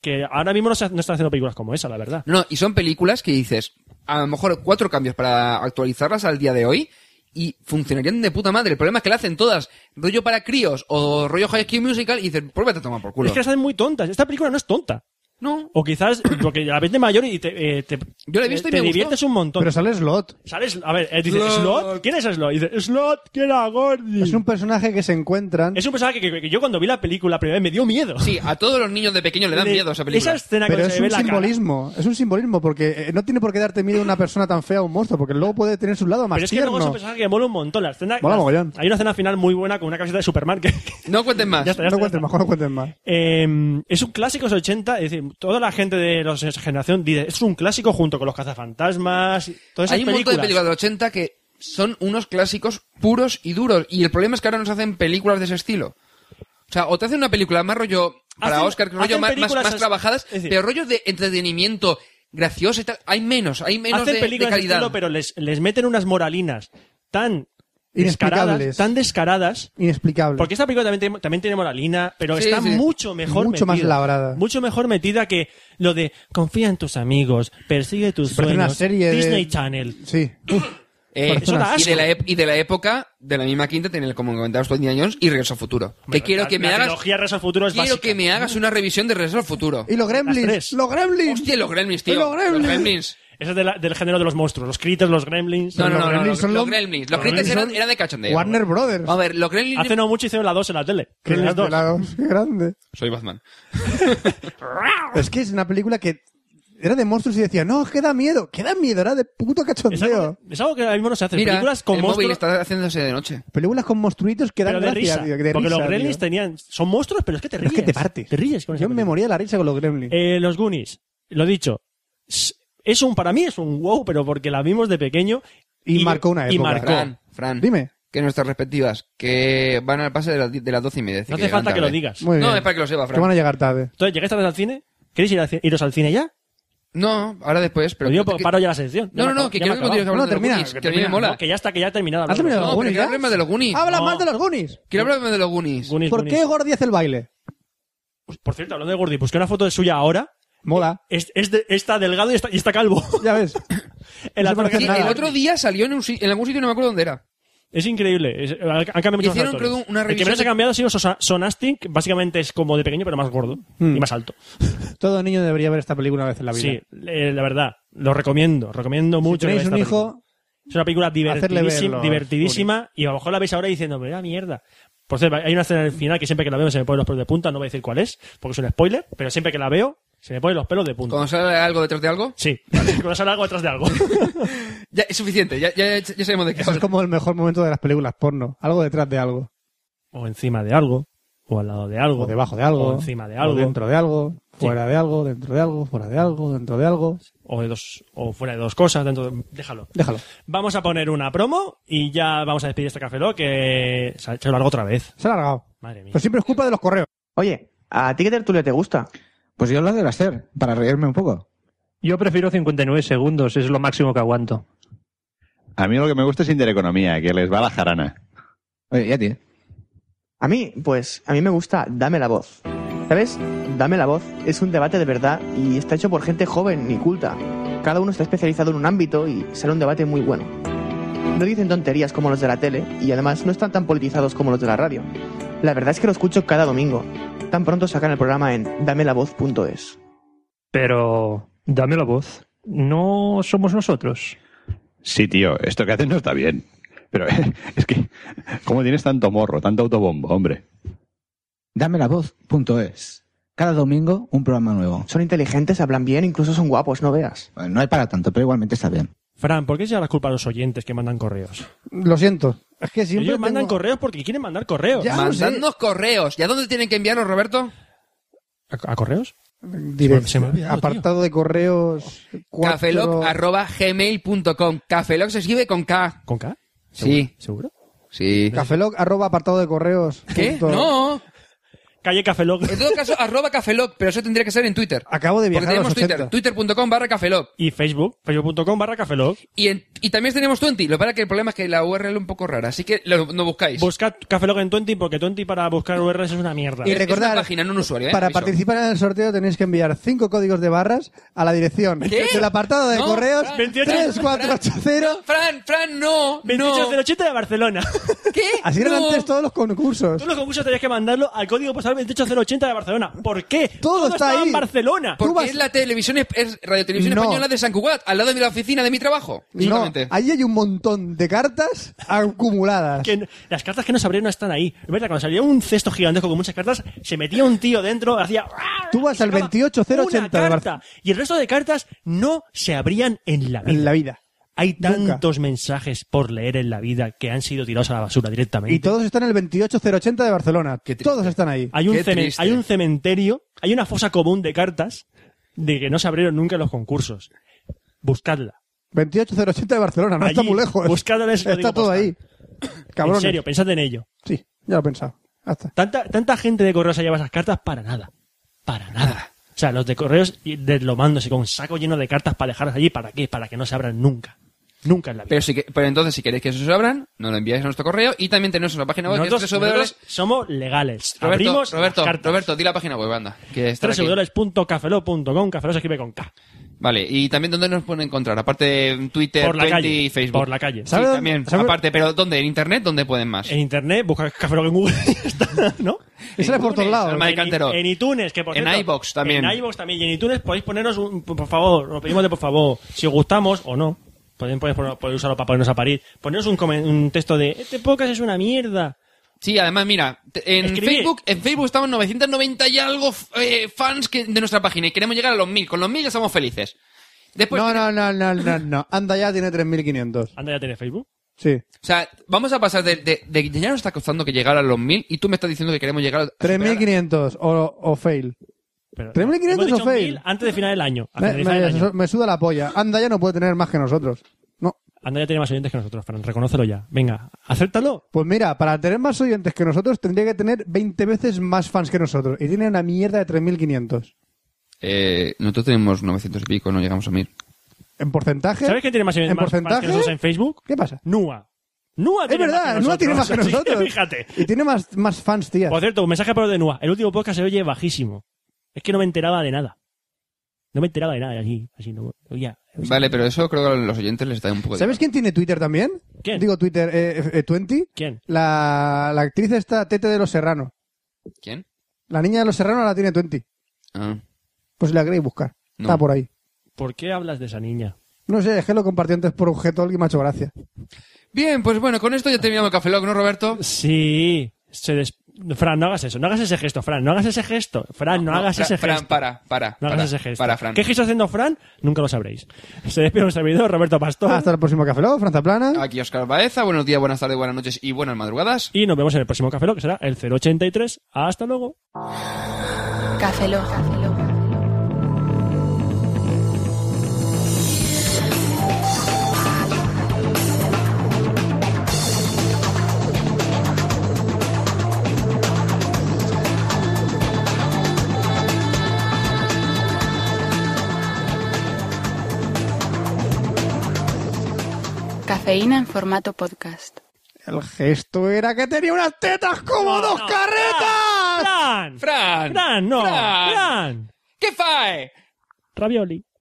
S3: que ahora mismo no, se, no están haciendo películas como esa, la verdad.
S4: No, y son películas que dices, a lo mejor cuatro cambios para actualizarlas al día de hoy y funcionarían de puta madre. El problema es que la hacen todas, rollo para críos o rollo High School Musical y dices, pues vete a tomar por culo.
S3: Es que las hacen muy tontas. Esta película no es tonta.
S4: No,
S3: O quizás porque la ves de mayor y te, eh, te-
S4: Yo la he visto y
S3: te
S4: me gustó.
S3: diviertes un montón.
S6: Pero sale Slot.
S3: ¿Sabes? A ver, eh, dice,
S4: Slot.
S3: ¿Slot? ¿Quién es Slot? Y dice, Slot, que era Gordy.
S6: Es un personaje que se encuentran.
S3: (laughs) Es un personaje que, que- que yo cuando vi la película la primera vez me dio miedo.
S4: sí, a todos los niños de pequeños le dan
S3: Le-
S4: miedo esa película.
S3: Esa escena
S6: Pero
S3: cuando
S6: es
S3: se ve
S6: un
S3: la cara.
S6: simbolismo, es un simbolismo, porque eh, no tiene por qué darte miedo una persona tan fea o un monstruo, porque luego puede tener su lado más
S3: Pero es que
S6: tierno.
S3: luego es un personaje que mola un montón. La escena,
S6: Mola
S3: la-
S6: mogollón.
S3: Hay una escena final muy buena con una camiseta de Superman que...
S4: No cuenten más.
S3: ya está, ya
S6: no
S3: está, ya
S6: cuentes
S3: está.
S6: más, no cuentes más.
S3: Eh, es un clásico de los 80, es decir, toda la gente de los de esa generación dice, es un clásico junto con los cazafantasmas, y todas esas
S4: Hay un
S3: películas.
S4: montón de películas de 80 que son unos clásicos puros y duros. Y el problema es que ahora nos hacen películas de ese estilo. O sea, o te hacen una película más rollo para
S3: Hacen-
S4: Oscar, rollo
S3: hacen
S4: más, más,
S3: películas
S4: más
S3: as-
S4: trabajadas,
S3: es decir-
S4: pero rollos de entretenimiento gracioso y tal. Hay menos, hay menos de,
S3: Hacen
S4: de
S3: películas de
S4: calidad.
S3: estilo, pero les, les meten unas moralinas tan descaradas,
S6: Inexplicables.
S3: tan descaradas
S6: Inexplicable.
S3: Porque esta película también tiene, también tiene moralina, pero
S4: Sí,
S3: está
S4: sí.
S3: mucho mejor
S6: Mucho más
S3: metida.
S6: labrada.
S3: Mucho mejor metida que lo de confía en tus amigos, persigue tus
S6: parece
S3: sueños,
S6: una serie de-
S3: Disney Channel.
S6: Sí. Uf,
S4: Eh,
S6: Parece
S3: una
S4: y,
S3: asco.
S4: de la ep- y de la época, de la misma quinta, tener como comentabas tú, Indiana Jones y Regreso al Futuro. que
S3: Bueno,
S4: quiero
S3: la-
S4: que me
S3: la
S4: hagas.
S3: trilogía Regreso al Futuro es
S4: quiero
S3: básica.
S4: que me hagas una revisión de Regreso al Futuro.
S6: Y los
S3: tres.
S6: gremlins. Los gremlins.
S4: Hostia, los gremlins,
S6: Y
S4: tío.
S6: los gremlins.
S3: Esa es de la- del género de los monstruos, los critters, los gremlins.
S4: No, no,
S6: Los
S4: no, no,
S6: gremlins
S4: los,
S6: son
S4: los
S6: los-
S4: gremlins. Los
S6: los
S4: gremlins
S6: gremlins
S4: eran,
S6: son
S4: eran de cachondeo.
S6: Warner Brothers.
S4: A ver, los gremlins.
S3: Hace no mucho hicieron la 2 en la tele.
S6: (laughs) Qué
S3: Gremlins
S6: grande,
S3: 2.
S6: la dos, qué grande.
S4: Soy Batman.
S6: Es que es una película que era de monstruos y decía, no, es que da miedo, que da miedo, era de puto
S3: Es algo,
S6: cachondeo.
S3: es algo que ahora mismo no se hace.
S4: Mira,
S3: películas con
S4: el móvil
S3: monstruos,
S4: está haciéndose de noche.
S6: Películas con monstruitos que dan
S3: pero de
S6: gracia,
S3: risa.
S6: tío, que de
S3: porque
S6: risa,
S3: los
S6: tío.
S3: Gremlins tenían... Son monstruos, pero es que te
S6: Pero
S3: ríes.
S6: es que te partes.
S3: Te ríes con esa
S6: Yo me
S3: película.
S6: moría de la risa con los gremlins.
S3: Eh, los Goonies, lo dicho, s- es un para mí es un wow, pero porque la vimos de pequeño
S6: Y marcó una
S3: Y
S6: época.
S3: marcó.
S4: Fran, Fran.
S6: Dime.
S4: Que nuestras respectivas, que van al pase de, las di- de las doce y media. es decir,
S3: No hace
S4: llegan
S3: falta que lo
S4: tarde.
S3: digas.
S6: Muy bien.
S4: No, es para que lo sepa,
S6: Que van
S4: Fran.
S6: a llegar tarde.
S3: Entonces, ¿llegáis tarde al cine? ¿Queréis ir al ci- iros al cine ya?
S4: No, ahora después, pero...
S3: Pero yo
S4: que-
S3: pa- paro ya la sección. Ya
S4: No,
S3: me
S4: no, no,
S3: acabo-
S4: que
S3: ya me
S4: quiero que continúes
S3: acabo.
S4: hablando
S6: No,
S4: de los
S6: termina,
S4: Goonies, que a mí me
S3: Termina,
S4: mola.
S3: no, que ya está, que ya he terminado. ¿eh? de
S6: ¿Has terminado?
S3: hablar.
S4: No,
S6: ¿Los
S4: pero
S6: Goonies
S4: quiero
S6: ya?
S4: hablar más de los Goonies.
S6: Habla
S3: No.
S6: más de los Goonies.
S4: Quiero hablar más de los Goonies.
S3: Goonies,
S6: ¿Por
S3: Goonies.
S6: qué Gordy hace el baile?
S3: Pues, Por cierto, hablando de Gordy, busqué una foto de suya ahora. (laughs)
S6: Mola.
S3: Es, es de- está delgado y está, y está calvo.
S6: Ya ves.
S3: En la
S6: se parece
S3: foto que-
S4: Sí,
S6: nada.
S4: el otro día salió en, un si- en algún sitio, no me acuerdo dónde era.
S3: Es increíble. es- han han cambiado muchos
S4: Hicieron,
S3: actores.
S4: creo, una
S3: El que
S4: revisión
S3: menos ha
S4: de-
S3: cambiado ha sido Sosa- Sonasti, que básicamente es como de pequeño, pero más gordo
S6: Hmm.
S3: y más alto.
S6: Todo niño debería ver esta película una vez en la vida.
S3: Sí, eh, la verdad, lo recomiendo, recomiendo
S6: Si
S3: mucho. que
S6: tenéis
S3: veáis
S6: un
S3: esta
S6: hijo,
S3: película. Es una película
S6: hacerle ver
S3: divertidísima,
S6: los
S3: divertidísima y a lo mejor la veis ahora diciendo, pero mierda. Por cierto, hay una escena en el final que siempre que la veo se me ponen los pelos de punta, no voy a decir cuál es, porque es un spoiler, pero siempre que la veo se me ponen los pelos de punta.
S4: Cuando sale algo detrás de algo,
S3: Sí, (laughs) cuando sale algo detrás de algo.
S4: ya es suficiente, ya, ya, ya sabemos de qué
S6: eso es
S4: habla.
S6: como el mejor momento de las películas porno. Algo detrás de algo.
S3: o encima de algo, o al lado de algo.
S6: O debajo de algo.
S3: O encima de
S6: o
S3: algo.
S6: dentro de algo. Fuera de algo, dentro de algo, fuera de algo, dentro de algo.
S3: O, de dos, o fuera de dos cosas, dentro de- Déjalo.
S6: Déjalo.
S3: Vamos a poner una promo y ya vamos a despedir este café Lock, que se ha hecho largo otra vez.
S6: Se ha alargado.
S3: Madre mía.
S6: Pero siempre es culpa de los correos.
S7: Oye, ¿a ti qué tertulia te gusta?
S9: Pues yo lo de hacer, para reírme un poco.
S10: Yo prefiero 59 segundos, es lo máximo que aguanto.
S11: A mí lo que me gusta es Intereconomía, que les va la jarana.
S9: Oye, ya tiene.
S7: A mí, pues, a mí me gusta Dame la voz. ¿Sabes? Dame la voz es un debate de verdad y está hecho por gente joven y culta. Cada uno está especializado en un ámbito y será un debate muy bueno. No dicen tonterías como los de la tele y además no están tan politizados como los de la radio. La verdad es que lo escucho cada domingo. Tan pronto sacan el programa en damelavoz.es.
S10: Pero dame la voz. No somos nosotros.
S11: Sí, tío, esto que haces no está bien. Pero (laughs) es que, ¿cómo tienes tanto morro, tanto autobombo, hombre?
S9: Dame la voz.es. Cada domingo un programa nuevo.
S7: Son inteligentes, hablan bien, incluso son guapos, no veas.
S9: Bueno, No hay para tanto, pero igualmente está bien.
S3: Fran, ¿por qué se da la culpa a los oyentes que mandan correos?
S6: Lo siento. Es que siempre.
S3: Ellos mandan
S6: tengo-
S3: correos porque quieren mandar correos.
S6: Ya lo sé.
S4: Mandadnos correos. ¿Y a dónde tienen que enviarnos, Roberto?
S3: ¿A, a correos?
S6: Directo.
S3: Se me ha olvidado,
S6: Apartado de correos. cuatro-
S4: Cafeloc.gmail.com Cafeloc se escribe con K.
S3: ¿Con K?
S4: Sí,
S3: ¿Seguro?
S4: sí.
S6: Cafeloc, arroba apartado de correos.
S4: ¿Qué?
S6: punto-
S4: No.
S3: Calle Café Lock
S4: En todo caso, arroba Cafeloc, pero eso tendría que ser en Twitter.
S6: Acabo de
S4: Porque
S6: viajar a los
S4: tenemos
S6: 80.
S4: Twitter. Twitter.com barra Cafeloc.
S3: y Facebook, facebook.com barra Café Lock.
S4: Y, en- y también tenemos Twenty. Lo que pasa es que el problema es que la URL es un poco rara, así que lo, no buscáis.
S3: Buscad Café Lock en Twenty porque Twenty para buscar URLs es una mierda.
S6: Y
S4: Es- es una
S6: recordad,
S4: página, no un usuario, ¿eh?
S6: Para
S4: Aviso.
S6: participar en el sorteo tenéis que enviar cinco códigos de barras a la dirección
S4: ¿Qué?
S6: del apartado de
S4: No,
S6: correos
S4: Fran,
S3: 28.
S6: 3480.
S4: Fran, Fran, no. no.
S3: 28080 de
S6: (laughs)
S3: Barcelona.
S4: ¿Qué?
S6: Así eran
S4: No.
S6: antes todos los concursos.
S3: Tú los concursos tenías que mandarlo al código postal 28080 de Barcelona. ¿Por qué?
S6: Todo está
S3: estaba
S6: ahí.
S3: en Barcelona.
S4: Porque
S6: Tú vas-
S4: es la televisión, es- es Radio Televisión
S6: No.
S4: Española de San Cugat, al lado de la oficina de mi trabajo.
S6: No,
S4: Justamente.
S6: ahí hay un montón de cartas acumuladas.
S3: Que n- las cartas que nos abrieron no están ahí. Es verdad, cuando salía un cesto gigantesco con muchas cartas, se metía un tío dentro, hacía.
S6: Tú vas
S3: y
S6: al
S3: sacaba
S6: 28080
S3: una
S6: de
S3: carta. Y el resto de cartas no se abrían en la vida.
S6: En la vida.
S3: Hay
S6: Nunca.
S3: tantos mensajes por leer en la vida que han sido tirados a la basura directamente.
S6: Y todos están en el 28080 de Barcelona.
S4: Qué triste.
S6: Todos están ahí.
S3: hay, un
S4: Qué
S3: cemen-
S4: triste.
S3: hay un cementerio, hay una fosa común de cartas de que no se abrieron nunca los concursos. Buscadla.
S6: 28080 de Barcelona, no está
S3: Allí,
S6: muy lejos.
S3: buscadla en ese código
S6: está todo
S3: postal.
S6: ahí. Cabrones.
S3: En serio, pensad en ello.
S6: Sí, ya lo he pensado. Hasta.
S3: Tanta, tanta gente de correos se lleva esas cartas para nada. Para nada. O sea, los de correos y deslomándose con un saco lleno de cartas para dejarlas allí. ¿Para qué? Para que no se abran nunca. Nunca en la vida.
S4: Pero, si que- pero entonces, si queréis que eso se abran, nos lo enviáis a nuestro correo y también tenemos nuestra página web que es
S3: Nosotros, nosotros
S4: www.
S3: somos legales.
S4: Roberto,
S3: Abrimos
S4: Roberto,
S3: las cartas.
S4: Roberto, di la página web, anda. Que está aquí.
S3: www.cafeló.com. Cafeló se escribe con K.
S4: Vale, y también dónde nos pueden encontrar, aparte de Twitter,
S3: Por la
S4: 20
S3: calle.
S4: y Facebook.
S3: Por la calle. Eh,
S4: Sí,
S6: ¿Sabe dónde-
S4: también,
S6: sabe-
S4: aparte, pero ¿dónde? ¿En internet? ¿Dónde pueden más?
S3: En internet, busca Cafeló en Google y ya está, ¿no?
S6: Y sale por todos
S4: iTunes,
S6: lados.
S4: alma de
S3: En-
S4: cántaro.
S3: En, iTunes, que por
S4: En
S3: cierto,
S4: iVoox también.
S3: En iVoox también. Y en iTunes podéis ponernos un, por favor, os pedimos de por favor, si os gustamos o no, podéis, podéis, poner- podéis usarlo para ponernos a parir, poneros un, comen- un texto de, este podcast es una mierda.
S4: Sí, además, mira, te- en
S3: Escribí.
S4: Facebook, en Facebook estamos 990 y algo f- eh, fans que- de nuestra página y queremos llegar a los 1000. Con los 1000 ya estamos felices. Después,
S6: No, no, no, no, no, no. Anda ya tiene 3.500.
S3: Anda, ya tiene Facebook.
S6: Sí.
S4: O sea, vamos a pasar de, de, de que ya nos está costando que llegar a los 1000 y tú me estás diciendo que queremos llegar a...
S6: 3.500 o, o fail.
S3: Pero,
S6: 3.500
S3: hemos
S6: o
S3: dicho
S6: fail.
S3: 1000 antes de final del año. A
S6: Me,
S3: finalizar el
S6: me-
S3: año.
S6: me suda la polla. Anda ya no puede tener más que nosotros. No.
S3: Anda ya tiene más oyentes que nosotros, Fran. Reconócelo ya. Venga, acéptalo.
S6: Pues mira, para tener más oyentes que nosotros tendría que tener 20 veces más fans que nosotros. Y tiene una mierda de 3.500.
S4: Eh, nosotros tenemos 900 y pico, no llegamos a 1000.
S6: ¿En porcentaje?
S3: ¿Sabes quién tiene más,
S6: ¿En
S3: más fans
S6: porcentaje?
S3: que nosotros en Facebook?
S6: ¿Qué pasa?
S3: Nua. Nua
S6: Es
S3: tiene
S6: verdad,
S3: más que
S6: Nua tiene
S3: (laughs)
S6: más
S3: nosotros. Así
S6: que nosotros.
S3: fíjate.
S6: Y tiene más, más fans, tía.
S3: Por cierto, un mensaje para los de Nua. El último podcast se oye bajísimo. Es que no me enteraba de nada. No me enteraba de nada, así, así no. oía.
S4: Vale, pero eso creo que a los oyentes les da un poco de...
S6: ¿Sabes quién tiene Twitter también?
S3: ¿Quién?
S6: Digo Twitter, eh, eh, eh, 20.
S3: ¿Quién?
S6: La, la actriz esta, Tete de los Serranos.
S4: ¿Quién?
S6: La niña de los Serranos la tiene 20.
S4: Ah.
S6: Pues la queréis buscar.
S4: No.
S6: Está por ahí.
S3: ¿Por qué hablas de esa niña?
S6: No sé, es que lo compartió antes por objeto alguien macho gracia.
S4: Bien, pues bueno, con esto ya terminamos el Café Lock, ¿no, Roberto?
S3: Sí. Se des- Fran, no hagas eso. No hagas ese gesto, Fran. No hagas ese gesto. Fran, no, hagas
S4: Fra-
S3: ese
S4: Fran,
S3: gesto.
S4: para, para.
S3: No
S4: para,
S3: hagas ese gesto.
S4: Para, Fran.
S3: ¿Qué gesto está haciendo Fran? Nunca lo sabréis. Se despide un servidor, Roberto Pastor.
S6: Hasta el próximo Café Lock, Franza Plana.
S4: Aquí Oscar Baeza, buenos días, buenas tardes, buenas noches y buenas madrugadas.
S3: Y nos vemos en el próximo Café Lock, que será el 083. Hasta luego.
S5: Café Lock. Cafeína en formato podcast.
S6: El gesto era que tenía unas tetas como dos carretas.
S3: Fran.
S4: Fran.
S3: Fran, no.
S4: Fran.
S3: Fran.
S4: ¿Qué fae?
S3: Ravioli.